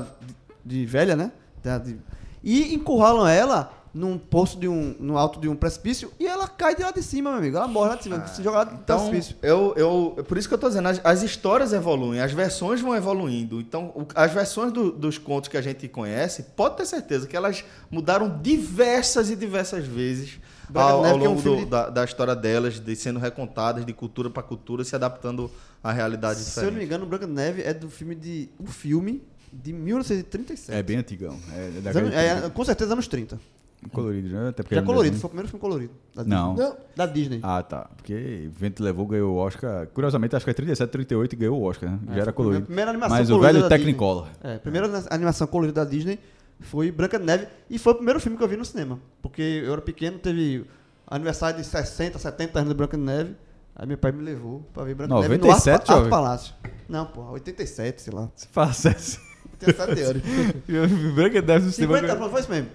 Speaker 5: de, de velha, né? Da- de- e encurralam ela num poço de um, no alto de um precipício e ela cai de lá de cima, meu amigo. Ela morre lá de cima, se joga lá do
Speaker 7: Então,
Speaker 5: precipício.
Speaker 7: eu, eu, por isso que eu tô dizendo, as, as histórias evoluem, as versões vão evoluindo. Então, o- as versões do- dos contos que a gente conhece, pode ter certeza que elas mudaram diversas e diversas vezes
Speaker 5: Branca de
Speaker 7: ao,
Speaker 5: Neve,
Speaker 7: ao
Speaker 5: que é um
Speaker 7: longo
Speaker 5: filme
Speaker 7: do-
Speaker 5: de-
Speaker 7: da, da história delas, de sendo recontadas de cultura para cultura, se adaptando à realidade
Speaker 5: Se eu não me
Speaker 7: tá diferente.
Speaker 5: engano, Branca de Neve é do filme de. um filme de 1937.
Speaker 4: É bem antigão. É, é da
Speaker 5: Anos- é, com certeza anos 30.
Speaker 7: é-
Speaker 4: Colorido, né? Até porque
Speaker 5: Já
Speaker 4: era
Speaker 5: colorido,
Speaker 4: mesmo.
Speaker 5: foi o primeiro filme colorido. da Disney.
Speaker 4: Não.
Speaker 6: Não,
Speaker 5: Da Disney.
Speaker 4: Ah, tá. Porque Vento Levou ganhou o Oscar. Curiosamente, acho que é 37, 38 e ganhou o Oscar, né? Já era colorido.
Speaker 5: É, primeira animação
Speaker 4: Mas o
Speaker 5: colorida
Speaker 4: velho
Speaker 5: da
Speaker 4: Technicolor.
Speaker 5: É, a primeira na- animação colorida da Disney foi Branca de Neve e foi o primeiro filme que eu vi no cinema. Porque eu era pequeno, teve aniversário de 60, 70 anos de Branca de Neve. Aí meu pai me levou pra ver Branca de Neve no
Speaker 4: 97,
Speaker 5: Arte- Arte
Speaker 4: jovem?
Speaker 5: Palácio. Não, porra, 87, sei lá.
Speaker 4: Se passa assim.
Speaker 5: 87 anos.
Speaker 4: Branca de Neve no cinema.
Speaker 5: 50 anos, foi isso mesmo.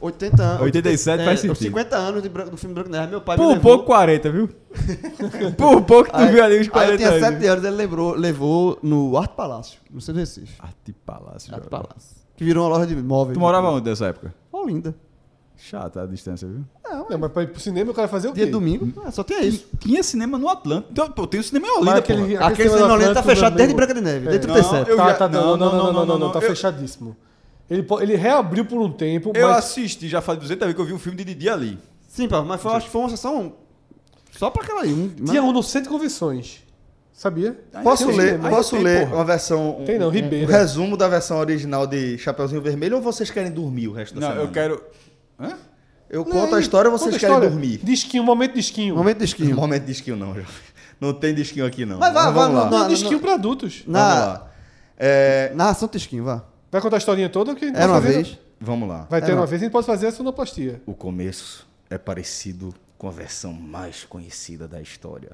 Speaker 5: 80 anos.
Speaker 4: 87 faz
Speaker 5: é,
Speaker 4: sentido.
Speaker 5: 50 anos de Branca- do filme Branco de Neve. Meu pai me
Speaker 4: Por um
Speaker 5: levou.
Speaker 4: pouco 40, viu? Por um pouco tu
Speaker 5: Aí-
Speaker 4: viu ali os
Speaker 5: aí eu
Speaker 4: 40
Speaker 5: tinha
Speaker 4: anos.
Speaker 5: 7 anos, ele lembrou, levou no Arte Palácio, no centro do Recife.
Speaker 4: Arte Ah, Palácio.
Speaker 5: Arte
Speaker 4: jovem.
Speaker 5: Tá Ah, Palácio. Que virou uma loja de móveis.
Speaker 4: Tu morava onde nessa época?
Speaker 5: Olinda.
Speaker 4: Chata a distância, viu?
Speaker 6: Não, mas pra ir pro cinema o cara fazer o quê?
Speaker 5: Dia de domingo, ah, só tinha isso.
Speaker 4: Tinha cinema no Atlântico. Então, pô, tem o cinema em
Speaker 6: Mas
Speaker 4: Olinda, porra.
Speaker 6: aquele,
Speaker 5: Aquele
Speaker 6: cinema do
Speaker 5: cinema Olinda tá
Speaker 6: Atlântico
Speaker 5: fechado
Speaker 6: também-
Speaker 5: desde Branca de Neve, desde
Speaker 6: É.
Speaker 5: 37.
Speaker 4: eu
Speaker 6: tá,
Speaker 4: já-
Speaker 6: tá, não, não, não, não, não, não, tá
Speaker 4: eu-
Speaker 6: fechadíssimo. Ele, po- ele reabriu por um tempo,
Speaker 4: Eu
Speaker 6: mas
Speaker 4: assisti, já faz 200 vezes que eu vi o filme de Didi ali.
Speaker 5: Sim, pá, mas foi, acho que foi uma sessão só pra aquela aí. um-
Speaker 6: tinha um no Centro de Convenções. Sabia?
Speaker 7: Posso
Speaker 6: Tem
Speaker 7: ler,
Speaker 6: cinema.
Speaker 7: posso
Speaker 4: tem,
Speaker 7: ler
Speaker 4: porra.
Speaker 7: uma versão. Um,
Speaker 6: Tem não,
Speaker 7: um- um
Speaker 6: Ribeiro.
Speaker 7: resumo da versão original de Chapeuzinho Vermelho ou vocês querem dormir o resto da
Speaker 4: Não,
Speaker 7: semana?
Speaker 4: eu quero. Hã?
Speaker 7: Eu
Speaker 6: Não,
Speaker 7: conto a
Speaker 6: aí,
Speaker 7: história
Speaker 6: conta
Speaker 7: vocês
Speaker 6: a
Speaker 7: querem
Speaker 6: história.
Speaker 7: dormir.
Speaker 6: Disquinho, momento disquinho.
Speaker 5: um Momento de
Speaker 7: No
Speaker 5: esquinho.
Speaker 7: momento de esquinho, não, jovem. Não tem disquinho aqui, não.
Speaker 5: Mas vá, vá,
Speaker 7: vamos lá.
Speaker 5: não,
Speaker 6: Não, disquinho pra adultos.
Speaker 7: Vamos
Speaker 5: Na,
Speaker 7: lá. É,
Speaker 5: narração do esquinho, vá.
Speaker 6: Vai contar a historinha toda? ou Que a gente
Speaker 5: Era É uma
Speaker 6: pode fazer-
Speaker 5: vez.
Speaker 7: vamos lá.
Speaker 6: Vai ter
Speaker 5: Era
Speaker 6: uma
Speaker 5: uma-
Speaker 6: vez, a gente pode fazer a sonoplastia.
Speaker 7: O começo é parecido com a versão mais conhecida da história.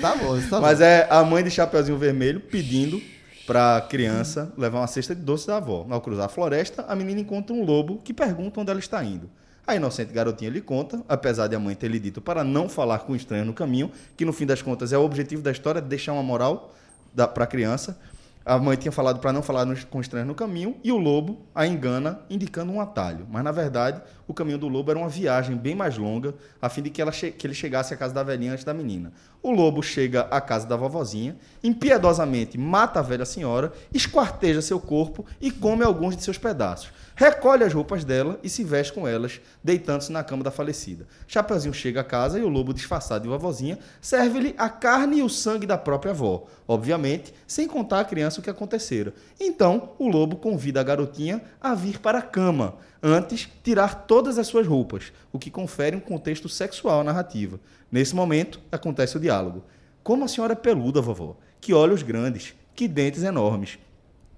Speaker 5: Tá bom, isso tá
Speaker 7: Mas
Speaker 5: bom.
Speaker 7: é a mãe de Chapeuzinho Vermelho pedindo pra criança levar uma cesta de doces da avó. Ao cruzar a floresta, a menina encontra um lobo que pergunta onde ela está indo. A inocente garotinha lhe conta, apesar de a mãe ter lhe dito para não falar com estranhos no caminho, que no fim das contas é o objetivo da história deixar uma moral da, pra criança. A mãe tinha falado para não falar nos- com estranhos no caminho e o lobo a engana indicando um atalho. Mas na verdade, o caminho do lobo era uma viagem bem mais longa, a fim de que, ela che- que ele chegasse à casa da velhinha antes da menina. O lobo chega à casa da vovozinha, impiedosamente mata a velha senhora, esquarteja seu corpo e come alguns de seus pedaços. Recolhe as roupas dela e se veste com elas, deitando-se na cama da falecida. Chapeuzinho chega à casa e o lobo, disfarçado de vovozinha, serve-lhe a carne e o sangue da própria avó, obviamente, sem contar à criança o que acontecera. Então, o lobo convida a garotinha a vir para a cama, antes tirar todas as suas roupas, o que confere um contexto sexual à narrativa. Nesse momento, acontece o diálogo. Como a senhora é peluda, vovó? Que olhos grandes, que dentes enormes.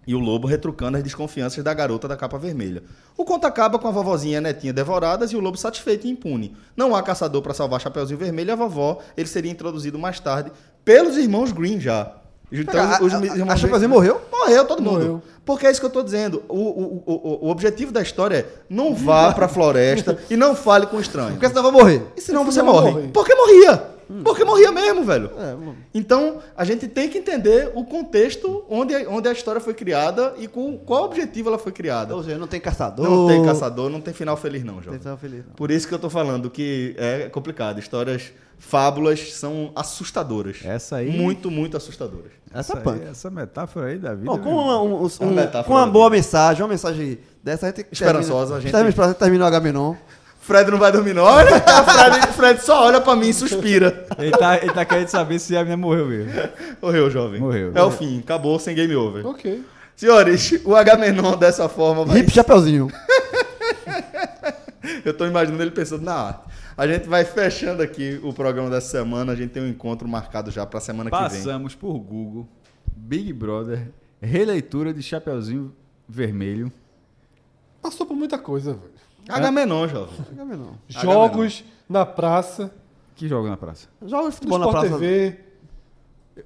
Speaker 7: E o lobo retrucando as desconfianças da garota da capa vermelha. O conto acaba com a vovozinha e a netinha devoradas e o lobo satisfeito e impune. Não há caçador para salvar Chapeuzinho Vermelho e a vovó, ele seria introduzido mais tarde pelos irmãos Green já. Então,
Speaker 5: Cara,
Speaker 7: os
Speaker 5: a- a-
Speaker 7: irmãos
Speaker 5: a
Speaker 7: Green-
Speaker 5: Chapeuzinho morreu?
Speaker 7: Morreu todo mundo.
Speaker 6: Morreu.
Speaker 7: Porque é isso que eu tô dizendo. O, o- o- o- o objetivo da história é não vá pra floresta e não fale com estranho.
Speaker 5: Porque senão eu vou morrer.
Speaker 7: E senão você
Speaker 6: Senão
Speaker 7: morre.
Speaker 6: morre.
Speaker 7: Porque morria. Porque morria mesmo, velho.
Speaker 5: É, mano.
Speaker 7: Então, a gente tem que entender o contexto onde a, onde a história foi criada e com qual objetivo ela foi criada.
Speaker 5: Ou seja, não tem caçador.
Speaker 7: Não tem caçador, não tem final feliz, não,
Speaker 5: Tem
Speaker 7: Jovem.
Speaker 5: caçador feliz, não.
Speaker 7: Por isso que eu tô falando que é complicado. Histórias, fábulas são assustadoras.
Speaker 4: Essa aí-
Speaker 7: Muito, muito assustadoras.
Speaker 5: Essa
Speaker 4: aí-
Speaker 5: punk.
Speaker 4: essa metáfora aí da vida.
Speaker 5: Bom, com
Speaker 4: meu
Speaker 5: assim uma,
Speaker 4: irmão.
Speaker 5: um- um-
Speaker 7: É uma
Speaker 5: um-
Speaker 7: metáfora
Speaker 5: com uma
Speaker 7: da
Speaker 5: boa mensagem, uma mensagem dessa, a gente
Speaker 7: Esperançosa,
Speaker 5: termina,
Speaker 7: a gente-
Speaker 5: termina, esperança- termina o Agamenon.
Speaker 7: Fred não vai dormir, não. Olha, tá, Fred, Fred só olha pra mim e suspira.
Speaker 4: Ele tá, ele tá querendo saber se a menina morreu mesmo.
Speaker 7: Morreu, jovem.
Speaker 4: Morreu.
Speaker 7: É o fim. Acabou sem game over.
Speaker 6: Ok.
Speaker 7: Senhores, o H-Menon dessa forma vai
Speaker 5: Hip Chapeuzinho.
Speaker 7: Eu tô imaginando ele pensando na arte. A gente vai fechando aqui o programa dessa semana. A gente tem um encontro marcado já pra semana que vem.
Speaker 4: Passamos por Google, Big Brother, releitura de Chapeuzinho Vermelho.
Speaker 6: Passou por muita coisa, velho.
Speaker 7: Agamenon, jovem.
Speaker 5: Agamenon.
Speaker 6: Jogos na praça,
Speaker 4: Que joga na praça?
Speaker 5: Joga um
Speaker 6: no
Speaker 5: futebol na
Speaker 6: Sport
Speaker 5: praça.
Speaker 6: TV.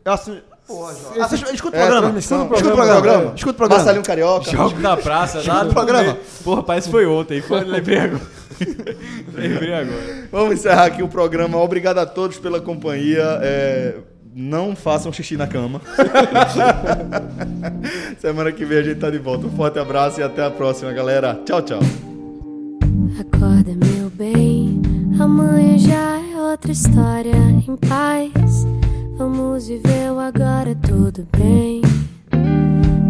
Speaker 5: Eu assisto- Porra, Jorge.
Speaker 6: Esse-
Speaker 5: Assiste- escuta o
Speaker 7: É,
Speaker 5: programa.
Speaker 7: transmissão.
Speaker 5: Escuta o programa. né?
Speaker 7: programa.
Speaker 5: Escuta o programa.
Speaker 7: Marcelinho Carioca.
Speaker 4: Jogo na praça, lá no
Speaker 5: programa.
Speaker 4: Porra, parece que foi ontem. Foi, lembrei agora. lembrei agora.
Speaker 7: Vamos encerrar aqui o programa. Obrigado a todos pela companhia. É, Não façam xixi na cama. semana que vem a gente tá de volta. Um forte abraço e até a próxima, galera. Tchau, tchau.
Speaker 1: Acorda, meu bem. Amanhã já é outra história. Em paz, vamos viver o agora, tudo bem.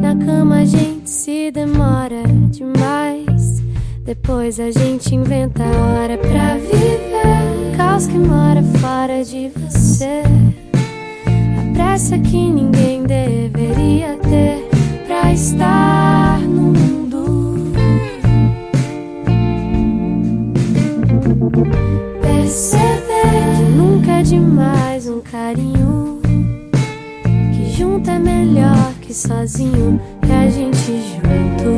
Speaker 1: Na cama a gente se demora demais. Depois a gente inventa a hora pra viver. Caos que mora fora de você. A pressa que ninguém deveria ter pra estar no mundo. perceber que nunca é demais um carinho que junto é melhor que sozinho que a gente junto